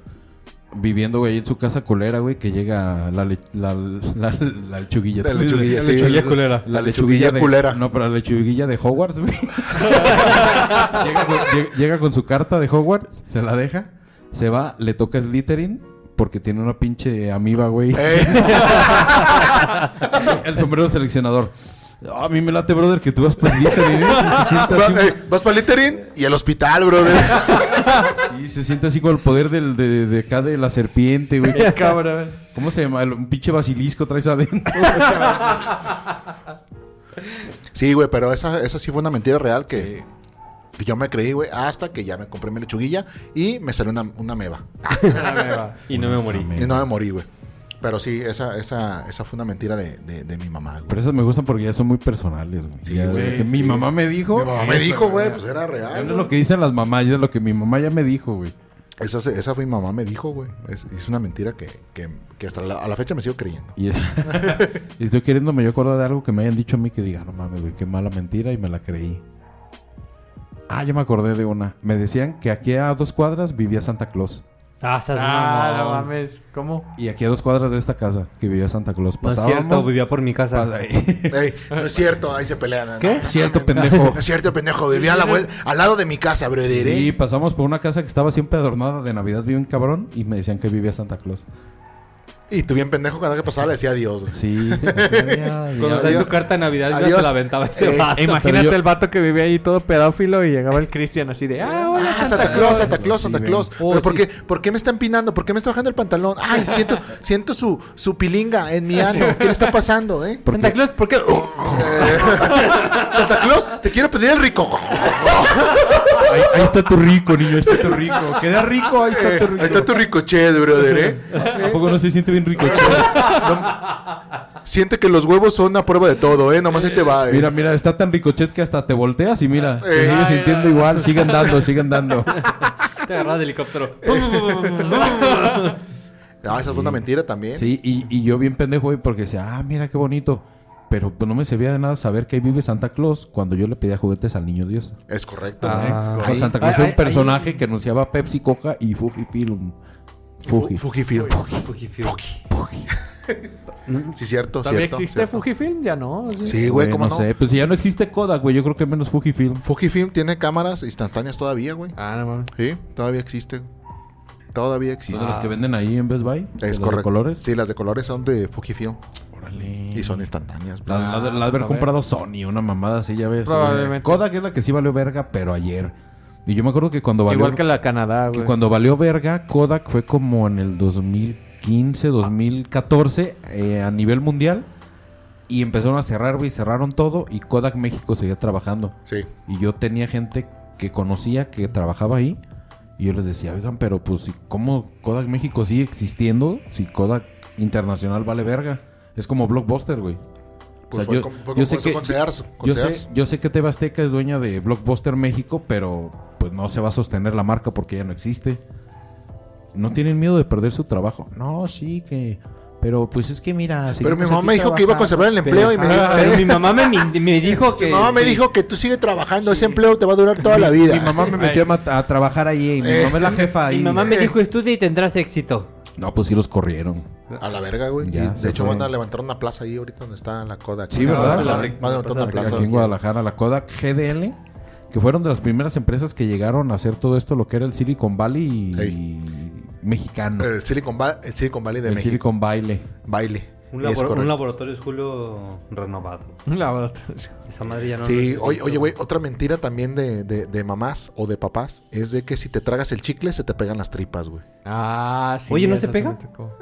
Speaker 3: viviendo, güey, en su casa colera, güey, que llega la, le- la, la, la lechuguilla.
Speaker 4: La lechuguilla, sí.
Speaker 3: culera. La, lechuguilla,
Speaker 4: La lechuguilla
Speaker 3: de-
Speaker 4: culera.
Speaker 3: No, pero la lechuguilla de Hogwarts,
Speaker 4: (laughs)
Speaker 3: güey. llega, con, lleg- llega con su carta de Hogwarts, se la deja, se va, le toca Slytherin. Porque tiene una pinche amiba, güey. (laughs)
Speaker 4: Eh,
Speaker 3: El sombrero seleccionador. Ah, a mí me late, brother, que tú vas por Slytherin. ¿eh? Se, se siente así un-
Speaker 4: eh, vas para Literin y el hospital,
Speaker 6: (laughs)
Speaker 4: brother.
Speaker 3: Sí, se siente así con el poder del, de, de acá de la serpiente, güey.
Speaker 4: (laughs)
Speaker 6: Cabrón.
Speaker 3: ¿Cómo se llama? El- Un pinche basilisco traes adentro.
Speaker 4: Sí, güey, pero esa, esa sí fue una mentira real que
Speaker 6: Sí.
Speaker 4: que yo me creí, güey, hasta que ya me compré mi lechuguilla y me salió una, una meba.
Speaker 5: Y no me morí.
Speaker 4: Y no me morí, güey. Pero sí, esa, esa, esa fue una mentira de, de, de mi mamá, güey.
Speaker 3: Pero esas me gustan porque ya son muy personales, güey.
Speaker 4: Sí,
Speaker 3: Ya,
Speaker 4: güey,
Speaker 3: que mi
Speaker 4: sí.
Speaker 3: mamá me dijo.
Speaker 4: Mi mamá me
Speaker 3: Eso,
Speaker 4: dijo, güey,
Speaker 3: No
Speaker 4: pues era real.
Speaker 3: es
Speaker 4: güey.
Speaker 3: lo que dicen las mamás, ya es lo que mi mamá ya me dijo, güey.
Speaker 4: Esa, se- esa fue mi mamá me dijo, güey. Es, es una mentira que, que, que hasta la- a la fecha me sigo creyendo.
Speaker 5: (laughs)
Speaker 3: Y, y estoy queriéndome yo acordar de algo que me hayan dicho a mí que diga, no mames, güey, qué mala mentira y me la creí. Ah, ya me acordé de una. Me decían que aquí a dos cuadras vivía Santa Claus.
Speaker 5: Ah, esas
Speaker 6: Ah, no
Speaker 5: mamón.
Speaker 6: mames. ¿Cómo?
Speaker 3: Y aquí a dos cuadras de esta casa que vivía Santa Claus.
Speaker 5: No es
Speaker 3: Pasábamos
Speaker 5: cierto, vivía por mi
Speaker 3: (laughs)
Speaker 5: casa.
Speaker 3: Pas-
Speaker 4: Ey, no es cierto, ahí se pelean. ¿no?
Speaker 5: ¿Qué?
Speaker 3: Cierto, pendejo.
Speaker 4: No es cierto, pendejo. Vivía a la vuel- al lado de mi casa, brother. ¿eh?
Speaker 3: Sí,
Speaker 4: Sí.
Speaker 3: pasamos por una casa que estaba siempre adornada de Navidad bien cabrón y me decían que vivía Santa Claus.
Speaker 4: Y tú bien pendejo cuando que pasaba le decía adiós.
Speaker 3: (laughs)
Speaker 4: güey.
Speaker 3: Sí. decía, "Ay,
Speaker 5: Cuando
Speaker 3: ya".
Speaker 5: salió
Speaker 4: Adiós.
Speaker 5: tu carta de Navidad, ya
Speaker 4: Adiós.
Speaker 5: se la aventaba ese
Speaker 4: Eh,
Speaker 5: vato.
Speaker 6: Imagínate
Speaker 3: pero yo-
Speaker 6: el vato que vivía ahí todo pedófilo y llegaba (laughs) el Cristian así de, ah, hola,
Speaker 4: Ah,
Speaker 6: Santa
Speaker 4: Santa Claus, Santa Claus, Santa
Speaker 3: Sí,
Speaker 4: Claus.
Speaker 5: ven.
Speaker 4: ¿Pero
Speaker 5: Oh,
Speaker 4: por,
Speaker 5: sí.
Speaker 4: qué, ¿Por qué me está empinando? ¿Por qué me está bajando el pantalón? Ay, siento, siento su, su pilinga en mi ano. ¿Qué le está pasando, eh?
Speaker 3: Porque-
Speaker 5: Santa Claus, ¿por qué?
Speaker 4: (laughs) Santa Claus, te quiero pedir el rico.
Speaker 3: Ahí, ahí está tu rico, niño, ahí está tu rico. Queda rico, ahí está tu
Speaker 4: Eh,
Speaker 3: rico.
Speaker 4: ahí está tu ricochet, brother, eh.
Speaker 3: ¿A poco no se siente bien rico, chido?
Speaker 4: Siente que los huevos son a prueba de todo, eh. Nomás ahí te va, eh.
Speaker 3: Mira, mira, está tan ricochet que hasta te volteas y mira, te
Speaker 4: Eh.
Speaker 3: sigues sintiendo igual, siguen dando, siguen dando.
Speaker 5: Te agarras de (laughs) helicóptero.
Speaker 6: (laughs)
Speaker 4: Ah, esa es una mentira también.
Speaker 3: Sí, y, y yo bien pendejo, güey, porque decía, ah, mira qué bonito. Pero pues, no me servía de nada saber que ahí vive Santa Claus cuando yo le pedía juguetes al niño Dios.
Speaker 4: Es correcto.
Speaker 5: Ah.
Speaker 3: Ah, Santa Claus
Speaker 5: Ay,
Speaker 3: era un
Speaker 5: ay,
Speaker 3: personaje que anunciaba Pepsi, Coca y Fuji Film. Fuji.
Speaker 4: Fuji Fuji. Fuji. (laughs) Sí, cierto,
Speaker 6: ¿Todavía
Speaker 4: cierto.
Speaker 6: existe
Speaker 4: cierto.
Speaker 6: Fujifilm? Ya no.
Speaker 4: Sí, güey, ¿cómo
Speaker 3: no,
Speaker 4: no?
Speaker 3: sé. Pues si ya no existe Kodak, güey. Yo creo que menos Fujifilm.
Speaker 4: Fujifilm tiene cámaras instantáneas todavía, güey.
Speaker 6: Ah, no mames.
Speaker 4: Sí, todavía existe. Todavía existe.
Speaker 3: Son las que venden ahí en Best Buy. las
Speaker 4: es
Speaker 3: de
Speaker 4: correcto.
Speaker 3: colores.
Speaker 4: Sí, las de colores son de Fujifilm
Speaker 3: Órale.
Speaker 4: y son instantáneas. güey.
Speaker 3: La, la- la de
Speaker 6: vamos a
Speaker 3: haber
Speaker 6: ver.
Speaker 3: comprado Sony, una mamada así, ya ves.
Speaker 6: Probablemente.
Speaker 3: Kodak es la que sí valió verga, pero ayer. Y yo me acuerdo que cuando valió,
Speaker 6: Igual que la Canadá,
Speaker 3: que
Speaker 6: güey.
Speaker 3: cuando valió verga, Kodak fue como en el 2015, 2014, eh, a nivel mundial. Y empezaron a cerrar, güey, cerraron todo. Y Kodak México seguía trabajando.
Speaker 4: Sí.
Speaker 3: Y yo tenía gente que conocía que trabajaba ahí. Y yo les decía, oigan, pero pues, si- ¿cómo Kodak México sigue existiendo? Si Kodak Internacional vale verga. Es como Blockbuster, güey.
Speaker 4: Pues
Speaker 3: o sea,
Speaker 4: fue
Speaker 3: yo,
Speaker 4: como- fue
Speaker 3: yo
Speaker 4: como
Speaker 3: sé
Speaker 4: eso
Speaker 3: que,
Speaker 4: con Sears, con
Speaker 3: yo, sé,
Speaker 4: Sears.
Speaker 3: yo sé que TV Azteca es dueña de Blockbuster México, pero pues no se va a sostener la marca porque ya no existe. ¿No tienen miedo de perder su trabajo? No, sí, que... Pero pues es que mira...
Speaker 4: Pero
Speaker 3: seguimos
Speaker 4: mi mamá
Speaker 3: aquí
Speaker 4: me dijo que iba a
Speaker 3: trabajando.
Speaker 4: conservar el empleo y me dijo,
Speaker 5: Ah, pero mi mamá me, mi- me (laughs) dijo que.
Speaker 4: mi mamá me
Speaker 5: sí.
Speaker 4: dijo que tú sigue trabajando, ese empleo te va a durar toda la vida.
Speaker 3: Mi mamá me metió a, mat- a trabajar ahí y mi mamá es
Speaker 4: Eh.
Speaker 3: la jefa ahí.
Speaker 5: Mi mamá me dijo, estudia y tendrás éxito.
Speaker 3: No, pues sí los corrieron.
Speaker 4: A la verga, güey.
Speaker 3: Ya,
Speaker 4: Y
Speaker 3: se
Speaker 4: de hecho,
Speaker 3: fueron.
Speaker 4: van a levantar una plaza ahí ahorita donde está la Kodak.
Speaker 3: Sí,
Speaker 4: Van a
Speaker 3: ¿verdad?
Speaker 4: levantar-
Speaker 6: La de-
Speaker 4: Van a levantar una
Speaker 6: la
Speaker 4: plaza.
Speaker 3: Aquí en Guadalajara, la Kodak GDL, que fueron de las primeras empresas que llegaron a hacer todo esto, lo que era el Silicon Valley y- mexicano.
Speaker 4: El Silicon, Val- el Silicon Valley de
Speaker 3: el
Speaker 4: Eh, México.
Speaker 3: Silicon Baile.
Speaker 4: Baile.
Speaker 5: Un,
Speaker 4: Es
Speaker 5: labor- un
Speaker 4: correcto.
Speaker 5: laboratorio Julio renovado.
Speaker 6: (laughs)
Speaker 5: (laughs)
Speaker 6: La verdad.
Speaker 5: Esa madre ya no.
Speaker 4: Sí,
Speaker 5: no-
Speaker 4: oye, oye, güey, otra mentira también de, de- de mamás o de papás es de que si te tragas el chicle se te pegan las tripas, güey.
Speaker 6: Ah, sí.
Speaker 5: Oye, ¿no se
Speaker 6: esa
Speaker 5: pega?
Speaker 6: me tocó.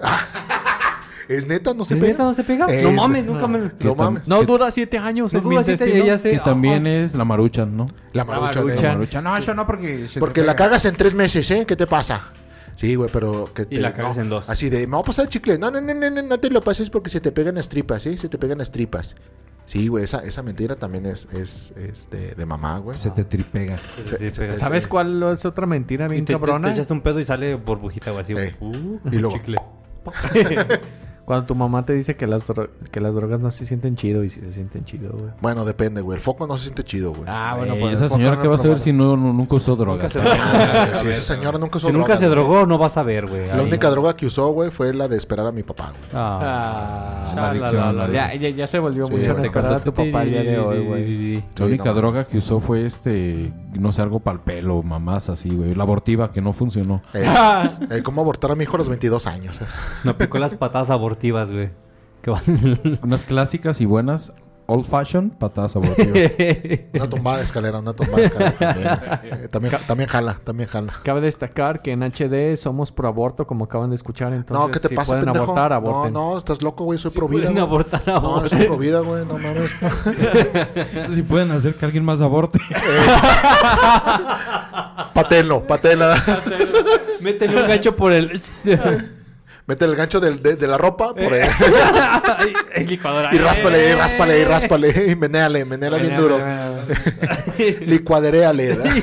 Speaker 4: ¿Es neta? ¿No se
Speaker 5: ¿Es
Speaker 4: pega?
Speaker 5: neta no se pega?
Speaker 4: Eh,
Speaker 5: no mames, nunca me.
Speaker 3: Que
Speaker 4: No
Speaker 3: tam-
Speaker 4: mames.
Speaker 6: No,
Speaker 3: que-
Speaker 6: dura siete años.
Speaker 5: No
Speaker 6: en
Speaker 5: dura
Speaker 6: mi
Speaker 5: siete,
Speaker 6: intestino.
Speaker 5: ya sé.
Speaker 3: que
Speaker 5: Ah,
Speaker 3: también es la maruchan, ¿no?
Speaker 4: La marucha.
Speaker 6: La marucha.
Speaker 3: La maruchan. No, eso no porque... se te
Speaker 4: Porque la
Speaker 3: pega.
Speaker 4: cagas en tres meses, ¿eh? ¿Qué te pasa? Sí, güey, pero que
Speaker 5: Y la cagas
Speaker 4: no,
Speaker 5: en dos.
Speaker 4: Así de, me va a pasar el chicle. No, no, no, no, no, no te lo pases porque se te pegan las tripas, ¿sí? Se te pegan las tripas. Sí, güey, esa, esa mentira también es, es, es de, de mamá, güey.
Speaker 3: Se te tripega.
Speaker 5: ah, sí, sí, pega.
Speaker 6: ¿Sabes cuál es otra mentira
Speaker 5: Y
Speaker 6: bien
Speaker 5: te, te, te
Speaker 6: cabrona?
Speaker 5: echas un pedo y sale burbujita o así.
Speaker 4: Ey.
Speaker 5: Uh,
Speaker 4: Y luego-
Speaker 5: chicle.
Speaker 6: Cuando tu mamá te dice que las, dro- que las drogas no se sienten chido y si se sienten chido, güey.
Speaker 4: Bueno, depende, güey. El foco no se siente chido, güey.
Speaker 6: Ah,
Speaker 3: Eh,
Speaker 6: pues,
Speaker 3: esa
Speaker 6: el foco
Speaker 3: señora
Speaker 6: no
Speaker 3: que va a
Speaker 6: es
Speaker 3: saber
Speaker 6: probable.
Speaker 3: si no, no- nunca usó droga.
Speaker 4: (laughs) Sí, esa señora nunca usó
Speaker 5: Si nunca
Speaker 4: drogas,
Speaker 5: se
Speaker 4: güey.
Speaker 5: drogó, no vas a ver, güey.
Speaker 4: La
Speaker 5: Ahí.
Speaker 4: única droga que usó, güey, fue la de esperar a mi papá, güey.
Speaker 5: Ah.
Speaker 6: Ah,
Speaker 3: La adicción, la
Speaker 6: ya,
Speaker 3: adicción.
Speaker 6: ya, ya se volvió
Speaker 4: Sí,
Speaker 6: mucho
Speaker 4: güey.
Speaker 6: recordar a tu papá el día de hoy, güey.
Speaker 3: La única
Speaker 4: Sí, no mames.
Speaker 3: droga que usó fue este, no sé, algo para el pelo, mamás así, güey. La abortiva que no funcionó.
Speaker 5: (laughs)
Speaker 4: Eh, eh, ¿Cómo abortar a mi hijo a los 22 años? (laughs)
Speaker 5: Me picó las patadas abortivas, güey. Que van.
Speaker 3: Unas clásicas y buenas, old fashion, patadas abortivas.
Speaker 5: (laughs)
Speaker 4: Una tumbada de escalera, una tumbada de escalera. También, Eh, también, también jala, también jala.
Speaker 6: Cabe destacar que en HD somos pro aborto, como acaban de escuchar. Entonces,
Speaker 4: no, ¿qué te
Speaker 6: si
Speaker 4: pasa,
Speaker 6: pueden
Speaker 4: pendejo?
Speaker 6: abortar, aborten.
Speaker 4: No, no, estás loco, güey. Soy pro vida.
Speaker 5: Pueden
Speaker 4: güey.
Speaker 5: abortar
Speaker 4: No,
Speaker 5: ahora.
Speaker 4: yo soy pro vida, güey. No mames.
Speaker 3: Entonces, (laughs) si pueden hacer que alguien más aborte.
Speaker 4: patelo, patela.
Speaker 5: Métele un gancho por (laughs) el.
Speaker 4: (laughs) Mete el gancho del- de, de la ropa por ahí.
Speaker 5: Ay, es licuadora.
Speaker 4: y ráspale, y
Speaker 5: (laughs)
Speaker 4: ráspale, y ráspale. Y menéale, menéale bien duro. Licuaderéale. ¿verdad? (laughs)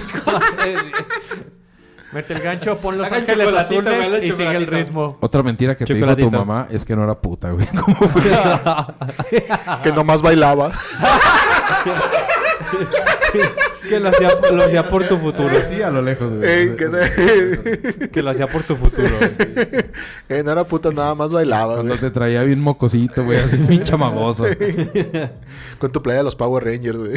Speaker 6: Mete el gancho, pon los
Speaker 5: Hagan
Speaker 6: ángeles
Speaker 5: chocolatito,
Speaker 6: azules
Speaker 5: güey,
Speaker 6: y sigue el
Speaker 5: chocolatito.
Speaker 6: ritmo.
Speaker 3: (laughs) Otra mentira que te dijo tu
Speaker 5: Chocolatito.
Speaker 3: mamá es que no era puta, güey. (laughs) ¿Cómo?
Speaker 4: Que nomás bailaba.
Speaker 5: que lo hacía, lo hacía por tu futuro.
Speaker 3: Sí, a lo lejos, güey.
Speaker 4: Ey, que (laughs) no-
Speaker 5: Que lo hacía por tu (laughs) futuro.
Speaker 4: Eh, no era puta, nada más bailaba.
Speaker 3: Cuando
Speaker 4: güey.
Speaker 3: te traía bien mocosito, güey, así bien chamagoso.
Speaker 4: Con tu playa de los Power Rangers, güey.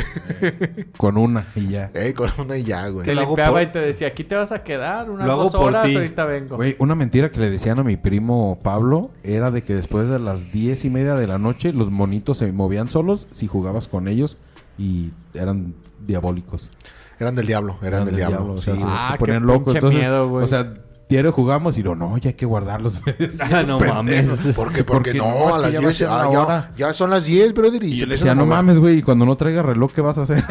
Speaker 4: (laughs)
Speaker 3: Con una y ya.
Speaker 4: Ey, con una y ya, güey.
Speaker 6: Te
Speaker 5: Lo hago
Speaker 6: limpiaba
Speaker 5: por-
Speaker 6: y te decía, aquí te vas a quedar unas
Speaker 5: Lo hago
Speaker 6: dos
Speaker 5: por
Speaker 6: horas,
Speaker 5: ti.
Speaker 6: ahorita vengo.
Speaker 3: Güey, una mentira que le decían a mi primo Pablo era de que después de las diez y media de la noche los monitos se movían solos si jugabas con ellos y eran diabólicos.
Speaker 4: Eran del diablo, eran, del diablo.
Speaker 3: o sea,
Speaker 4: sí.
Speaker 3: se,
Speaker 6: Ah,
Speaker 3: se
Speaker 6: qué
Speaker 3: ponían locos.
Speaker 6: pinche
Speaker 3: Entonces,
Speaker 6: miedo, güey.
Speaker 3: o sea, diario jugamos y lo no, ya hay que guardarlos. me decía.
Speaker 5: Ah,
Speaker 3: (laughs)
Speaker 5: no mames.
Speaker 4: ¿Por qué?
Speaker 3: Porque
Speaker 4: Porque no,
Speaker 3: no, es
Speaker 4: a
Speaker 3: que
Speaker 4: las
Speaker 3: ya va
Speaker 4: 10
Speaker 3: a ser
Speaker 4: ah,
Speaker 3: una
Speaker 4: ya-
Speaker 3: hora.
Speaker 4: Ya, son las 10, brother. Y,
Speaker 3: Y
Speaker 4: se
Speaker 3: yo le
Speaker 4: empiezan
Speaker 3: decía,
Speaker 4: a
Speaker 3: no
Speaker 4: mover.
Speaker 3: mames, güey, y cuando no traiga reloj, ¿qué vas a
Speaker 4: (laughs)
Speaker 3: hacer?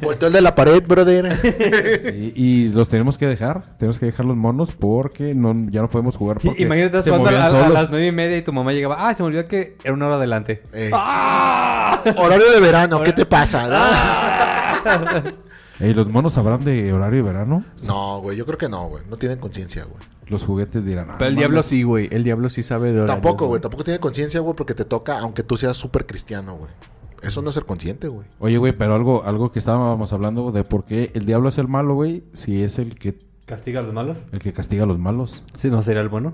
Speaker 4: Volteó el de la pared,
Speaker 5: (laughs)
Speaker 4: brother.
Speaker 3: Sí, y los tenemos que dejar, tenemos que dejar los monos porque no, ya no podemos jugar porque
Speaker 5: Imagínate
Speaker 3: se
Speaker 5: cuando
Speaker 3: movían
Speaker 5: a, a
Speaker 3: solos.
Speaker 5: las nueve y media y tu mamá llegaba. Ah, se me olvidó que era una hora adelante.
Speaker 4: Eh,
Speaker 5: Ah.
Speaker 4: Horario de verano, ¿qué te pasa?
Speaker 3: Ey, ¿Los monos sabrán de horario de verano?
Speaker 4: No, güey, yo creo que no, güey. No tienen conciencia, güey.
Speaker 3: Los juguetes dirán, ah,
Speaker 6: Pero el
Speaker 3: mames,
Speaker 6: diablo sí, güey. El diablo sí sabe de horarios,
Speaker 4: Tampoco, güey. Tampoco tienen conciencia, güey, porque te toca, aunque tú seas súper cristiano, güey. Eso no es ser consciente, güey.
Speaker 3: Oye, güey, pero algo, algo que estábamos hablando de por qué el diablo es el malo, güey, si es el que,
Speaker 5: ¿Castiga a los malos?
Speaker 3: el que castiga a los malos.
Speaker 5: Sí, no sería el bueno.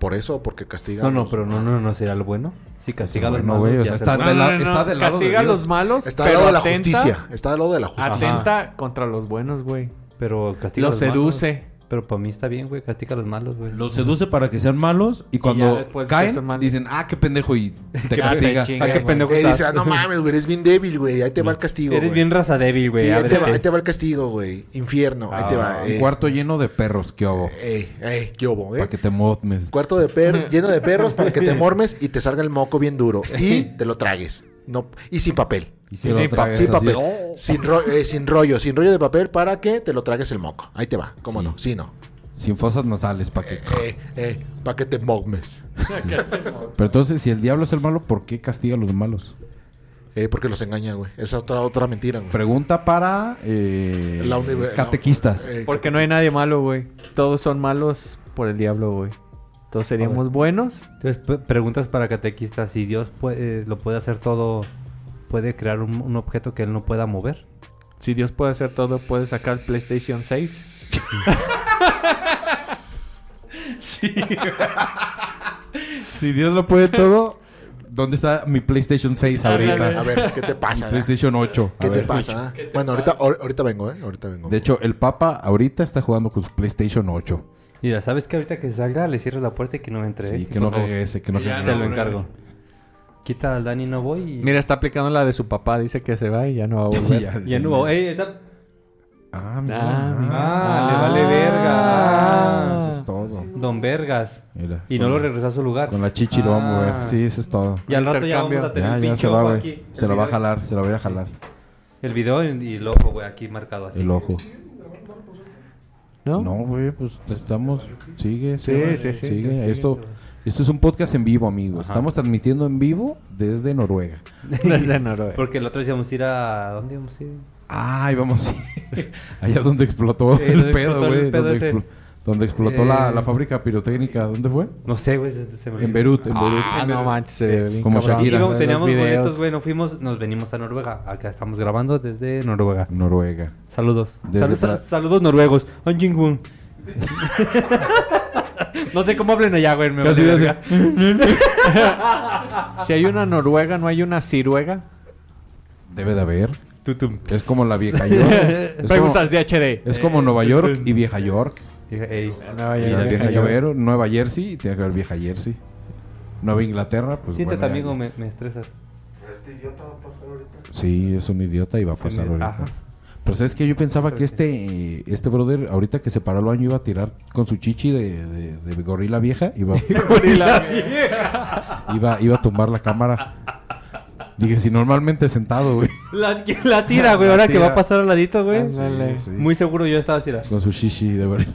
Speaker 4: Por eso, porque castiga.
Speaker 5: No,
Speaker 4: a
Speaker 5: no,
Speaker 4: los-
Speaker 5: pero no, no, no será lo bueno. Sí, castiga a los
Speaker 7: Bueno,
Speaker 5: malos
Speaker 7: güey, o
Speaker 5: y
Speaker 7: sea,
Speaker 5: hace-
Speaker 7: está-
Speaker 6: No,
Speaker 7: de
Speaker 6: no,
Speaker 7: la-
Speaker 6: no, no,
Speaker 7: está del lado de
Speaker 6: castiga a
Speaker 7: Dios.
Speaker 6: los malos,
Speaker 4: Está del
Speaker 6: pero
Speaker 4: lado de la
Speaker 6: atenta-
Speaker 4: justicia. Está del lado de la justicia.
Speaker 6: Atenta contra los buenos, güey.
Speaker 5: Pero castiga
Speaker 6: Lo
Speaker 5: a los malos.
Speaker 6: seduce.
Speaker 5: Pero para mí está bien, güey. Castiga a los malos, güey.
Speaker 3: Los seduce para que sean malos y cuando
Speaker 6: después
Speaker 3: caen
Speaker 6: son malos.
Speaker 3: dicen, ah, qué pendejo
Speaker 6: (laughs)
Speaker 3: y te
Speaker 6: te
Speaker 3: castiga.
Speaker 5: Ah,
Speaker 6: chinga.
Speaker 5: qué
Speaker 6: güey.
Speaker 5: pendejo
Speaker 4: Eh,
Speaker 5: estás.
Speaker 4: dice, ah, no mames, güey, eres bien débil, güey. Ahí te va el castigo.
Speaker 5: Eres
Speaker 4: güey.
Speaker 5: bien raza débil, güey. Ah,
Speaker 4: Sí, ahí te, va,
Speaker 5: ábrete.
Speaker 4: ahí te va el castigo, güey. Infierno, ahí te va.
Speaker 3: Ah, Un
Speaker 4: Eh,
Speaker 3: cuarto lleno de perros, que hago?
Speaker 4: eh, eh, ¿qué hubo, eh?
Speaker 3: Para que te motmes.
Speaker 4: Cuarto de perro lleno de perros para que te mormes y te salga el moco bien duro. Y te lo tragues. No, y sin papel.
Speaker 3: Y
Speaker 5: sí,
Speaker 3: lo
Speaker 5: sí,
Speaker 3: tragas
Speaker 4: Sin
Speaker 3: así.
Speaker 4: papel. Sin, ro- eh, sin rollo. Sin rollo de papel para que te lo tragues el moco. Ahí te va. ¿Cómo no? Sí, no.
Speaker 3: Sin fosas nasales, para que...
Speaker 4: Eh, eh, para que te mormes.
Speaker 7: Pero entonces, si el diablo es el malo, ¿por qué castiga a los malos?
Speaker 4: Eh, porque los engaña, güey. Esa es otra, otra mentira, güey.
Speaker 7: Pregunta para eh,
Speaker 4: La univer-
Speaker 3: Catequistas.
Speaker 4: Eh,
Speaker 6: Porque no hay nadie malo, güey. Todos son malos por el diablo, güey. Todos seríamos buenos.
Speaker 5: Entonces pe- preguntas para catequistas si Dios puede- lo puede hacer todo, puede crear un, un objeto que él no pueda mover.
Speaker 6: Si Dios puede hacer todo, puede sacar PlayStation 6.
Speaker 3: Si Dios lo puede todo, ¿dónde está mi PlayStation 6
Speaker 4: A
Speaker 3: ahorita?
Speaker 4: ver, ¿qué
Speaker 3: (laughs)
Speaker 4: te pasa?
Speaker 3: PlayStation 8.
Speaker 4: ¿Qué
Speaker 3: A
Speaker 4: te
Speaker 3: ver.
Speaker 4: pasa? ah? Bueno, ahorita, ahor- ahorita vengo, ¿eh? Ahorita vengo.
Speaker 3: De hecho, el Papa ahorita está jugando con su PlayStation 8.
Speaker 5: Mira, ¿sabes que ahorita que salga le cierras la puerta y que no entre?
Speaker 3: Sí,
Speaker 5: eh?
Speaker 3: que no
Speaker 5: Por favor.
Speaker 3: regrese, que no
Speaker 5: Te
Speaker 3: regrese.
Speaker 5: lo encargo. Quita al Dani, no voy y...
Speaker 6: Mira, está aplicando la de su papá. Dice que se va y ya no va a
Speaker 3: (laughs)
Speaker 6: volver.
Speaker 3: Ya,
Speaker 5: Ya
Speaker 3: sí.
Speaker 5: no voy. Ey, está-
Speaker 3: Ah,
Speaker 6: Ah,
Speaker 3: mira.
Speaker 6: mira.
Speaker 5: Ah, le vale
Speaker 3: Ah.
Speaker 5: verga.
Speaker 3: Eso es todo.
Speaker 5: Don Vergas.
Speaker 3: Mira,
Speaker 5: Y no
Speaker 3: con
Speaker 5: lo
Speaker 3: la-
Speaker 5: regresó a su lugar.
Speaker 3: Con la chichi lo va a mover.
Speaker 5: Ah.
Speaker 3: Sí, eso es todo.
Speaker 5: Y al rato ya vamos a tener
Speaker 3: Ya,
Speaker 5: un
Speaker 3: ya
Speaker 5: pinche
Speaker 3: se va,
Speaker 5: ojo
Speaker 3: güey.
Speaker 5: aquí.
Speaker 3: Se
Speaker 5: El
Speaker 3: lo va a
Speaker 5: video-
Speaker 3: jalar, se lo voy a jalar.
Speaker 5: El video y, y el ojo, güey, aquí marcado así.
Speaker 3: El ojo.
Speaker 6: ¿No? (laughs)
Speaker 3: No, güey, pues estamos. Sigue,
Speaker 6: Sí,
Speaker 3: sigue,
Speaker 6: sí, sí,
Speaker 3: sigue.
Speaker 6: sigue.
Speaker 3: Esto, esto es un podcast en vivo, amigos. Estamos transmitiendo en vivo desde Noruega.
Speaker 6: Desde Noruega.
Speaker 5: Porque el otro día íbamos a ir a... ¿Dónde íbamos a ir?
Speaker 3: Ay, vamos. (laughs) Allá donde explotó
Speaker 5: Sí,
Speaker 3: el
Speaker 5: donde
Speaker 3: pedo,
Speaker 5: explotó el
Speaker 3: güey.
Speaker 5: pedo
Speaker 3: Donde,
Speaker 5: ese.
Speaker 3: explo- donde explotó la,
Speaker 5: Eh.
Speaker 3: la fábrica pirotécnica. ¿Dónde fue?
Speaker 5: No sé, güey. se- se me
Speaker 3: En
Speaker 5: olvidó.
Speaker 3: Beirut, en Beirut.
Speaker 6: Ah, no manches, se ve bien
Speaker 3: Como
Speaker 5: Y
Speaker 3: Shakira.
Speaker 5: luego
Speaker 6: Los
Speaker 5: teníamos
Speaker 6: videos.
Speaker 5: boletos, güey, nos fuimos, nos venimos a Noruega. Acá estamos grabando desde Noruega.
Speaker 3: Noruega.
Speaker 5: Saludos.
Speaker 3: Desde
Speaker 5: Salu-
Speaker 3: Fra-
Speaker 5: sal- saludos noruegos. An Jingun. (laughs) no sé cómo hablen allá, güey. me
Speaker 3: Casi
Speaker 5: vale
Speaker 3: dice-
Speaker 5: verga.
Speaker 6: Si hay una Noruega, no hay una Ciruega.
Speaker 3: Debe de haber.
Speaker 5: Tutum.
Speaker 3: Es como la vieja York. Es como,
Speaker 6: Preguntas de HD.
Speaker 3: es como Nueva York y vieja York.
Speaker 5: Dije, ey,
Speaker 6: Nueva
Speaker 3: O
Speaker 6: York,
Speaker 3: sea,
Speaker 6: Nueva
Speaker 3: tiene que
Speaker 6: York. (laughs)
Speaker 3: haber Nueva Jersey y tiene que haber vieja Jersey. Nueva Inglaterra, pues
Speaker 5: siéntate,
Speaker 3: bueno, ya-
Speaker 5: amigo, me, me estresas.
Speaker 3: Sí, es un idiota y va a pasar
Speaker 5: me-
Speaker 3: ahorita.
Speaker 5: ajá.
Speaker 3: Pero sabes que yo pensaba que este eh, este brother, ahorita que se paró al baño, iba a tirar con su chichi de, de- de gorila vieja. Iba, (laughs) iba, iba a tumbar la cámara. Dije, si normalmente sentado, güey.
Speaker 5: (laughs) La, la tira, güey, ahora que va a pasar al ladito, güey.
Speaker 6: Ándale.
Speaker 3: Ah, Sí,
Speaker 5: Muy seguro yo estaba así. (laughs) era.
Speaker 3: Con su chichi de gorila.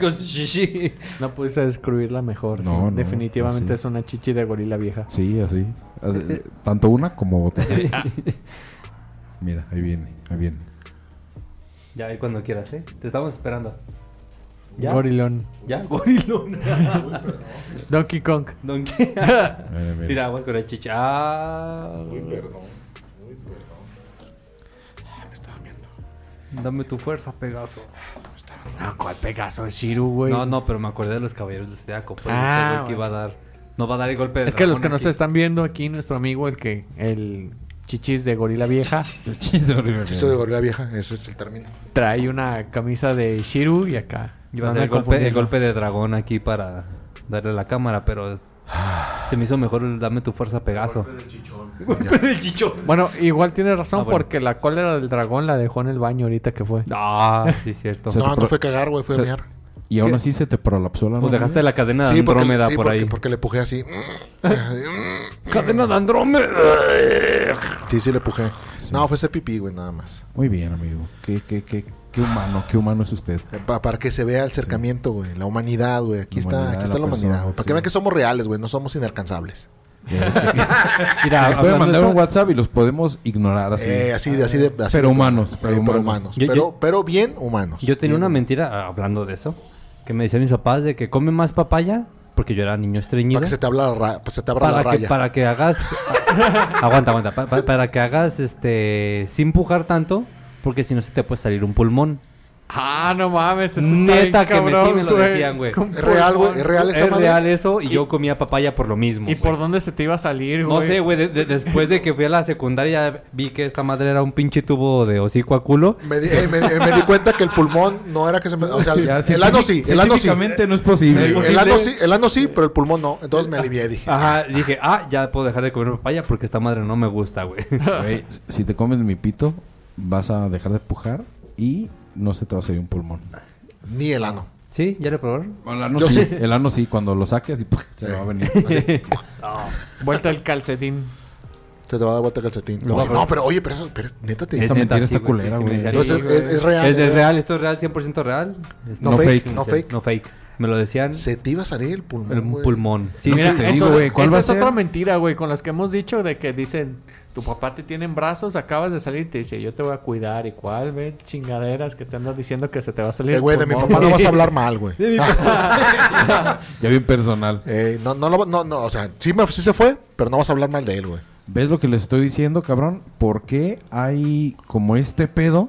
Speaker 5: Con su shishi.
Speaker 6: No pudiste describirla mejor. sí.
Speaker 3: No, no,
Speaker 6: Definitivamente
Speaker 3: sí.
Speaker 6: es una chichi de gorila vieja.
Speaker 3: Sí, así. Así, Tanto una como
Speaker 5: (laughs)
Speaker 3: otra. Mira, ahí viene, ahí viene.
Speaker 5: Ya, ahí cuando quieras, ¿eh? Te estamos esperando. ¿Ya?
Speaker 6: Gorilón.
Speaker 5: ¿Ya? (laughs) Gorilona.
Speaker 6: Donkey Kong.
Speaker 5: Don
Speaker 3: Mira, mira.
Speaker 5: Tira agua con la chicha. Ah, Ah, Dame tu fuerza, Pegaso.
Speaker 6: No, ¿cuál Pegaso es Shiru, güey?
Speaker 5: No, no, pero me acordé de los caballeros del Zodiaco. Pues
Speaker 6: Ah,
Speaker 5: ah, que iba a dar. No va a dar el golpe de
Speaker 6: Es que los
Speaker 5: dragón
Speaker 6: que nos
Speaker 5: aquí.
Speaker 6: están viendo aquí, nuestro amigo, el que, el chichis de gorila vieja,
Speaker 4: Chisto de gorila vieja, ese es el término.
Speaker 6: trae una camisa de Shiru y acá.
Speaker 5: Iba a
Speaker 6: No
Speaker 5: dar el golpe,
Speaker 6: me
Speaker 5: el
Speaker 6: confundiendo.
Speaker 5: golpe de dragón aquí para darle la cámara, pero se me hizo mejor el dame tu fuerza, Pegaso. Golpe del chichón.
Speaker 6: Bueno, igual tiene razón
Speaker 5: Ah, bueno.
Speaker 6: porque la cólera del dragón la dejó en el baño ahorita que fue.
Speaker 5: Ah, sí, cierto.
Speaker 3: Se te
Speaker 4: No,
Speaker 3: pro-
Speaker 4: no fue cagar, güey, fue
Speaker 3: se-
Speaker 4: mear.
Speaker 3: Y aún así se te prolapsó la mano.
Speaker 5: Pues dejaste la cadena de
Speaker 4: Sí, porque,
Speaker 5: Andrómeda
Speaker 4: sí,
Speaker 5: por
Speaker 4: porque-
Speaker 5: ahí.
Speaker 4: porque le pujé así.
Speaker 5: (laughs) Cadena de Andrómeda.
Speaker 4: Sí, sí, le pujé. No, fue ese pipí, güey, nada más.
Speaker 3: Muy bien, amigo. Qué, qué, qué, qué humano, qué humano es usted.
Speaker 4: Eh, pa- para que se vea el cercamiento, güey. La humanidad, güey. Aquí
Speaker 3: La
Speaker 4: está,
Speaker 3: humanidad
Speaker 4: aquí
Speaker 3: de
Speaker 4: está
Speaker 3: la
Speaker 4: la humanidad,
Speaker 3: persona,
Speaker 4: güey. Para
Speaker 3: sí.
Speaker 4: que vean que somos reales, güey. No somos inalcanzables.
Speaker 5: Mira,
Speaker 3: Nos pueden
Speaker 5: Ah, hablando de
Speaker 3: mandar
Speaker 5: eso-
Speaker 3: un WhatsApp y los podemos ignorar así.
Speaker 4: Eh, así de, así de. así
Speaker 3: Pero
Speaker 4: de-
Speaker 3: humanos,
Speaker 4: eh,
Speaker 3: pero humanos.
Speaker 5: Yo- yo-
Speaker 4: pero, pero bien humanos.
Speaker 5: Pues Yo tenía
Speaker 4: Bien
Speaker 5: una
Speaker 4: humanos.
Speaker 5: mentira ah, hablando de eso, que me decían mis papás de que come más papaya, porque yo era niño estreñido.
Speaker 4: Para que se te, habla la ra- pues, se te abra la
Speaker 5: para que,
Speaker 4: raya.
Speaker 5: para que hagas.
Speaker 4: (laughs)
Speaker 5: aguanta, aguanta. pa- pa- para que hagas este. Sin pujar tanto, porque si no se te puede salir un pulmón.
Speaker 6: Ah, no mames, eso está
Speaker 5: Neta
Speaker 6: bien
Speaker 5: que me- sí
Speaker 6: cabrón,
Speaker 5: me lo
Speaker 6: güey.
Speaker 5: decían, güey.
Speaker 6: Con
Speaker 4: Es real, güey. Es
Speaker 6: pulmón.
Speaker 4: real esa
Speaker 5: Es
Speaker 4: madre.
Speaker 5: real eso y, yo comía papaya por lo mismo.
Speaker 6: ¿Y por
Speaker 5: güey.
Speaker 6: dónde se te iba a salir, güey?
Speaker 5: No sé, güey. de- de- después de que fui a la secundaria vi que esta madre era un pinche tubo de hocico a culo.
Speaker 4: Me di, eh, me- eh, me di cuenta que el pulmón no era que se me.
Speaker 5: (laughs)
Speaker 4: O sea, el,
Speaker 3: Ya,
Speaker 4: el ano sí, el ano sí.
Speaker 3: científicamente no es posible.
Speaker 4: El, el
Speaker 5: posible.
Speaker 4: ano sí, el ano sí, pero el pulmón no. Entonces me alivié, dije.
Speaker 5: Ajá, dije, ah, ya puedo dejar de comer papaya porque esta madre no me
Speaker 4: (laughs)
Speaker 5: gusta, güey.
Speaker 3: Güey, si te comes mi pito, vas a dejar de pujar y no se te va a salir un pulmón.
Speaker 4: Ni el ano.
Speaker 5: ¿Sí? ¿Ya le probaron?
Speaker 3: El ano
Speaker 4: Yo
Speaker 3: sí.
Speaker 4: sí.
Speaker 3: El ano sí, cuando lo saques, y, ¡puf! se le va a venir.
Speaker 6: Vuelta el calcetín.
Speaker 4: Se te va a dar vuelta el calcetín.
Speaker 5: Lo
Speaker 4: Oye,
Speaker 5: bajo.
Speaker 4: no, pero oye, pero eso, pero neta te
Speaker 3: Esa
Speaker 5: neta,
Speaker 3: mentira
Speaker 5: sí,
Speaker 3: está
Speaker 5: güey,
Speaker 3: culera,
Speaker 5: sí, sí me
Speaker 3: güey.
Speaker 5: decía,
Speaker 4: No, es,
Speaker 5: sí,
Speaker 4: es- es real.
Speaker 5: Es, es
Speaker 4: eh.
Speaker 5: real, esto es real, 100% real. Es-
Speaker 4: No,
Speaker 3: No
Speaker 4: fake,
Speaker 3: fake.
Speaker 4: No fake.
Speaker 5: No fake. Me lo decían
Speaker 4: Se te iba a salir el pulmón.
Speaker 5: el
Speaker 4: güey.
Speaker 5: pulmón. Sí,
Speaker 3: No,
Speaker 5: mira,
Speaker 3: que te digo,
Speaker 6: Entonces,
Speaker 3: güey, ¿cuál
Speaker 6: esa
Speaker 3: va a
Speaker 6: es otra
Speaker 3: ser?
Speaker 6: mentira, güey, con las que hemos dicho de que dicen, tu papá te tiene en brazos, acabas de salir, te dice, yo te voy a cuidar. ¿Y cuál, ve? Chingaderas que te andas diciendo que se te va a salir
Speaker 4: Eh,
Speaker 6: el
Speaker 4: güey, de mi
Speaker 6: pulmón.
Speaker 4: papá no vas a
Speaker 6: (laughs)
Speaker 4: hablar mal,
Speaker 5: (laughs)
Speaker 4: güey. Ah.
Speaker 3: Ya bien
Speaker 4: (laughs)
Speaker 3: personal.
Speaker 4: Eh, no, no, lo- no, no, o sea, sí, me- sí se fue, pero no vas a hablar mal de él, güey.
Speaker 3: ¿Ves lo que les estoy diciendo, cabrón? ¿Por qué hay como este pedo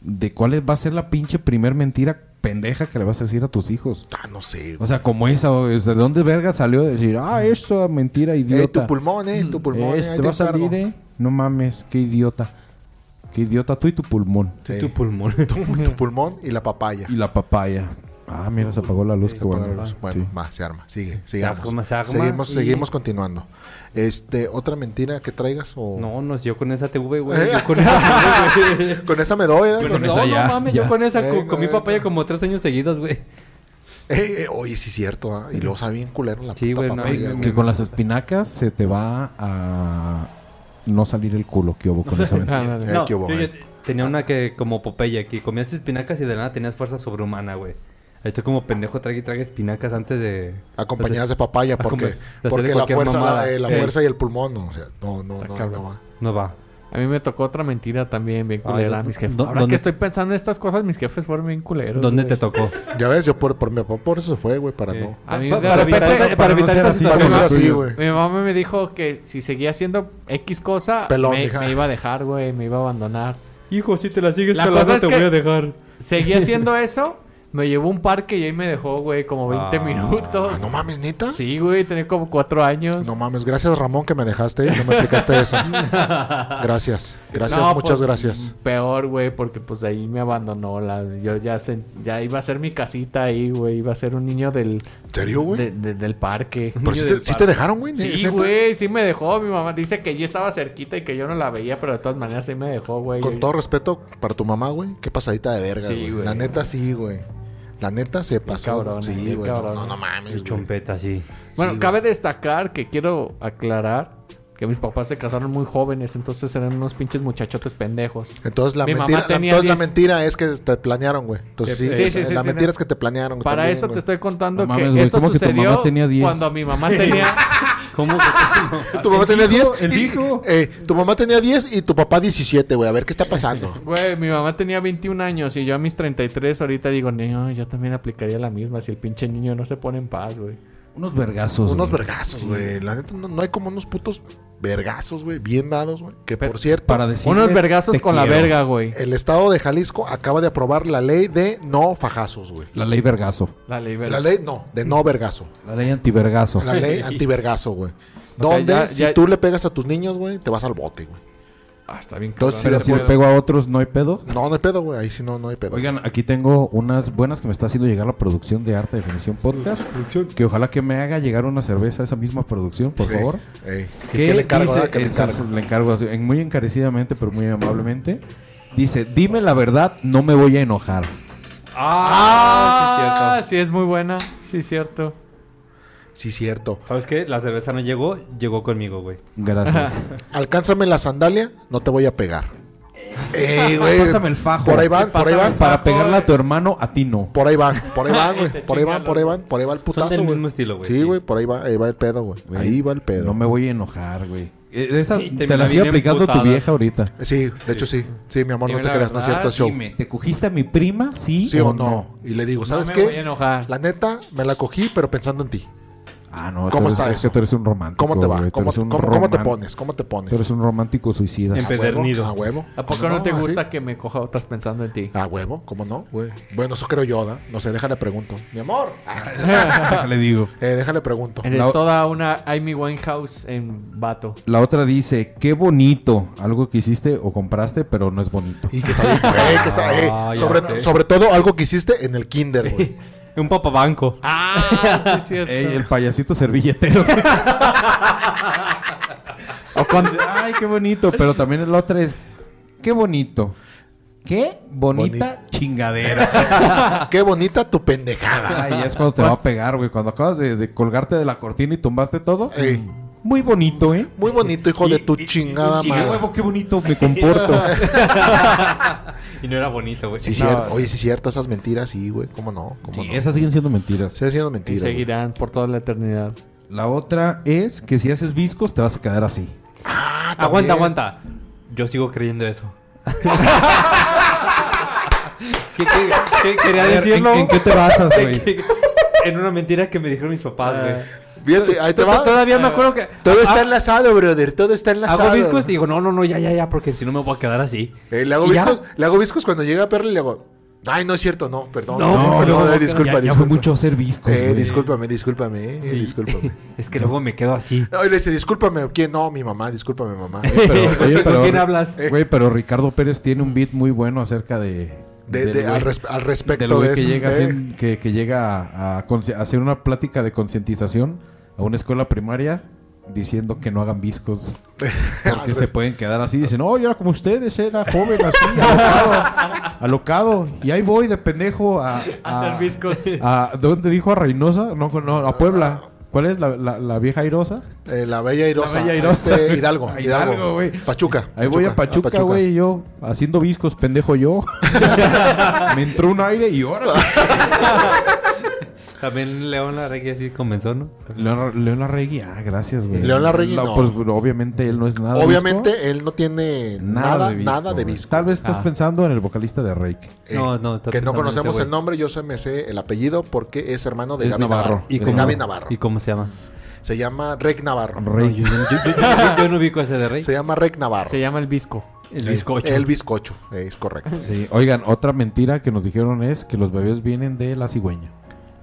Speaker 3: de cuál va a ser la pinche primer mentira pendeja que le vas a decir a tus hijos?
Speaker 4: Ah, no sé.
Speaker 3: O
Speaker 4: güey.
Speaker 3: sea, como esa, o sea, ¿de dónde verga salió de decir, ah, esto mentira
Speaker 4: Eh,
Speaker 3: idiota?
Speaker 4: tu pulmón, eh,
Speaker 5: Mm.
Speaker 4: tu pulmón.
Speaker 3: Eh,
Speaker 4: eh,
Speaker 3: este
Speaker 4: ahí te
Speaker 3: va a salir,
Speaker 4: encargo.
Speaker 3: eh. No mames, qué idiota. Qué idiota tú y tu pulmón.
Speaker 4: Sí.
Speaker 5: tu pulmón.
Speaker 4: (laughs) Tu, tu pulmón y la papaya.
Speaker 3: Y la papaya. Ah, mira, se apagó la luz, qué bueno.
Speaker 4: Bueno,
Speaker 3: Sí.
Speaker 4: va, se arma. Sigue, sigamos.
Speaker 5: arma, se arma
Speaker 4: seguimos,
Speaker 5: y-
Speaker 4: seguimos continuando. Este, ¿otra mentira que traigas o...?
Speaker 5: (laughs) No, no, yo con esa TV, güey. Yo con esa güey.
Speaker 4: Eh. (laughs) Con esa me doy, ¿eh?
Speaker 3: Con
Speaker 5: no,
Speaker 3: esa ya,
Speaker 5: no mames,
Speaker 3: ya.
Speaker 5: yo con esa co-
Speaker 4: Eh,
Speaker 5: comí
Speaker 4: eh,
Speaker 5: papaya como tres años seguidos, güey.
Speaker 4: Eh, eh, oye, sí es cierto, ¿ah? Y luego sabía bien culero la
Speaker 5: Sí,
Speaker 4: puta
Speaker 5: güey, no,
Speaker 4: papaya,
Speaker 5: no,
Speaker 4: güey.
Speaker 3: Que con las espinacas se te va a no salir el culo, que hubo
Speaker 4: (laughs)
Speaker 3: con esa
Speaker 6: Ah,
Speaker 3: mentira.
Speaker 4: Eh,
Speaker 5: No,
Speaker 4: ¿qué hubo,
Speaker 5: yo- yo
Speaker 4: eh?
Speaker 5: tenía una que como Popeye que comías espinacas y de la nada tenías fuerza sobrehumana, güey. Ahí Estoy como pendejo trague y trague espinacas antes de
Speaker 4: Acompañadas de papaya,
Speaker 5: acompa- de
Speaker 4: porque,
Speaker 5: hacer
Speaker 4: porque la
Speaker 5: cualquier
Speaker 4: fuerza,
Speaker 5: mamada.
Speaker 4: la, eh, la
Speaker 5: Eh.
Speaker 4: fuerza y el pulmón, no, o sea, no, no, no, no va.
Speaker 5: No va.
Speaker 6: A mí me tocó otra mentira también, bien
Speaker 5: Ay,
Speaker 6: culera,
Speaker 5: ¿dó-
Speaker 6: mis jefes.
Speaker 5: dó-
Speaker 6: Ahora
Speaker 5: dónde-
Speaker 6: que estoy pensando en estas cosas, mis jefes fueron bien culeros.
Speaker 5: ¿Dónde
Speaker 6: güey.
Speaker 5: te tocó?
Speaker 4: Ya ves, yo por, por mi papá por eso se fue, güey, para no...
Speaker 6: (laughs) A mí
Speaker 5: Pa-
Speaker 6: de
Speaker 5: para
Speaker 6: repente-
Speaker 5: evitar-
Speaker 6: para
Speaker 5: para
Speaker 3: no
Speaker 5: evitar
Speaker 3: ser
Speaker 5: esta
Speaker 3: así,
Speaker 4: Para
Speaker 3: como
Speaker 4: no
Speaker 5: situación.
Speaker 4: ser
Speaker 3: los
Speaker 4: así,
Speaker 3: tuyos.
Speaker 4: güey.
Speaker 6: Mi mamá me dijo que si seguía haciendo X cosa,
Speaker 4: Pelón,
Speaker 6: me,
Speaker 4: hija.
Speaker 6: me iba a dejar, güey, me iba a abandonar.
Speaker 5: Hijo, si te la sigues
Speaker 6: La
Speaker 5: calando,
Speaker 6: cosa es
Speaker 5: te
Speaker 6: que-
Speaker 5: voy a dejar.
Speaker 4: (laughs)
Speaker 6: Seguía haciendo eso, me llevó a un parque y ahí me dejó, güey, como 20
Speaker 5: Ah.
Speaker 4: Ah,
Speaker 6: minutos.
Speaker 4: no mames, ¿neta?
Speaker 6: Sí, güey, tenía como 4 años.
Speaker 4: No mames, gracias Ramón que me dejaste, no me explicaste
Speaker 6: (laughs)
Speaker 4: eso. Gracias, gracias,
Speaker 6: No,
Speaker 4: muchas
Speaker 6: pues,
Speaker 4: gracias.
Speaker 6: Peor, güey, porque pues ahí me abandonó. La, yo ya, se- ya iba a ser mi casita ahí, güey. Iba a ser un niño del,
Speaker 4: ¿En serio, güey?
Speaker 6: de- de- del parque.
Speaker 4: Pero sí te, sí te dejaron, güey. ¿es
Speaker 6: Sí,
Speaker 4: neta?
Speaker 6: güey, sí me dejó. Mi mamá dice que ella estaba cerquita y que yo no la veía, pero de todas maneras sí me dejó, güey.
Speaker 4: Con todo respeto para tu mamá, güey. Qué pasadita de verga,
Speaker 6: Sí,
Speaker 4: güey.
Speaker 6: güey. eh,
Speaker 4: La neta sí, güey. La neta se pasó.
Speaker 6: cabrona,
Speaker 4: sí,
Speaker 6: bien
Speaker 4: güey. No,
Speaker 6: cabrona.
Speaker 4: no, no mames, güey.
Speaker 5: Chompeta, sí.
Speaker 6: Bueno,
Speaker 4: Sí,
Speaker 6: cabe destacar que quiero aclarar que mis papás se casaron muy jóvenes, entonces eran unos pinches muchachotes pendejos.
Speaker 4: Entonces la
Speaker 6: Mi mamá
Speaker 4: mentira, la-
Speaker 6: tenía
Speaker 4: entonces la
Speaker 6: 10.
Speaker 4: mentira es que te planearon, güey. Entonces sí,
Speaker 6: Sí, sí,
Speaker 4: es-
Speaker 6: sí,
Speaker 4: la
Speaker 6: sí,
Speaker 4: mentira
Speaker 6: no.
Speaker 4: es que te planearon. güey,
Speaker 6: Para
Speaker 4: también,
Speaker 6: esto
Speaker 4: güey.
Speaker 6: te estoy contando
Speaker 3: No mames,
Speaker 6: que
Speaker 3: güey,
Speaker 6: esto
Speaker 3: ¿cómo que tu
Speaker 6: sucedió
Speaker 3: mamá tenía 10?
Speaker 6: cuando mi mamá tenía (laughs)
Speaker 5: ¿Cómo?
Speaker 4: Tu mamá tenía 10.
Speaker 3: el
Speaker 4: y-
Speaker 3: hijo.
Speaker 4: eh, tu mamá tenía 10 y tu papá 17, güey. A ver qué está pasando.
Speaker 6: Güey, mi mamá tenía 21 años y yo a mis 33 ahorita digo, no, yo también aplicaría la misma si el pinche niño no se pone en paz, güey.
Speaker 3: Unos vergazos.
Speaker 4: unos
Speaker 3: güey,
Speaker 4: vergazos, güey. La neta no, no hay como unos putos vergazos, güey. Bien dados, güey. Que
Speaker 6: Pero-
Speaker 4: por cierto,
Speaker 3: Para decir.
Speaker 6: Unos vergazos con la verga, güey.
Speaker 4: el estado de Jalisco acaba de aprobar la ley de no fajazos, güey.
Speaker 3: La ley vergazo.
Speaker 6: La ley,
Speaker 4: La ley, no, de no vergazo.
Speaker 3: La ley antivergazo. (laughs)
Speaker 4: La ley antivergazo, güey.
Speaker 6: O sea,
Speaker 4: Donde
Speaker 6: ya-
Speaker 4: si
Speaker 6: ya-
Speaker 4: tú le pegas a tus niños, güey, te vas al bote, güey.
Speaker 6: Ah, está bien.
Speaker 4: Entonces,
Speaker 6: cabrón.
Speaker 3: Pero si le pego a otros, no hay pedo.
Speaker 4: No, no hay pedo, güey. Ahí sí no, no hay pedo.
Speaker 3: Oigan, aquí tengo unas buenas que me está haciendo llegar la producción de Arte Definición Podcast. Que ojalá que me haga llegar una cerveza a esa misma producción, por
Speaker 4: Sí.
Speaker 3: favor.
Speaker 4: Ey. ¿Y
Speaker 3: ¿Qué
Speaker 4: qué le encargo?
Speaker 3: dice?
Speaker 4: ah? ¿Qué le
Speaker 3: Eh, se-
Speaker 4: encargo?
Speaker 3: se- le encargo así, en- muy encarecidamente, pero muy amablemente. Dice, dime la verdad, no me voy a enojar.
Speaker 6: Ah,
Speaker 5: Ah, sí, cierto.
Speaker 6: sí, es muy buena. Sí, cierto.
Speaker 4: Sí, cierto.
Speaker 5: ¿Sabes qué? La cerveza no llegó, llegó conmigo, güey.
Speaker 4: (laughs)
Speaker 3: Gracias.
Speaker 4: Alcánzame la sandalia, no te voy a pegar. Ey, güey.
Speaker 3: Eh, Pásame el fajo.
Speaker 4: Por ahí van, por ahí
Speaker 6: Pásame
Speaker 4: van.
Speaker 6: el fajo.
Speaker 3: Para pegarle a tu hermano, a ti no.
Speaker 4: Por ahí van, por ahí
Speaker 6: (laughs)
Speaker 4: van, güey.
Speaker 6: te
Speaker 4: Por ahí van,
Speaker 6: chingan
Speaker 4: por ahí
Speaker 6: los-
Speaker 4: van, por ahí va el putazo,
Speaker 5: del
Speaker 4: güey.
Speaker 5: mismo estilo, güey,
Speaker 4: Sí,
Speaker 5: sí.
Speaker 4: güey, por ahí va, ahí va el pedo, güey.
Speaker 3: Güey,
Speaker 4: Ahí va el pedo.
Speaker 3: No me voy a enojar, güey. Eh, Esa
Speaker 5: Y
Speaker 3: te la
Speaker 5: termina
Speaker 3: sigue
Speaker 5: bien
Speaker 3: aplicando tu
Speaker 5: emputada.
Speaker 3: vieja ahorita.
Speaker 4: Sí, de hecho sí. Sí, mi amor, no
Speaker 6: Dime
Speaker 4: te
Speaker 6: la
Speaker 4: creas, no es cierto, es show.
Speaker 3: Dime, ¿te cogiste a mi prima? Sí,
Speaker 4: Sí o no. Y le digo,
Speaker 6: No
Speaker 4: ¿sabes
Speaker 6: me voy a
Speaker 4: qué?
Speaker 6: enojar.
Speaker 4: La neta, me la cogí, pero pensando en ti.
Speaker 3: Ah, no,
Speaker 4: ¿Cómo
Speaker 3: tú eres- es
Speaker 4: está eso?
Speaker 3: que tú eres un romántico.
Speaker 4: ¿Cómo te va?
Speaker 3: güey, tú
Speaker 4: ¿Cómo,
Speaker 3: eres un
Speaker 4: cómo- cómo te
Speaker 3: román-
Speaker 4: pones? ¿Cómo te pones?
Speaker 3: Tú eres un romántico suicida.
Speaker 4: ¿A huevo?
Speaker 5: Empedernido.
Speaker 4: ¿A huevo?
Speaker 6: ¿A poco no, te
Speaker 4: ¿Así?
Speaker 6: gusta que me coja otras pensando en
Speaker 3: Ah,
Speaker 6: ti?
Speaker 4: ¿A huevo? ¿Cómo no? güey? Bueno, eso creo yo, ¿da? No sé, déjale pregunto. Mi
Speaker 6: (laughs)
Speaker 4: amor.
Speaker 3: Déjale digo.
Speaker 4: Eh, déjale pregunto.
Speaker 6: Eres
Speaker 3: La-
Speaker 6: toda una Amy Winehouse en vato.
Speaker 3: La otra dice, qué bonito. Algo que hiciste o compraste, pero no es bonito.
Speaker 4: Y que está bien, güey, que está, eh,
Speaker 5: (laughs) Ah, ya
Speaker 4: sobre,
Speaker 5: sé.
Speaker 4: sobre todo algo que hiciste en el kinder,
Speaker 5: (laughs)
Speaker 4: güey.
Speaker 5: Un papabanco.
Speaker 6: Ah, (laughs) sí es cierto.
Speaker 3: Ey, el payasito
Speaker 4: (laughs)
Speaker 3: servilletero. O cuando- ay, qué bonito. Pero también el otro es, qué bonito. Qué bonita chingadera.
Speaker 4: Qué bonita tu pendejada.
Speaker 3: Ay, es cuando te va a pegar, güey. Cuando acabas de, de colgarte de la cortina y tumbaste todo.
Speaker 4: Ey,
Speaker 3: Muy bonito, ¿eh?
Speaker 4: muy bonito, hijo de tu chingada
Speaker 3: Sí,
Speaker 4: madre.
Speaker 3: huevo, qué bonito
Speaker 4: (laughs)
Speaker 3: me comporto.
Speaker 5: Y no era bonito, güey.
Speaker 4: Sí, cierto. Oye, sí, cierto, esas mentiras, sí, güey. ¿Cómo no? ¿Cómo
Speaker 3: Sí,
Speaker 4: no?
Speaker 3: esas siguen siendo mentiras.
Speaker 4: Sigue siendo
Speaker 6: y
Speaker 4: mentira. güey.
Speaker 6: seguirán por toda la eternidad.
Speaker 3: La otra es que si haces viscos te vas a quedar así.
Speaker 5: aguanta, aguanta. Yo sigo creyendo eso. (laughs) ¿Qué, qué- qué quería
Speaker 3: A ver, ¿en,
Speaker 5: decirlo?
Speaker 3: en qué te basas, güey?
Speaker 5: Que- (laughs) en una mentira que me dijeron mis papás, güey.
Speaker 4: Fíjate, ahí te va.
Speaker 5: Todavía
Speaker 3: Ah.
Speaker 5: me acuerdo que.
Speaker 4: Todo está enlazado, brother. Todo está enlazado.
Speaker 5: Hago viscos y digo, no, no, no, ya, ya, ya, porque si no me voy a quedar así.
Speaker 4: Eh, le, hago
Speaker 5: ¿Y ya?
Speaker 4: viscos, le hago viscos cuando llega Perla y le hago. Ay, no es cierto, no, perdón.
Speaker 5: No,
Speaker 4: perdón,
Speaker 5: no,
Speaker 4: eh,
Speaker 5: no,
Speaker 4: disculpa,
Speaker 3: ya, ya
Speaker 4: disculpa.
Speaker 3: fue mucho hacer viscos,
Speaker 4: Eh,
Speaker 3: güey.
Speaker 4: discúlpame, discúlpame, eh, discúlpame.
Speaker 5: (laughs) Es que luego me quedo (laughs) así.
Speaker 4: No, y le dice, discúlpame, ¿quién? No, mi mamá, discúlpame,
Speaker 5: (laughs)
Speaker 4: mamá. (laughs)
Speaker 3: Pero, oye,
Speaker 5: ¿Con
Speaker 3: pero-
Speaker 5: quién hablas?
Speaker 3: Güey, pero Ricardo Pérez tiene un beat muy bueno acerca de...
Speaker 4: De-
Speaker 3: del
Speaker 4: de-
Speaker 3: güey-
Speaker 4: al, res- al respecto
Speaker 3: del güey
Speaker 4: de
Speaker 3: que
Speaker 4: eso,
Speaker 3: llega, a
Speaker 4: eh.
Speaker 3: hacer, que, que llega a, a conci- a hacer una plática de concientización a una escuela primaria diciendo que no hagan
Speaker 4: (laughs)
Speaker 3: viscos. Porque se pueden quedar así. Dicen, no, yo era como ustedes, era joven
Speaker 4: (laughs)
Speaker 3: así, alocado. alocado. Y ahí voy de pendejo a... a-
Speaker 5: viscos.
Speaker 3: a- ¿Dónde dijo a Reynosa? No, no,
Speaker 4: Ah.
Speaker 3: a Puebla. ¿Cuál es la, la- la vieja airosa?
Speaker 4: Eh, la bella Irosa.
Speaker 3: La Bella Irosa.
Speaker 4: este, Hidalgo.
Speaker 3: A (laughs) Hidalgo,
Speaker 4: Hidalgo,
Speaker 3: güey.
Speaker 4: Pachuca.
Speaker 3: Ahí voy a Pachuca, güey, yo haciendo viscos, pendejo
Speaker 4: (laughs)
Speaker 3: yo. (laughs) Me entró un aire y ahora.
Speaker 5: También León Larregui así comenzó, ¿no?
Speaker 3: León León Larregui, ah, gracias, güey.
Speaker 4: León Larregui, no.
Speaker 3: Pues obviamente él no es nada.
Speaker 4: Obviamente,
Speaker 3: visco.
Speaker 4: él no tiene nada, nada de
Speaker 3: güey.
Speaker 4: visco.
Speaker 3: Tal vez estás
Speaker 5: Ah.
Speaker 3: pensando en el vocalista de Reik.
Speaker 4: Eh,
Speaker 5: No, no, está
Speaker 4: que no
Speaker 5: pensando en
Speaker 4: conocemos
Speaker 5: ese güey.
Speaker 4: el nombre, yo se me sé el apellido porque es hermano de
Speaker 3: Es
Speaker 4: Gaby
Speaker 3: Navarro.
Speaker 4: Navarro.
Speaker 3: ¿Y
Speaker 4: de
Speaker 3: cómo?
Speaker 4: Gaby Navarro.
Speaker 5: ¿Y cómo se llama?
Speaker 4: Se llama Rec Navarro.
Speaker 3: Reik.
Speaker 5: Yo, yo- yo- yo- yo no ubico ese de Rey.
Speaker 4: Se llama Rec Navarro.
Speaker 6: Se llama el Visco.
Speaker 5: El bizcocho.
Speaker 4: El bizcocho, eh, es correcto.
Speaker 3: Sí, Oigan, otra mentira que nos dijeron es que los bebés vienen de la cigüeña.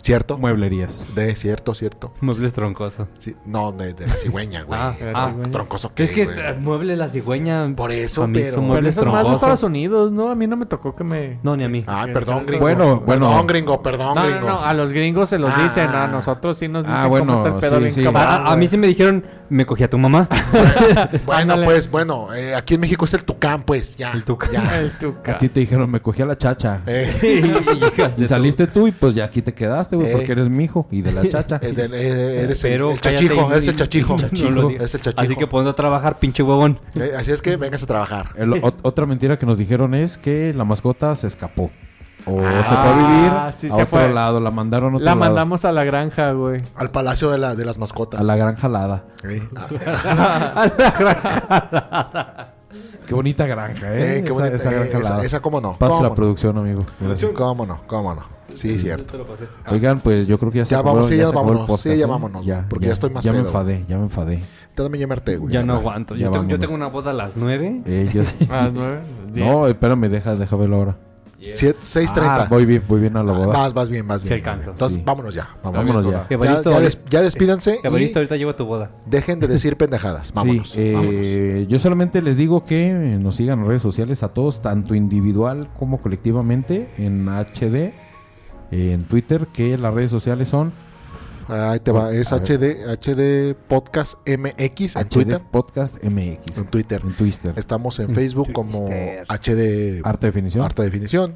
Speaker 4: ¿Cierto?
Speaker 3: Mueblerías.
Speaker 4: De cierto, cierto.
Speaker 5: Muebles troncoso.
Speaker 4: Sí, No, de, de la cigüeña, güey.
Speaker 5: Ah,
Speaker 6: de la
Speaker 4: Ah,
Speaker 6: cigüeña.
Speaker 4: troncoso
Speaker 5: Que
Speaker 4: que
Speaker 5: es que eh, mueble la cigüeña.
Speaker 4: Por eso,
Speaker 5: a mí
Speaker 4: pero-
Speaker 5: son
Speaker 4: Pero
Speaker 6: Pero
Speaker 5: muebles
Speaker 6: eso es más de
Speaker 5: troncosos.
Speaker 6: Estados Unidos, ¿no? A mí no me tocó que me...
Speaker 5: No, ni a mí.
Speaker 4: Ay, Ah, perdón,
Speaker 6: Entonces,
Speaker 4: gringo.
Speaker 3: bueno, bueno.
Speaker 4: Perdón, gringo, perdón,
Speaker 6: No, no,
Speaker 4: gringo.
Speaker 6: no, a los gringos se los
Speaker 4: Ah.
Speaker 6: dicen, a nosotros sí nos
Speaker 3: Ah,
Speaker 6: dicen
Speaker 3: bueno,
Speaker 6: cómo está el pedo
Speaker 3: sí, Ah,
Speaker 6: bien
Speaker 3: sí.
Speaker 6: cabrón,
Speaker 5: A, a mí
Speaker 6: güey.
Speaker 5: sí me dijeron, me cogí a
Speaker 4: (laughs)
Speaker 5: tu mamá. (laughs)
Speaker 4: Bueno,
Speaker 6: Ándale.
Speaker 4: pues, bueno, eh, aquí en México es el Tucán, pues, ya.
Speaker 5: El Tucán.
Speaker 4: ya.
Speaker 6: (laughs) El Tuca.
Speaker 3: A ti te dijeron, me cogí a la chacha.
Speaker 4: Eh,
Speaker 5: y, llegaste
Speaker 3: Y saliste tú y pues ya aquí te quedaste, güey,
Speaker 4: Eh.
Speaker 3: porque eres mi hijo y de
Speaker 4: (laughs)
Speaker 3: la chacha.
Speaker 4: eh, del- eh, eres el-
Speaker 5: Pero
Speaker 4: el, chachijo,
Speaker 5: cállate y-
Speaker 4: eres el chachijo.
Speaker 5: y- no lo digas.
Speaker 4: Es el chachijo.
Speaker 5: Así que ponte a trabajar, pinche huevón.
Speaker 4: Eh, así es que vengas a trabajar. eh,
Speaker 3: El- o- otra mentira que nos dijeron es que la mascota se escapó. O se fue a
Speaker 4: Ah,
Speaker 3: vivir
Speaker 6: sí,
Speaker 3: a
Speaker 6: se
Speaker 3: otro
Speaker 6: fue.
Speaker 3: lado, la mandaron a otro
Speaker 6: La
Speaker 3: lado,
Speaker 6: mandamos a la granja,
Speaker 3: (laughs)
Speaker 6: güey.
Speaker 4: Al palacio de, la, de las mascotas.
Speaker 3: a la gran jalada.
Speaker 4: Eh,
Speaker 3: (laughs)
Speaker 4: ah,
Speaker 3: Qué bonita granja, ¿eh?
Speaker 4: eh, qué
Speaker 3: esa,
Speaker 4: bonita.
Speaker 3: esa
Speaker 4: eh,
Speaker 3: gran
Speaker 4: esa-
Speaker 3: jalada.
Speaker 4: esa cómo no.
Speaker 3: Pasa
Speaker 4: cómo
Speaker 3: la producción, amigo. Gracias.
Speaker 4: no. Cómo no, cómo no. Sí, cierto.
Speaker 3: Oigan, pues yo creo que ya se
Speaker 4: Ya
Speaker 3: acabó,
Speaker 4: vamos, sí, ya
Speaker 3: se acabó
Speaker 4: vámonos, sí, ya
Speaker 3: ¿eh?
Speaker 4: vámonos, porque ya estoy más
Speaker 3: Ya me
Speaker 4: pedo.
Speaker 3: enfadé, ya me enfadé.
Speaker 4: También ya me harté, güey.
Speaker 5: Ya no
Speaker 4: ¿verdad?
Speaker 5: aguanto.
Speaker 3: Ya
Speaker 5: Yo tengo, yo
Speaker 3: vámonos.
Speaker 5: tengo una boda a las 9.
Speaker 3: Eh,
Speaker 4: (laughs)
Speaker 3: yo-
Speaker 6: A
Speaker 4: Ah,
Speaker 6: las nueve, diez.
Speaker 3: no, espérame, deja, deja verlo ahora.
Speaker 4: Siete- 6.30.
Speaker 3: Ah, voy bien, voy bien a la boda.
Speaker 4: Vas, vas bien, vas bien. vas
Speaker 5: alcanzo.
Speaker 4: bien. Entonces,
Speaker 3: Sí.
Speaker 4: vámonos ya. Vámonos,
Speaker 3: Vámonos ya.
Speaker 4: ya.
Speaker 5: Evaristo,
Speaker 4: ya
Speaker 5: ahorita-
Speaker 4: des- ya despídanse y
Speaker 5: Evaristo, ahorita llevo a tu boda.
Speaker 4: dejen de decir pendejadas. Vámonos.
Speaker 3: sí, eh,
Speaker 4: vámonos.
Speaker 3: yo solamente les digo que nos sigan en redes sociales a todos, tanto individual como colectivamente, en HD, eh, en Twitter, que las redes sociales son
Speaker 4: Ahí te va. Es
Speaker 3: A
Speaker 4: HD, HD Podcast MX en
Speaker 3: HD
Speaker 4: Twitter.
Speaker 3: Podcast MX.
Speaker 4: En Twitter.
Speaker 3: En Twitter.
Speaker 4: Estamos en Facebook como HD
Speaker 3: Arte Mm. Definición.
Speaker 4: Arte Definición.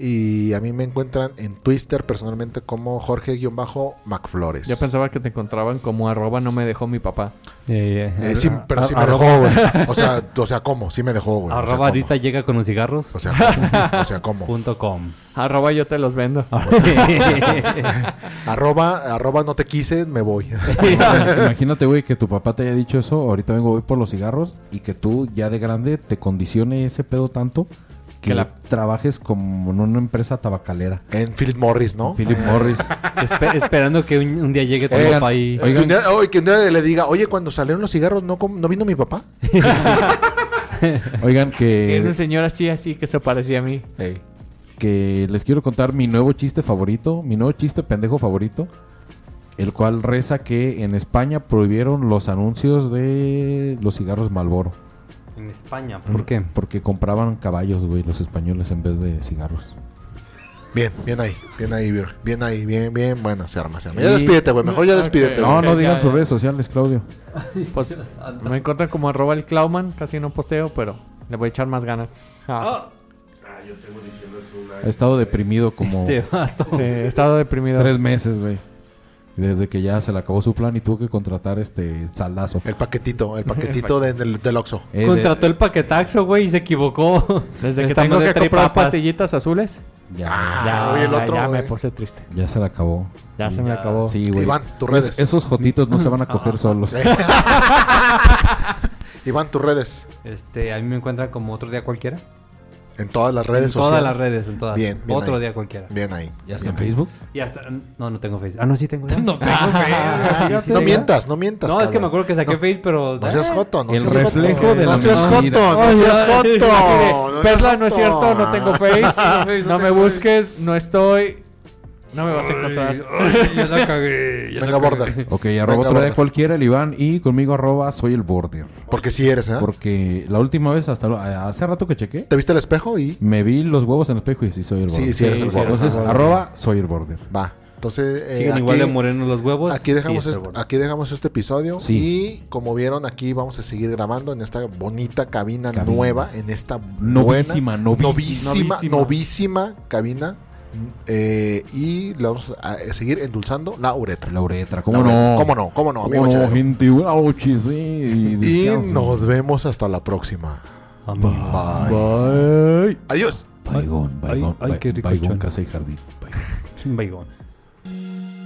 Speaker 4: Y a mí me encuentran en Twitter personalmente como Jorge-MacFlores.
Speaker 6: Yo pensaba que te encontraban como arroba no me dejó mi papá.
Speaker 4: Eh, sí, pero sí me
Speaker 3: Arroba-
Speaker 4: dejó, güey. O sea, o sea, ¿cómo? Sí me dejó, güey. O sea,
Speaker 5: Arroba
Speaker 4: ¿cómo?
Speaker 5: ahorita llega con los cigarros.
Speaker 4: O sea, ¿cómo? O sea, ¿cómo?
Speaker 5: Punto com.
Speaker 6: Arroba yo te los vendo.
Speaker 4: (laughs) Arroba, arroba no te quise, me
Speaker 3: (laughs)
Speaker 4: voy.
Speaker 3: Pues, Imagínate, güey, que tu papá te haya dicho eso, ahorita vengo, voy por los cigarros, y que tú ya de grande te condicione ese pedo tanto que que la trabajes como en una empresa tabacalera.
Speaker 4: En Philip Morris, ¿no?
Speaker 3: Philip Morris.
Speaker 5: Espe- esperando que un, un día llegue tu
Speaker 3: Oigan,
Speaker 5: papá ahí.
Speaker 4: Que un día- oye, que un día le diga, oye, cuando salieron los cigarros, ¿no, com- ¿no vino mi papá?
Speaker 3: Oigan,
Speaker 6: Era un
Speaker 3: que,
Speaker 6: señor así, así que se parecía a mí.
Speaker 3: que les quiero contar mi nuevo chiste favorito, mi nuevo chiste pendejo favorito, el cual reza que en España prohibieron los anuncios de los cigarros Malboro.
Speaker 5: En España, ¿por
Speaker 4: Eh,
Speaker 5: qué?
Speaker 3: Porque compraban caballos, güey, los españoles en vez de cigarros.
Speaker 4: Bien, bien ahí, bien ahí, bien, bien ahí, bien, bien, bueno, se arma, se arma. Ya
Speaker 3: Y-
Speaker 4: despídete, güey, mejor ya despídete.
Speaker 3: No,
Speaker 4: güey.
Speaker 3: no
Speaker 6: Ok,
Speaker 3: digan
Speaker 6: ya,
Speaker 3: sus
Speaker 6: ya.
Speaker 3: redes sociales, Claudio.
Speaker 6: Pues, me encuentran como arroba el clawman, casi no posteo, pero le voy a echar más ganas. Ah,
Speaker 3: He estado deprimido como
Speaker 5: Este vato.
Speaker 6: sí, he estado deprimido.
Speaker 3: tres meses, güey. Desde que ya se le acabó su plan y tuvo que contratar este saldazo.
Speaker 4: El
Speaker 3: (laughs)
Speaker 4: paquetito, el paquetito de- del, del Oxxo.
Speaker 3: Eh, de-
Speaker 5: Contrató el paquetaxo, güey, y se equivocó. (laughs)
Speaker 6: Desde que
Speaker 5: Estamos
Speaker 6: tengo
Speaker 5: de
Speaker 6: que comprar
Speaker 5: tripapas.
Speaker 6: pastillitas azules,
Speaker 3: ya,
Speaker 4: Ah, oye, el
Speaker 6: ya,
Speaker 4: otro,
Speaker 6: ya me
Speaker 4: güey.
Speaker 6: puse triste.
Speaker 3: ya se le acabó.
Speaker 6: Ya se me acabó.
Speaker 3: Sí, güey.
Speaker 4: Iván, tus redes.
Speaker 3: Es- esos jotitos no se van a coger solos.
Speaker 4: Iván, tus redes.
Speaker 5: Este, a mí me encuentran como otro día cualquiera.
Speaker 4: En todas las redes
Speaker 5: en
Speaker 4: sociales.
Speaker 5: todas las redes, en todas.
Speaker 4: Bien, bien
Speaker 5: otro
Speaker 4: ahí.
Speaker 5: día cualquiera.
Speaker 4: Bien ahí.
Speaker 3: (laughs) ¿Ya está en
Speaker 4: (laughs)
Speaker 3: Facebook?
Speaker 5: Y hasta no, no tengo Facebook. Ah, no, sí tengo. ya.
Speaker 3: No tengo
Speaker 5: fíjate.
Speaker 4: No mientas, no mientas.
Speaker 5: No, es que
Speaker 4: cabrón.
Speaker 5: me acuerdo que saqué Facebook, pero
Speaker 4: No seas joto, no
Speaker 3: El
Speaker 4: seas
Speaker 3: reflejo
Speaker 4: joto.
Speaker 3: de
Speaker 4: No
Speaker 3: la
Speaker 4: seas
Speaker 3: mentira.
Speaker 4: joto, (laughs) no
Speaker 5: Ay,
Speaker 4: seas
Speaker 5: ay,
Speaker 4: joto.
Speaker 5: así
Speaker 4: seas
Speaker 5: de,
Speaker 6: Perla, no es cierto, no
Speaker 4: joto. (laughs)
Speaker 6: tengo
Speaker 5: No,
Speaker 6: face.
Speaker 5: Face, no
Speaker 6: No me
Speaker 5: tengo
Speaker 6: busques, no estoy. No me vas
Speaker 5: (laughs)
Speaker 6: a
Speaker 5: Ay,
Speaker 6: encontrar.
Speaker 5: ay, ya la cagué. ya la
Speaker 4: Venga,
Speaker 5: cagué. (laughs)
Speaker 4: border.
Speaker 3: Ok, arroba
Speaker 4: Venga,
Speaker 3: otro día
Speaker 4: border.
Speaker 3: cualquiera, el Iván. Y conmigo arroba soy el border.
Speaker 4: Porque sí eres, ¿eh?
Speaker 3: Porque la última vez, hasta lo- hace rato que chequé,
Speaker 4: ¿Te viste el espejo y
Speaker 3: me vi los huevos en el espejo y sí soy el
Speaker 4: Sí,
Speaker 3: border.
Speaker 4: sí eres el border.
Speaker 3: Entonces, arroba soy el border.
Speaker 4: va? Entonces, eh,
Speaker 5: Siguen igual de morenos los
Speaker 3: Pues,
Speaker 5: huevos.
Speaker 4: aquí dejamos,
Speaker 5: sí, está
Speaker 4: este,
Speaker 5: bueno.
Speaker 4: aquí dejamos este episodio.
Speaker 3: Sí.
Speaker 4: Y como vieron, aquí vamos a seguir grabando en esta bonita cabina,
Speaker 3: Cabina.
Speaker 4: nueva, en esta
Speaker 3: Novísima,
Speaker 4: buena-
Speaker 3: novísima.
Speaker 4: novísima, novísima cabina. eh, y le vamos a a seguir endulzando la uretra.
Speaker 3: La uretra, ¿cómo
Speaker 4: La uretra.
Speaker 3: no?
Speaker 4: ¿Cómo no? ¿Cómo no, amigo
Speaker 3: ¿Cómo no,
Speaker 4: Chedero?
Speaker 3: gente? Buenas noches, sí. Y,
Speaker 4: Y
Speaker 3: descansen.
Speaker 4: nos vemos hasta la próxima.
Speaker 3: Bye.
Speaker 4: Adiós.
Speaker 3: Baigón,
Speaker 5: Ay,
Speaker 3: baigón,
Speaker 5: ay, qué
Speaker 3: ba-
Speaker 5: rico,
Speaker 3: baigón,
Speaker 5: chon.
Speaker 3: casa y jardín. Baigón.
Speaker 5: Un baigón.